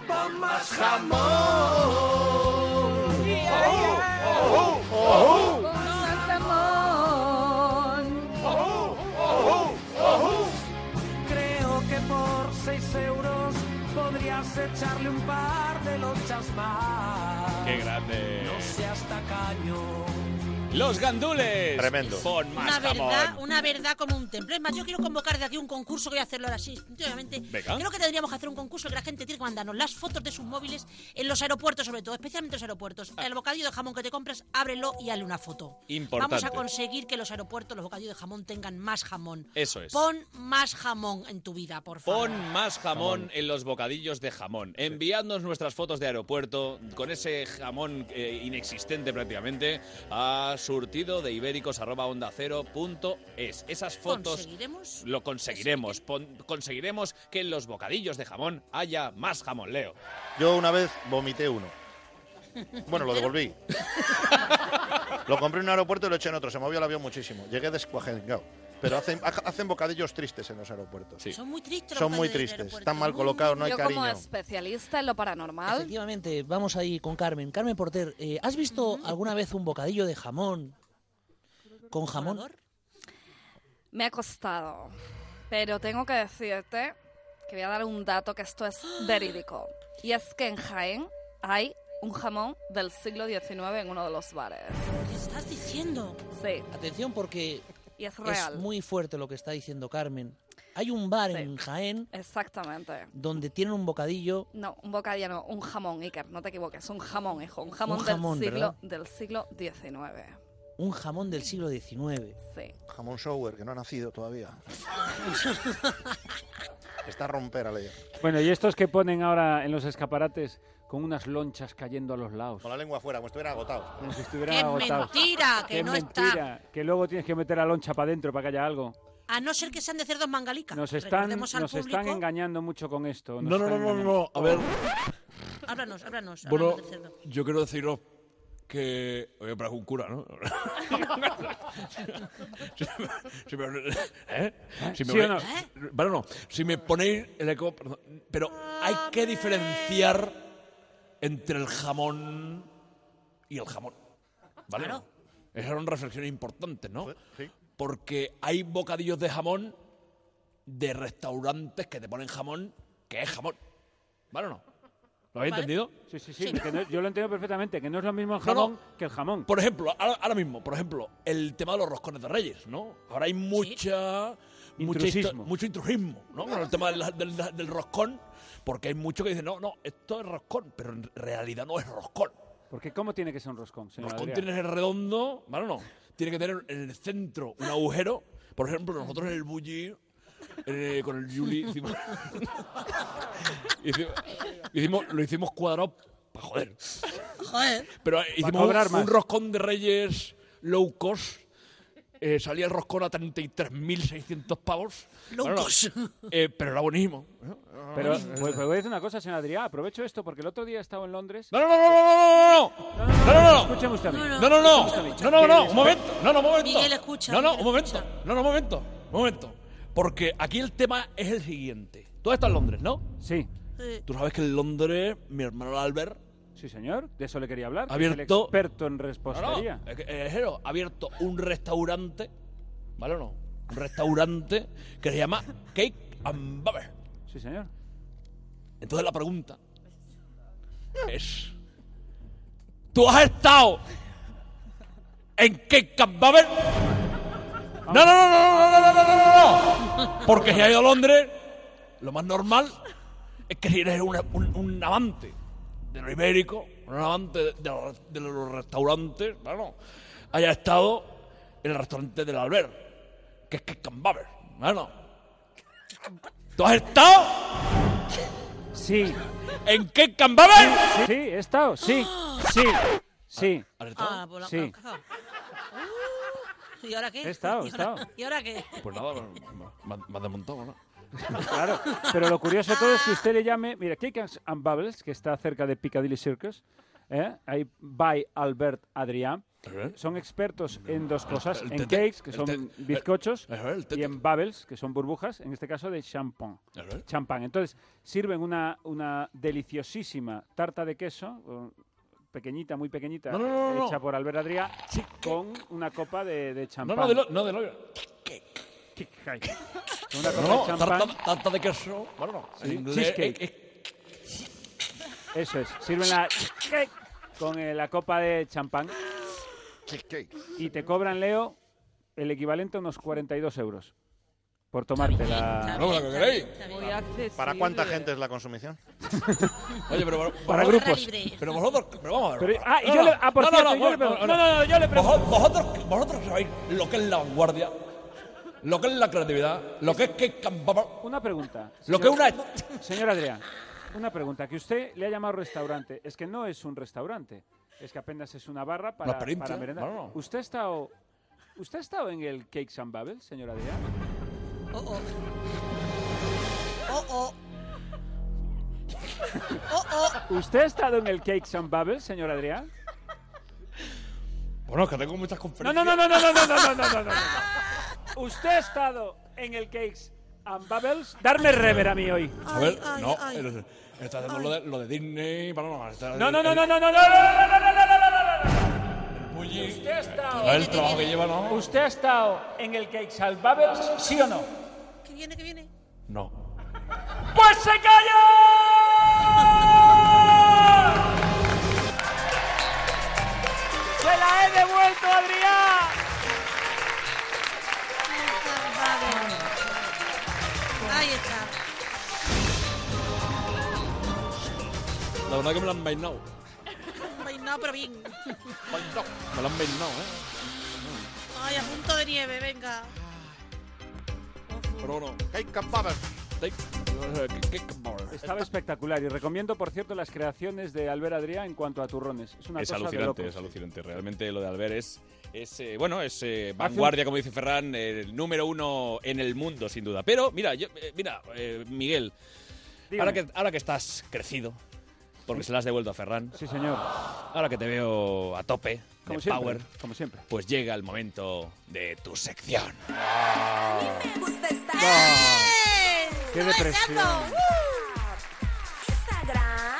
Speaker 27: ¡Pon más jamón! ¡Oh, oh, oh, oh!
Speaker 10: Pon más jamón.
Speaker 27: Creo que por 6 euros podrías echarle un par de lonchas más.
Speaker 6: Ah.
Speaker 1: Qué grande.
Speaker 27: No seas tacaño.
Speaker 1: Los gandules. Tremendo. Con
Speaker 6: Una
Speaker 1: más
Speaker 6: verdad,
Speaker 1: jamón.
Speaker 6: una verdad como un templo. Es más, yo quiero convocar de aquí un concurso, voy a hacerlo ahora sí. Obviamente,
Speaker 1: Venga.
Speaker 6: creo que tendríamos que hacer un concurso que la gente tiene que mandarnos las fotos de sus móviles en los aeropuertos, sobre todo, especialmente en los aeropuertos.
Speaker 1: Ah.
Speaker 6: El bocadillo de jamón que te compras, ábrelo y hazle una foto.
Speaker 1: Importante.
Speaker 6: Vamos a conseguir que los aeropuertos, los bocadillos de jamón tengan más jamón.
Speaker 1: Eso es.
Speaker 6: Pon más jamón en tu vida, por favor.
Speaker 1: Pon
Speaker 6: [laughs]
Speaker 1: más jamón, en los bocadillos de jamón. Enviadnos nuestras fotos de aeropuerto con ese jamón eh, inexistente prácticamente a surtido de ibéricos Esas fotos
Speaker 6: ¿Conseguiremos?
Speaker 1: lo conseguiremos. Pon- conseguiremos que en los bocadillos de jamón haya más jamón, Leo.
Speaker 3: Yo una vez vomité uno. Bueno, lo [laughs] devolví. lo compré en un aeropuerto y lo eché en otro. Se movió el avión muchísimo. Llegué descuajengado. Pero hacen, ha- hacen bocadillos tristes en los aeropuertos.
Speaker 6: Son muy tristes.
Speaker 3: Son muy tristes. Están mal colocados, no hay
Speaker 5: Yo como
Speaker 3: cariño.
Speaker 5: especialista en lo paranormal,
Speaker 13: Efectivamente, vamos ahí con Carmen. Carmen Porter, eh, ¿has visto alguna vez un bocadillo de jamón con jamón?
Speaker 5: me ha costado. Pero tengo que decirte que voy a dar un dato que esto es verídico. Y es que en Jaén hay un jamón del siglo XIX en uno de los bares.
Speaker 6: ¿Qué estás diciendo?
Speaker 5: Sí.
Speaker 13: Atención porque
Speaker 5: Y es real.
Speaker 13: es muy fuerte lo que está diciendo Carmen. Hay un bar en Jaén
Speaker 5: Exactamente.
Speaker 13: donde tienen un bocadillo
Speaker 5: No, un bocadillo no, un jamón, Iker, no te equivoques, un jamón, hijo, un jamón,
Speaker 13: jamón,
Speaker 5: del, siglo,
Speaker 13: ¿verdad?
Speaker 5: del siglo XIX.
Speaker 13: un jamón del siglo XIX.
Speaker 5: Sí.
Speaker 3: Jamón Shower, que no ha nacido todavía. Está a romper a leer.
Speaker 4: Bueno, y estos que ponen ahora en los escaparates con unas lonchas cayendo a los lados.
Speaker 3: Con la lengua afuera, como estuviera agotado.
Speaker 4: Como si estuvieran
Speaker 6: ¡Qué
Speaker 4: agotados.
Speaker 6: mentira! Que
Speaker 4: ¡Qué
Speaker 6: no está.
Speaker 4: mentira! Que luego tienes que meter la loncha para adentro para que haya algo.
Speaker 6: A no ser que sean de cerdos mangalicas.
Speaker 4: Nos están,
Speaker 6: Recordemos al
Speaker 4: nos están
Speaker 6: público-
Speaker 4: engañando mucho con esto.
Speaker 6: No, no,
Speaker 4: están
Speaker 6: no, no,
Speaker 4: engañando.
Speaker 6: no, a ver. Háblanos, háblanos.
Speaker 4: Bueno,
Speaker 6: háblanos del cerdo.
Speaker 16: Yo quiero deciros que. Oye, pero es un cura, ¿no? [laughs] si me, si me- ¿eh? Si me
Speaker 4: ¿Sí o
Speaker 16: ve-
Speaker 4: no?
Speaker 16: Bueno, no. Si me ponéis el eco. perdón, Pero hay que diferenciar entre el jamón y el jamón. ¿Vale? Claro. Esas son reflexiones importantes, ¿no?
Speaker 3: Sí.
Speaker 16: Porque hay bocadillos de jamón de restaurantes que te ponen jamón que es jamón. ¿Vale o no? ¿Lo habéis
Speaker 4: Vale.
Speaker 16: entendido?
Speaker 4: Sí, sí, sí. que no- yo lo entiendo perfectamente, que no es lo mismo el
Speaker 16: No, no.
Speaker 4: jamón que el jamón.
Speaker 16: Por ejemplo, ahora, ahora mismo, por ejemplo, el tema de los roscones de Reyes, ¿no? Ahora hay mucha, mucha histo-
Speaker 4: Intrusismo.
Speaker 16: mucho intrusismo, ¿no? Con el tema de la- del, del roscón, porque hay muchos que dicen, no, no, esto es roscón, pero en realidad no es roscón.
Speaker 4: Porque ¿cómo tiene que ser un roscón, señor
Speaker 16: Roscón
Speaker 4: Adrián?
Speaker 16: tiene que ser redondo, ¿vale o no? Tiene que tener en el centro un agujero. Por ejemplo, nosotros en el bulli, eh, con el Yuli, hicimos, [laughs] hicimos- hicimos- lo hicimos cuadrado para joder.
Speaker 6: Joder.
Speaker 16: Pero eh, hicimos un,
Speaker 4: cobrar
Speaker 16: un
Speaker 4: más.
Speaker 16: roscón de Reyes low cost. Eh, salía el roscón a 33.600 pavos.
Speaker 4: Low
Speaker 16: Bueno,
Speaker 4: cost.
Speaker 16: eh, pero era buenísimo.
Speaker 4: Pero pues, pues voy a decir una cosa, señor Adrián. Aprovecho esto porque el otro día he estado en Londres.
Speaker 16: No, no, no, no, no, no, no, no, no, no, no,
Speaker 4: Escúcheme usted a mí.
Speaker 16: No, no, no,
Speaker 4: Escúcheme usted a
Speaker 16: no, no,
Speaker 4: mí.
Speaker 16: no,
Speaker 4: Que-
Speaker 16: un momento, no, no, un momento.
Speaker 4: Miguel, escucha,
Speaker 16: No, no,
Speaker 4: Miguel,
Speaker 16: un momento, no, no, un momento, un momento. Porque aquí el tema es el siguiente. Tú has estado en Londres, ¿no?
Speaker 4: Sí.
Speaker 16: Tú sabes que en Londres, mi hermano Albert...
Speaker 4: Sí, señor, de eso le quería hablar. que Es el
Speaker 16: Abierto-
Speaker 4: experto en
Speaker 16: No, no,
Speaker 4: repostería.
Speaker 16: es que, eh, Jero, ha abierto un restaurante, ¿vale o no? Un restaurante que se llama Cake and Bubble.
Speaker 4: Sí, señor.
Speaker 16: Entonces la pregunta es... ¿Tú has estado en Cake and Bubble? No, no, no, no, no, no, no, no, no, no, no. Porque si has ido a Londres, lo más normal es que si eres una- un, un amante de lo ibérico, un amante de, de los- de los restaurantes, bueno, haya estado en el restaurante del Albert, que es Cake and Bubble, bueno. ¿Tú has estado?
Speaker 4: Sí.
Speaker 16: ¿En Cake and Bubble?
Speaker 4: Sí, sí, he estado, sí, sí, sí.
Speaker 6: Ah, por la-
Speaker 4: Sí.
Speaker 6: ah, Uh, ¿Y ahora qué?
Speaker 4: He estado,
Speaker 6: [laughs]
Speaker 4: he
Speaker 6: ¿Y ahora-
Speaker 4: estado.
Speaker 6: ¿Y ahora qué?
Speaker 16: Pues nada, me, me has desmontado, ¿no?
Speaker 4: [laughs] Claro, pero lo curioso de todo es que usted le llame, mira, Cakes and Bubbles, que está cerca de Piccadilly Circus, ¿eh? ahí by Albert Adrián, son expertos en dos cosas,
Speaker 16: el
Speaker 4: en
Speaker 16: tete,
Speaker 4: cakes, que
Speaker 16: el
Speaker 4: son
Speaker 16: tete,
Speaker 4: bizcochos,
Speaker 16: el- el tete.
Speaker 4: y en bubbles, que son burbujas, en este caso de champán.
Speaker 16: Ajá.
Speaker 4: champán. Entonces, sirven una, una deliciosísima tarta de queso, o- pequeñita, muy pequeñita,
Speaker 16: No, no, no, no,
Speaker 4: hecha
Speaker 16: no.
Speaker 4: por Albert Adrián, con una copa de, de
Speaker 16: No,
Speaker 4: champán.
Speaker 16: no, de lo, no, de lo-
Speaker 4: Con una copa
Speaker 16: No,
Speaker 4: de champán.
Speaker 16: tarta, tarta de queso. Bueno, no.
Speaker 4: Sí.
Speaker 16: en inglés,
Speaker 4: Cheesecake.
Speaker 16: eh, eh,
Speaker 4: Eso es. Sirven la con eh, la copa de champán y te cobran, Leo, el equivalente a unos 42 euros por tomarte la...
Speaker 3: Bueno, lo que queréis.
Speaker 37: Muy accesible.
Speaker 3: ¿Para cuánta gente es la consumición?
Speaker 1: Oye, pero
Speaker 4: Para grupos.
Speaker 1: Pero vosotros, pero vamos a ver.
Speaker 4: Pero- ah, y yo le- ah, por cierto, yo le pregunto- no, no, no, yo le pregunto.
Speaker 1: Vos- Vosotros, vosotros sabéis lo que es la vanguardia, lo que es la creatividad, lo que es que...
Speaker 4: Una pregunta.
Speaker 1: Lo que una...
Speaker 4: Señor Adrián, una pregunta. Que usted le ha llamado restaurante. Es que no es un restaurante. Es que apenas es una barra para,
Speaker 1: Una perincha,
Speaker 4: para merendar.
Speaker 1: claro.
Speaker 4: ¿Usted ha estado... ¿Usted ha estado en el Cakes and Bubbles, señor Adrián?
Speaker 6: Oh, oh. Oh, oh. Oh, oh.
Speaker 4: ¿Usted ha estado en el Cakes and Bubbles, señor Adrián?
Speaker 1: Bueno, que tengo muchas
Speaker 4: No,
Speaker 1: conferencias.
Speaker 4: no, no, no, no, no, no, no, no, no, no, no. ¿Usted ha estado en el Cakes and Bubbles? Darme rever a mí hoy.
Speaker 1: A ver, no, eh, está haciendo lo de, lo de Disney, para no, está-
Speaker 4: No, no, no,
Speaker 1: el-
Speaker 4: no, no, no, no, no, no, no, no, no, no, no, no.
Speaker 1: Bulli,
Speaker 4: ¿Usted ha estado?
Speaker 1: Ah, el trabajo que lleva, ¿no?
Speaker 4: ¿Usted ha estado en el Cakes and Bubbles, sí o no?
Speaker 6: Que viene, que viene.
Speaker 1: No.
Speaker 4: ¡Pues se calla! ¡Se la he devuelto, Adrián!
Speaker 6: Ahí está.
Speaker 1: La verdad que me la han vainado.
Speaker 6: Ay, no, pero bien.
Speaker 1: Me la han vainado, ¿eh?
Speaker 6: Ay, a punto de nieve, venga.
Speaker 1: Pero bueno.
Speaker 3: Cake and Bubbles.
Speaker 1: eh,
Speaker 4: Estaba espectacular y recomiendo, por cierto, las creaciones de Albert Adrián en cuanto a turrones. Es una
Speaker 1: es
Speaker 4: cosa de
Speaker 1: alucinante,
Speaker 4: locos.
Speaker 1: es alucinante. Realmente lo de Albert es, es, eh, bueno, es eh, vanguardia, como dice Ferran, eh, número uno en el mundo, sin duda. Pero mira, yo- eh, mira, eh, Miguel,
Speaker 4: Dígame.
Speaker 1: ahora que, ahora que estás crecido, porque se la has devuelto a Ferran.
Speaker 4: Sí, señor.
Speaker 1: Ahora que te veo a tope,
Speaker 4: Como
Speaker 1: de
Speaker 4: siempre,
Speaker 1: power,
Speaker 4: como siempre.
Speaker 1: pues llega el momento de tu sección.
Speaker 4: Ah. ¡Qué depresión!
Speaker 10: Instagram,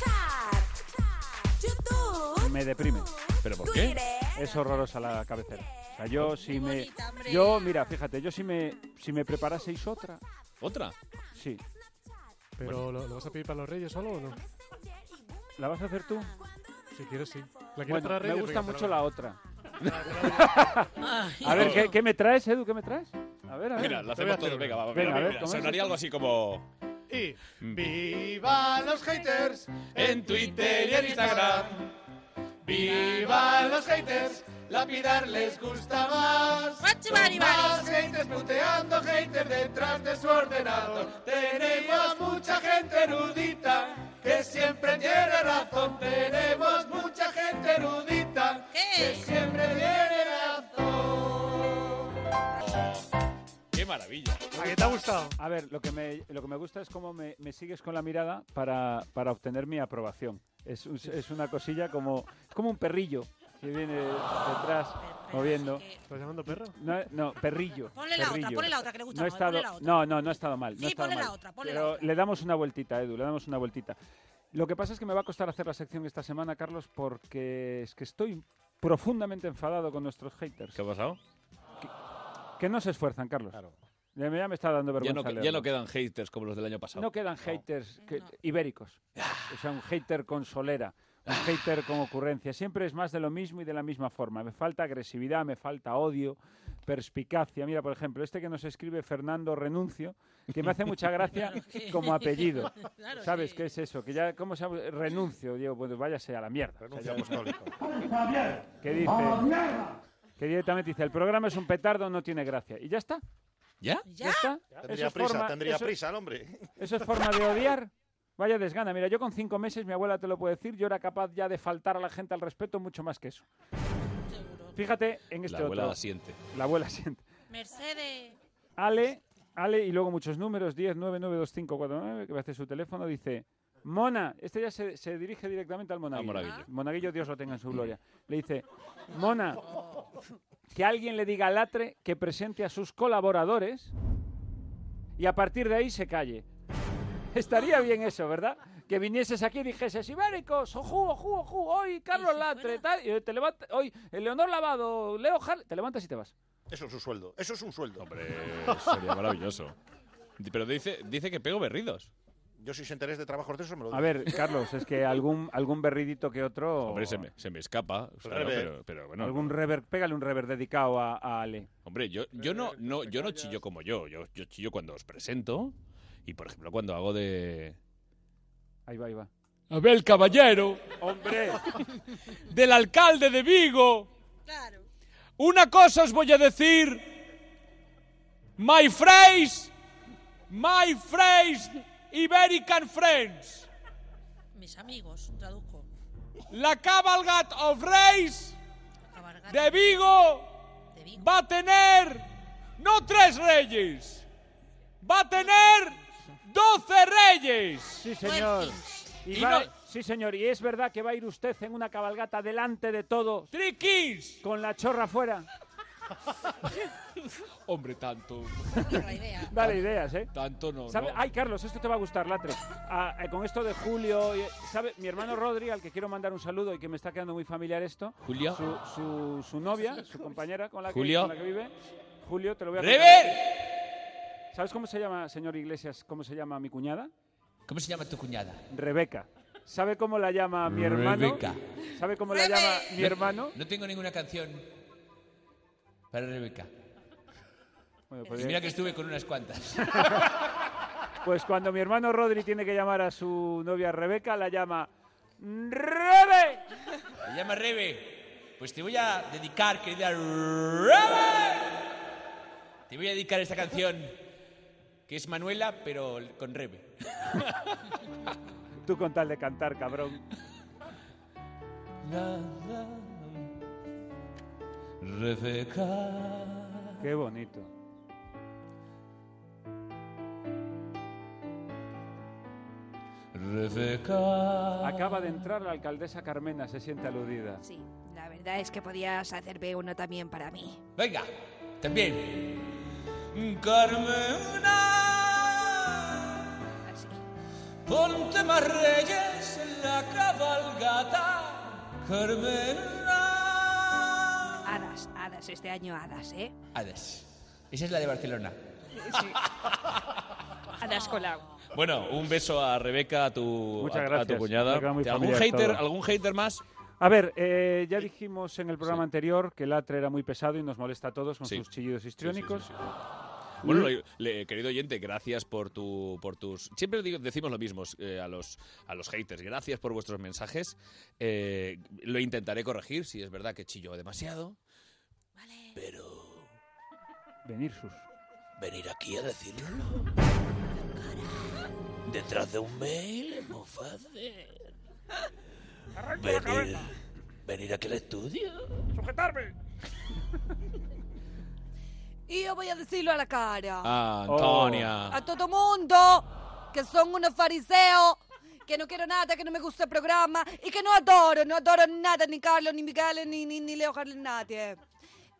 Speaker 10: Snapchat, YouTube.
Speaker 4: Me deprime.
Speaker 1: ¿Pero por
Speaker 10: qué?
Speaker 4: Es horrorosa la cabecera. O sea, yo si me... Yo, mira, fíjate, yo si me, si me preparaseis otra...
Speaker 1: ¿Otra?
Speaker 4: Sí.
Speaker 27: ¿Pero lo, lo vas a pedir para los reyes solo o no?
Speaker 4: ¿La vas a hacer tú?
Speaker 27: Si quieres, sí. ¿La quieres
Speaker 4: Bueno,
Speaker 27: para
Speaker 4: me
Speaker 27: reyes?
Speaker 4: gusta
Speaker 27: Venga,
Speaker 4: mucho
Speaker 27: para- [laughs]
Speaker 4: la otra.
Speaker 16: [laughs]
Speaker 27: Ay.
Speaker 4: a ver, ¿qué, qué me traes, Edu? ¿Qué me traes? A ver, a ver.
Speaker 1: Mira, lo hacemos todos. Venga, va, va,
Speaker 4: Venga,
Speaker 1: mira,
Speaker 4: a ver,
Speaker 1: mira,
Speaker 4: ¿cómo es
Speaker 1: sonaría
Speaker 4: esto?
Speaker 1: algo así como...
Speaker 27: Y
Speaker 16: ¡Viva los haters!
Speaker 1: En
Speaker 16: Twitter y en Instagram.
Speaker 27: ¡Viva los haters! Lapidar les gusta más.
Speaker 6: bari, bari!
Speaker 27: Más haters puteando, haters detrás de su ordenador. Tenemos mucha gente erudita que siempre tiene razón. Tenemos mucha gente erudita que siempre tiene
Speaker 1: ¡Qué maravilla!
Speaker 27: ¿A qué te ha gustado?
Speaker 4: A ver, lo que me, lo que me gusta es cómo me, me sigues con la mirada para, para obtener mi aprobación. Es, un- es una cosilla como, es como un perrillo que viene detrás moviendo.
Speaker 27: ¿Estás llamando perro?
Speaker 4: No, no, perrillo.
Speaker 6: Ponle la otra,
Speaker 4: perrillo.
Speaker 6: ponle la otra, que le gusta
Speaker 4: no he
Speaker 6: más, ponle
Speaker 4: estado-
Speaker 6: la otra.
Speaker 4: No, no, no ha estado mal. no
Speaker 6: Sí,
Speaker 4: he estado
Speaker 6: ponle la
Speaker 4: mal.
Speaker 6: otra, ponle la
Speaker 4: Pero
Speaker 6: otra.
Speaker 4: le damos una vueltita, Edu, le damos una vueltita. Lo que pasa es que me va a costar hacer la sección esta semana, Carlos, porque es que estoy profundamente enfadado con nuestros haters.
Speaker 1: ¿Qué ha pasado?
Speaker 4: Que no se esfuerzan, Carlos. Ya me, ya me está dando
Speaker 1: Ya
Speaker 4: vergüenza.
Speaker 1: no, ya
Speaker 4: leerlo.
Speaker 1: no quedan haters como los del año pasado.
Speaker 4: No quedan haters que- ibéricos.
Speaker 1: Ah.
Speaker 4: O sea, un hater con solera, un hater con ocurrencia. Siempre es más de lo mismo y de la misma forma. Me falta agresividad, me falta odio, perspicacia. Mira, por ejemplo, este que nos escribe Fernando Renuncio, que me hace mucha [laughs] gracia
Speaker 6: Claro que-
Speaker 4: como [laughs] apellido.
Speaker 6: Claro
Speaker 4: ¿Sabes qué es eso? Que ya, ¿cómo se llama? Renuncio. Digo, pues váyase a la mierda. O sea, ya- que dice? Que directamente dice, el programa es un petardo, no tiene gracia. Y ya está.
Speaker 1: ¿Ya?
Speaker 4: ¿Ya, está? Eso
Speaker 3: Tendría
Speaker 4: es
Speaker 3: prisa,
Speaker 4: forma-
Speaker 3: tendría
Speaker 4: eso-
Speaker 3: prisa el hombre.
Speaker 4: ¿Eso es forma de odiar? Vaya desgana. Mira, yo con cinco meses, mi abuela te lo puede decir, yo era capaz ya de faltar a la gente al respeto mucho más que eso. Fíjate en este
Speaker 1: la abuela
Speaker 4: otro.
Speaker 1: la siente.
Speaker 4: La abuela [laughs] siente.
Speaker 6: Mercedes.
Speaker 4: Ale, Ale y luego muchos números, 10, 9, 9, 2, 5, 4, 9, que va a hacer su teléfono, dice... Mona, este ya se, se dirige directamente al monaguillo.
Speaker 1: monaguillo.
Speaker 4: Monaguillo, Dios lo tenga en su gloria. Le dice, Mona, que alguien le diga a Latre que presente a sus colaboradores y a partir de ahí se calle. Estaría bien eso, ¿verdad? Que vinieses aquí y dijeses, Ibéricos, ojú, ojú, ojú, hoy Carlos Latre, tal, y te levanta, hoy Leonor Lavado, Leo Hall, te levantas y te vas.
Speaker 3: Eso es un sueldo. Eso es un sueldo.
Speaker 1: Eh, Hombre, sería maravilloso. Pero dice, dice que pego berridos.
Speaker 3: Yo soy sin interés de trabajos de eso me lo
Speaker 4: A ver, Carlos, es que algún, algún berridito que otro...
Speaker 1: Hombre, se me, se me escapa. o sea,
Speaker 4: Rever.
Speaker 1: pero, pero bueno.
Speaker 4: algún rever, pégale un rever dedicado a, a Ale.
Speaker 1: Hombre, yo, yo, no, no, yo no chillo como yo. yo. Yo chillo cuando os presento y, por ejemplo, cuando hago de.
Speaker 4: Ahí va, ahí va.
Speaker 16: Abel Caballero,
Speaker 4: Hombre,
Speaker 16: [laughs] del alcalde de Vigo. Una cosa os voy a decir. My phrase, my phrase, Iberican friends.
Speaker 6: Mis amigos, traduzco.
Speaker 16: La cabalgata of Reis de Vigo va a tener no tres reyes, va a tener doce
Speaker 4: [laughs]
Speaker 16: reyes.
Speaker 4: Sí, señor. Y
Speaker 16: Y
Speaker 4: va-
Speaker 16: no-
Speaker 4: Sí, señor. Y es verdad que va a ir usted en una cabalgata delante de todo.
Speaker 16: ¡Triquis!
Speaker 4: Con la chorra fuera.
Speaker 16: Hombre, tanto.
Speaker 4: Dale ideas, ¿eh?
Speaker 16: Tanto no.
Speaker 4: ¿Sabe-
Speaker 16: no.
Speaker 4: Ay, Carlos, esto te va a gustar, Latre. Ah, eh, con esto de Julio, y- ¿sabe? Mi hermano Rodri, al que quiero mandar un saludo y que me está quedando muy familiar esto.
Speaker 16: Julia.
Speaker 4: Su, su- su novia, su compañera con la, que,
Speaker 16: Julio.
Speaker 4: con la que vive. Julio, te lo voy a
Speaker 16: ¡Rever!
Speaker 4: ¿Sabes cómo se llama, señor Iglesias, cómo se llama mi cuñada?
Speaker 16: ¿Cómo se llama tu cuñada?
Speaker 4: Rebeca. ¿Sabe cómo la llama mi hermano?
Speaker 16: Rebeca.
Speaker 4: ¿Sabe cómo la llama mi
Speaker 16: No-
Speaker 4: hermano?
Speaker 16: No tengo ninguna canción para Rebeca.
Speaker 4: Bueno,
Speaker 16: Y
Speaker 4: pues,
Speaker 16: mira que estuve con unas
Speaker 1: [laughs]
Speaker 16: cuantas.
Speaker 4: pues cuando mi hermano Rodri tiene que llamar a su novia Rebeca, la llama Rebe.
Speaker 16: Me llama Rebe. Pues te voy a dedicar, querida Rebe. Te voy a dedicar esta canción que es Manuela, pero con Rebe.
Speaker 4: Tú con tal de cantar, cabrón.
Speaker 16: Rebeca.
Speaker 4: Qué bonito.
Speaker 16: Rebeca.
Speaker 4: Acaba de entrar la alcaldesa Carmena, se siente aludida.
Speaker 28: Sí, la verdad es que podías hacerme uno también para mí.
Speaker 16: Venga, también. Carmena. Ponte más reyes en la cabalgata.
Speaker 2: oh.
Speaker 16: Carmena.
Speaker 28: Hadas, hadas, este año hadas, ¿eh?
Speaker 16: Hades. Esa es la de Barcelona.
Speaker 28: Sí. Hadas colado.
Speaker 1: Bueno, un beso a Rebeca, a tu,
Speaker 4: Muchas
Speaker 1: a- a, tu
Speaker 4: gracias. Me
Speaker 1: cuñada.
Speaker 4: ha quedado muy
Speaker 1: ¿Algún
Speaker 4: familiar
Speaker 1: hater,
Speaker 4: todo.
Speaker 1: ¿Algún hater más?
Speaker 4: A ver, eh, ya dijimos en el programa anterior que el atre era muy pesado y nos molesta a todos con
Speaker 1: Sí.
Speaker 4: sus chillidos histriónicos.
Speaker 3: Mm.
Speaker 1: Bueno, le- le- querido oyente, gracias por tu, por tus. Siempre digo- decimos lo mismo eh, a los a los haters. Gracias por vuestros mensajes. Eh, lo intentaré corregir si es verdad que chillo demasiado.
Speaker 4: Venir sus.
Speaker 16: Venir aquí a decirlo.
Speaker 4: [laughs]
Speaker 16: Detrás de un mail es muy fácil. Venir, venir aquí al estudio.
Speaker 28: ¡Sujetarme! [laughs] y yo voy a decirlo a la cara.
Speaker 16: Ah, Antonia.
Speaker 28: A todo mundo que son unos fariseos, que no quiero nada, que no me gusta el programa y que no adoro, no adoro nada, ni Carlos, ni Miguel, ni, ni, ni Leo Carlos, nadie.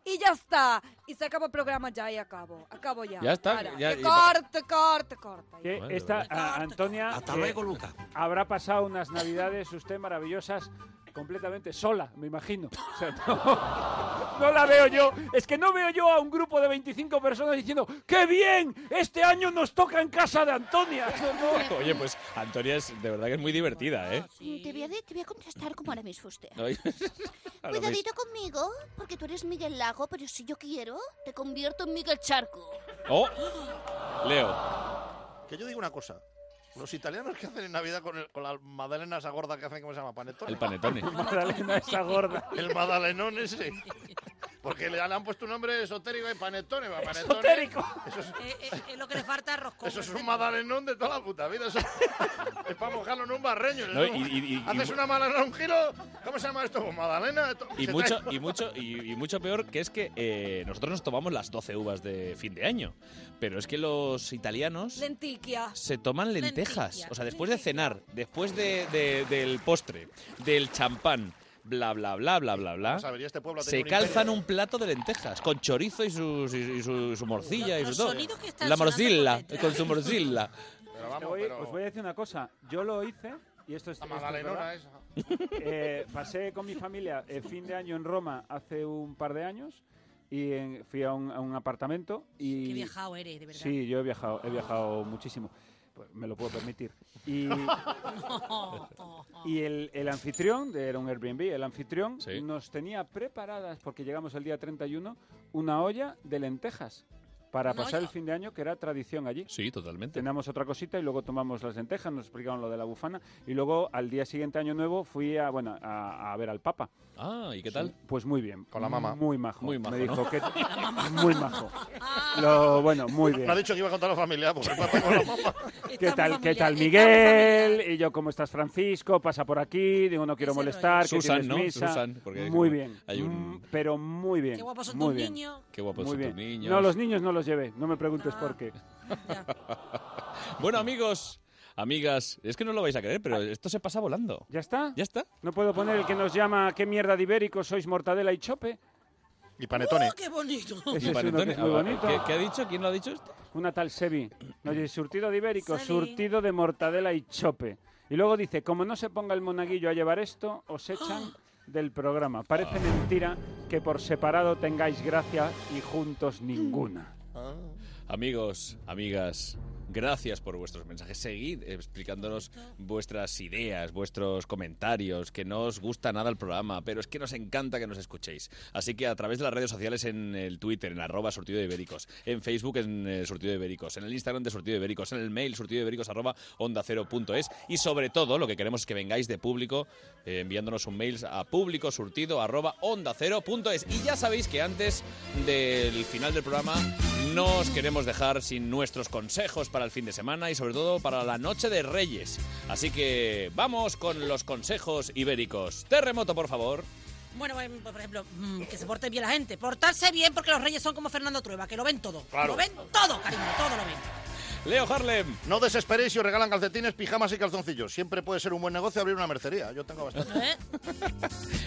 Speaker 28: Y ya está. Y se acaba el programa ya y acabo. Acabo ya.
Speaker 4: Ya está,
Speaker 28: Ahora,
Speaker 4: ya-
Speaker 28: que
Speaker 4: y-
Speaker 28: corte, corte, corte.
Speaker 4: Que
Speaker 28: Bueno,
Speaker 4: esta a- Antonia
Speaker 28: Hasta
Speaker 4: que
Speaker 28: luego,
Speaker 4: habrá pasado unas navidades usted maravillosas completamente sola, me imagino. O sea, no, [laughs] no la veo yo. Es que no veo yo a un grupo de 25 personas diciendo ¡Qué bien! Este año nos toca en casa de Antonia. No, no.
Speaker 1: Oye, pues Antonia es de verdad que es muy divertida, ¿eh?
Speaker 7: Te, voy a, de- te voy a contestar como ahora mismo usted.
Speaker 1: ¿No? A lo mismo.
Speaker 7: Cuidadito conmigo, porque tú eres Miguel Lago, pero si yo quiero, te convierto en Miguel Charco.
Speaker 1: Oh, Leo.
Speaker 3: Que yo digo una cosa. Los italianos que hacen en Navidad con, el- con la magdalena esa gorda que hacen, ¿cómo se llama? Panetone.
Speaker 1: El
Speaker 4: [laughs]
Speaker 1: panetone.
Speaker 4: magdalena esa gorda.
Speaker 3: El magdalenón ese. Porque le han puesto un nombre esotérico y panetone. va, panetone.
Speaker 6: Esotérico.
Speaker 3: Eso es,
Speaker 6: lo que le falta Eh, es roscón.
Speaker 3: eso es un magdalenón de toda la puta vida. Eso es para mojarlo en un barreño.
Speaker 1: No,
Speaker 3: eso.
Speaker 1: y- y- y-
Speaker 3: Haces
Speaker 1: y-
Speaker 3: una magdalena, un giro. ¿Cómo se llama esto? Pues Magdalena. esto-
Speaker 1: Y
Speaker 3: se
Speaker 1: mucho,
Speaker 3: trae-
Speaker 1: y mucho, y, y mucho peor que es que eh, nosotros nos tomamos las 12 uvas de fin de año. Pero es que los italianos
Speaker 28: Lentiquia.
Speaker 1: se toman lentejas.
Speaker 28: Lentilla.
Speaker 1: O sea, después de cenar, después de- de- del postre, del champán, bla, bla, bla, bla, bla, bla.
Speaker 3: Vamos a ver, y este pueblo ha
Speaker 1: se
Speaker 3: tenido un
Speaker 1: calzan
Speaker 3: imperio.
Speaker 1: un plato de lentejas con chorizo y su, y- y su, su morcilla y
Speaker 4: Los
Speaker 1: su todo.
Speaker 4: sonidos que están
Speaker 1: La
Speaker 4: sonando
Speaker 1: morcilla,
Speaker 4: por detrás.
Speaker 1: con su
Speaker 4: [laughs]
Speaker 1: morcilla.
Speaker 4: Te voy- Os voy a decir una cosa. Yo lo hice y esto es.
Speaker 3: La
Speaker 4: esto es
Speaker 3: magdalenona
Speaker 4: verdad. [laughs] Eh, pasé con mi familia el fin de año en Roma hace un par de años y en- fui a un, a un apartamento y
Speaker 6: Qué viajado eres, de verdad.
Speaker 4: sí yo he viajado he viajado muchísimo pues me lo puedo permitir. Y,
Speaker 27: [laughs]
Speaker 4: y el, el anfitrión, de- era un Airbnb, el anfitrión nos tenía preparadas, porque llegamos el día 31, una olla de lentejas para
Speaker 1: Una
Speaker 4: pasar el
Speaker 1: olla.
Speaker 4: fin de año, que era tradición allí.
Speaker 1: Sí, totalmente.
Speaker 4: Tenemos otra cosita y luego tomamos las lentejas, nos explicaron lo de la bufana y luego al día siguiente, año nuevo, fui a, bueno, a, a ver al Papa.
Speaker 1: Ah, ¿y qué tal?
Speaker 4: Pues muy bien. Con
Speaker 1: la mamá.
Speaker 4: Muy majo.
Speaker 1: Muy majo,
Speaker 4: Me dijo
Speaker 1: ¿no? [laughs]
Speaker 4: que... muy majo. Lo, bueno, muy bien.
Speaker 3: Me ha dicho que iba a contar a la familia, pues con la mamá.
Speaker 4: ¿Qué tal, ¿Qué tal, Miguel? Y yo, ¿cómo estás, Francisco? Pasa por aquí, digo, no quiero molestar. que
Speaker 1: Susan,
Speaker 4: tienes
Speaker 1: ¿no?
Speaker 4: misa.
Speaker 1: Susan, porque hay
Speaker 4: muy
Speaker 1: como-
Speaker 4: bien.
Speaker 1: hay un-
Speaker 4: Mm, Pero muy bien.
Speaker 1: Qué guapos son
Speaker 4: muy
Speaker 1: tus
Speaker 4: bien.
Speaker 1: niños. Ah. Qué guapos
Speaker 4: Muy
Speaker 1: son
Speaker 4: bien.
Speaker 1: tus niños.
Speaker 4: No, los niños no los llevé, no me preguntes por qué.
Speaker 1: Bueno, amigos, amigas, es que no lo vais a creer, pero esto se pasa volando.
Speaker 4: Ah. ¿Ya está?
Speaker 1: ¿Ya está?
Speaker 4: No puedo poner el que nos llama ¿Qué mierda de ibérico sois mortadela y chope?
Speaker 3: Y
Speaker 4: panetones.
Speaker 6: Oh, ¡Qué bonito!
Speaker 4: Ese
Speaker 1: Y
Speaker 4: es uno que
Speaker 1: panetones.
Speaker 4: es muy
Speaker 1: Ah,
Speaker 4: bonito.
Speaker 1: ¿Qué, qué ha dicho? ¿Quién lo ha dicho? este? esto?
Speaker 4: Una tal Sebi. Oye, surtido de ibérico,
Speaker 1: Sebi.
Speaker 4: surtido de mortadela y chope. Y luego dice, como no se ponga el monaguillo a llevar esto, os echan del programa. Parece mentira que por separado tengáis gracia y juntos ninguna.
Speaker 1: Ah. Amigos, amigas, gracias por vuestros mensajes. Seguid explicándonos vuestras ideas, vuestros comentarios, que no os gusta nada el programa, pero es que nos encanta que nos escuchéis. Así que a través de las redes sociales en el Twitter, en arroba surtido de ibéricos, en Facebook en eh, surtido de ibéricos, en el Instagram de surtido de ibéricos, en el mail surtido de ibéricos arroba onda cero punto es. y sobre todo lo que queremos es que vengáis de público eh, enviándonos un mail a público surtido arroba onda cero punto es. Y ya sabéis que antes del final del programa no os queremos dejar sin nuestros consejos para el fin de semana y sobre todo para la noche de Reyes. Así que vamos con los consejos ibéricos. Terremoto, por favor.
Speaker 6: Bueno, em, por ejemplo, mm, que se porte bien la gente. Portarse bien porque los reyes son como Fernando Trueba, que lo ven todo.
Speaker 3: Claro.
Speaker 6: Lo ven todo, cariño, todo lo ven.
Speaker 1: Leo Harlem.
Speaker 3: No desesperéis si os regalan calcetines, pijamas y calzoncillos. Siempre puede ser un buen negocio abrir una mercería. Yo tengo bastante.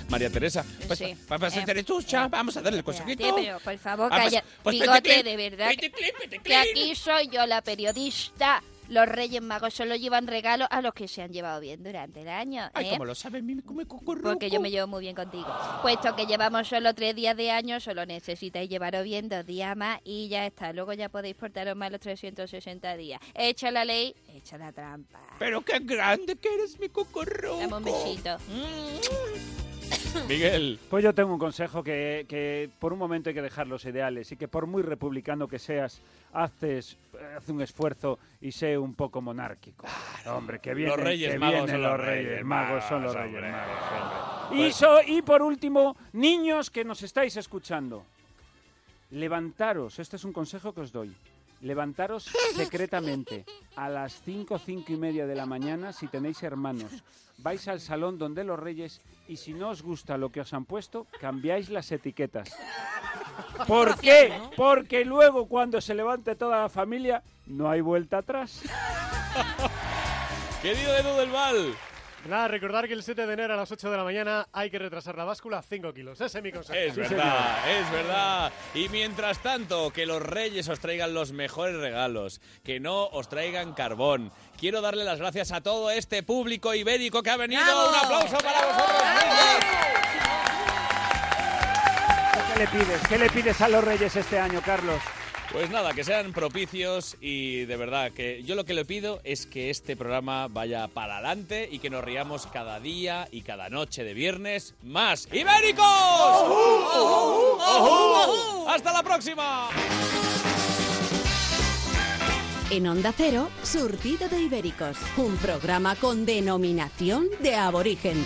Speaker 1: María Teresa. Pues, pa- pa- ser terechucha, vamos a darle el consejito.
Speaker 2: Tío, por favor,
Speaker 1: Ah, pues-
Speaker 2: calla.
Speaker 1: pues vete,
Speaker 2: Bigote,
Speaker 1: clip.
Speaker 2: de verdad.
Speaker 1: Vete,
Speaker 2: Que aquí soy yo la periodista. Los Reyes Magos solo llevan regalos a los que se han llevado bien durante el año.
Speaker 1: Ay,
Speaker 2: ¿eh?
Speaker 1: como lo sabe mi mi cucurruco.
Speaker 2: Porque yo me llevo muy bien contigo. Puesto que llevamos solo tres días de año, solo necesitáis llevaros bien dos días más y ya está. Luego ya podéis portaros más los 360 días. Echa la ley, echa la trampa.
Speaker 1: [laughs] Pero qué grande que eres, mi cucurruco.
Speaker 2: Dame un besito.
Speaker 1: [laughs] Miguel.
Speaker 4: Pues yo tengo un consejo que, que por un momento hay que dejar los ideales y que por muy republicano que seas, haces, haz un esfuerzo y sé un poco monárquico. Hombre, que vienen,
Speaker 1: los Reyes
Speaker 4: que
Speaker 1: Magos son
Speaker 4: vienen
Speaker 1: los
Speaker 4: los Reyes Magos, son los
Speaker 1: hombre.
Speaker 4: Reyes Magos. Y, so- y por último, niños que nos estáis escuchando, levantaros, este es un consejo que os doy, [laughs] levantaros secretamente a las 5, 5 y media de la mañana si tenéis hermanos. Vais al salón donde los reyes y si no os gusta lo que os han puesto, cambiáis las etiquetas. [laughs] ¿Por qué? Porque luego cuando se levante toda la familia, no hay vuelta atrás.
Speaker 1: Querido Edu del Val.
Speaker 17: Nada, recordar que el 7 de enero a las 8 de la mañana hay que retrasar la báscula a 5 kilos. Ese es mi consejo.
Speaker 1: Es verdad, es verdad. Y mientras tanto, que los reyes os traigan los mejores regalos, que no os traigan carbón. Quiero darle las gracias a todo este público ibérico que ha venido. Un aplauso para vosotros.
Speaker 4: ¿Qué le pides? ¿Qué le pides a los reyes este año, Carlos?
Speaker 1: Pues nada, que sean propicios y de verdad que yo lo que le pido es que este programa vaya para adelante y que nos riamos cada día y cada noche de viernes más ibéricos. Hasta la próxima.
Speaker 20: En Onda Cero, Surtido de Ibéricos, un programa con denominación de aborigen.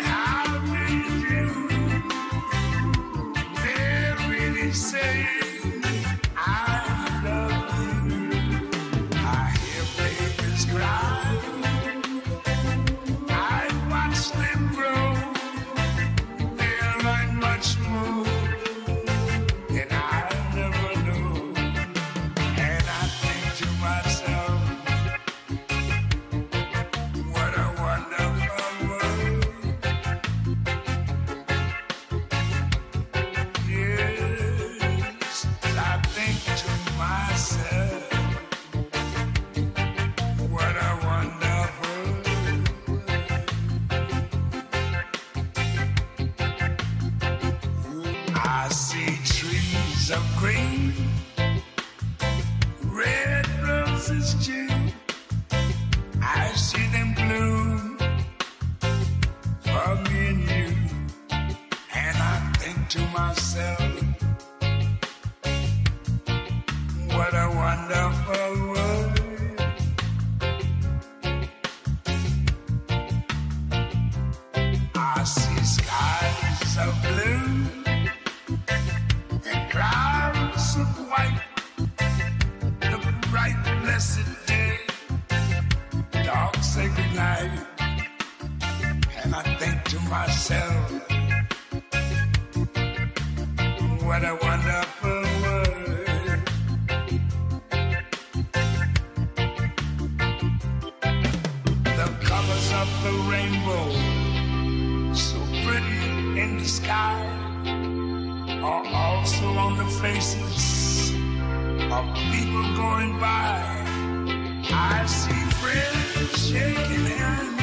Speaker 29: How do you do? They're really saying, I love you. I hear babies cry. I watch them grow. They're not much more than I never knew. And I think to myself, what a wonderful world. Yes, I think to myself, what a wonderful world. I see trees of green, red roses too. I see them bloom for me and you, and I think to myself, what a wonderful world. I see skies of blue and clouds of white. The bright, blessed day, dark, sacred night. And I think to myself, what a wonderful world. The colors of the rainbow, so pretty in the sky are also on the faces of people going by. I see friends shaking hands.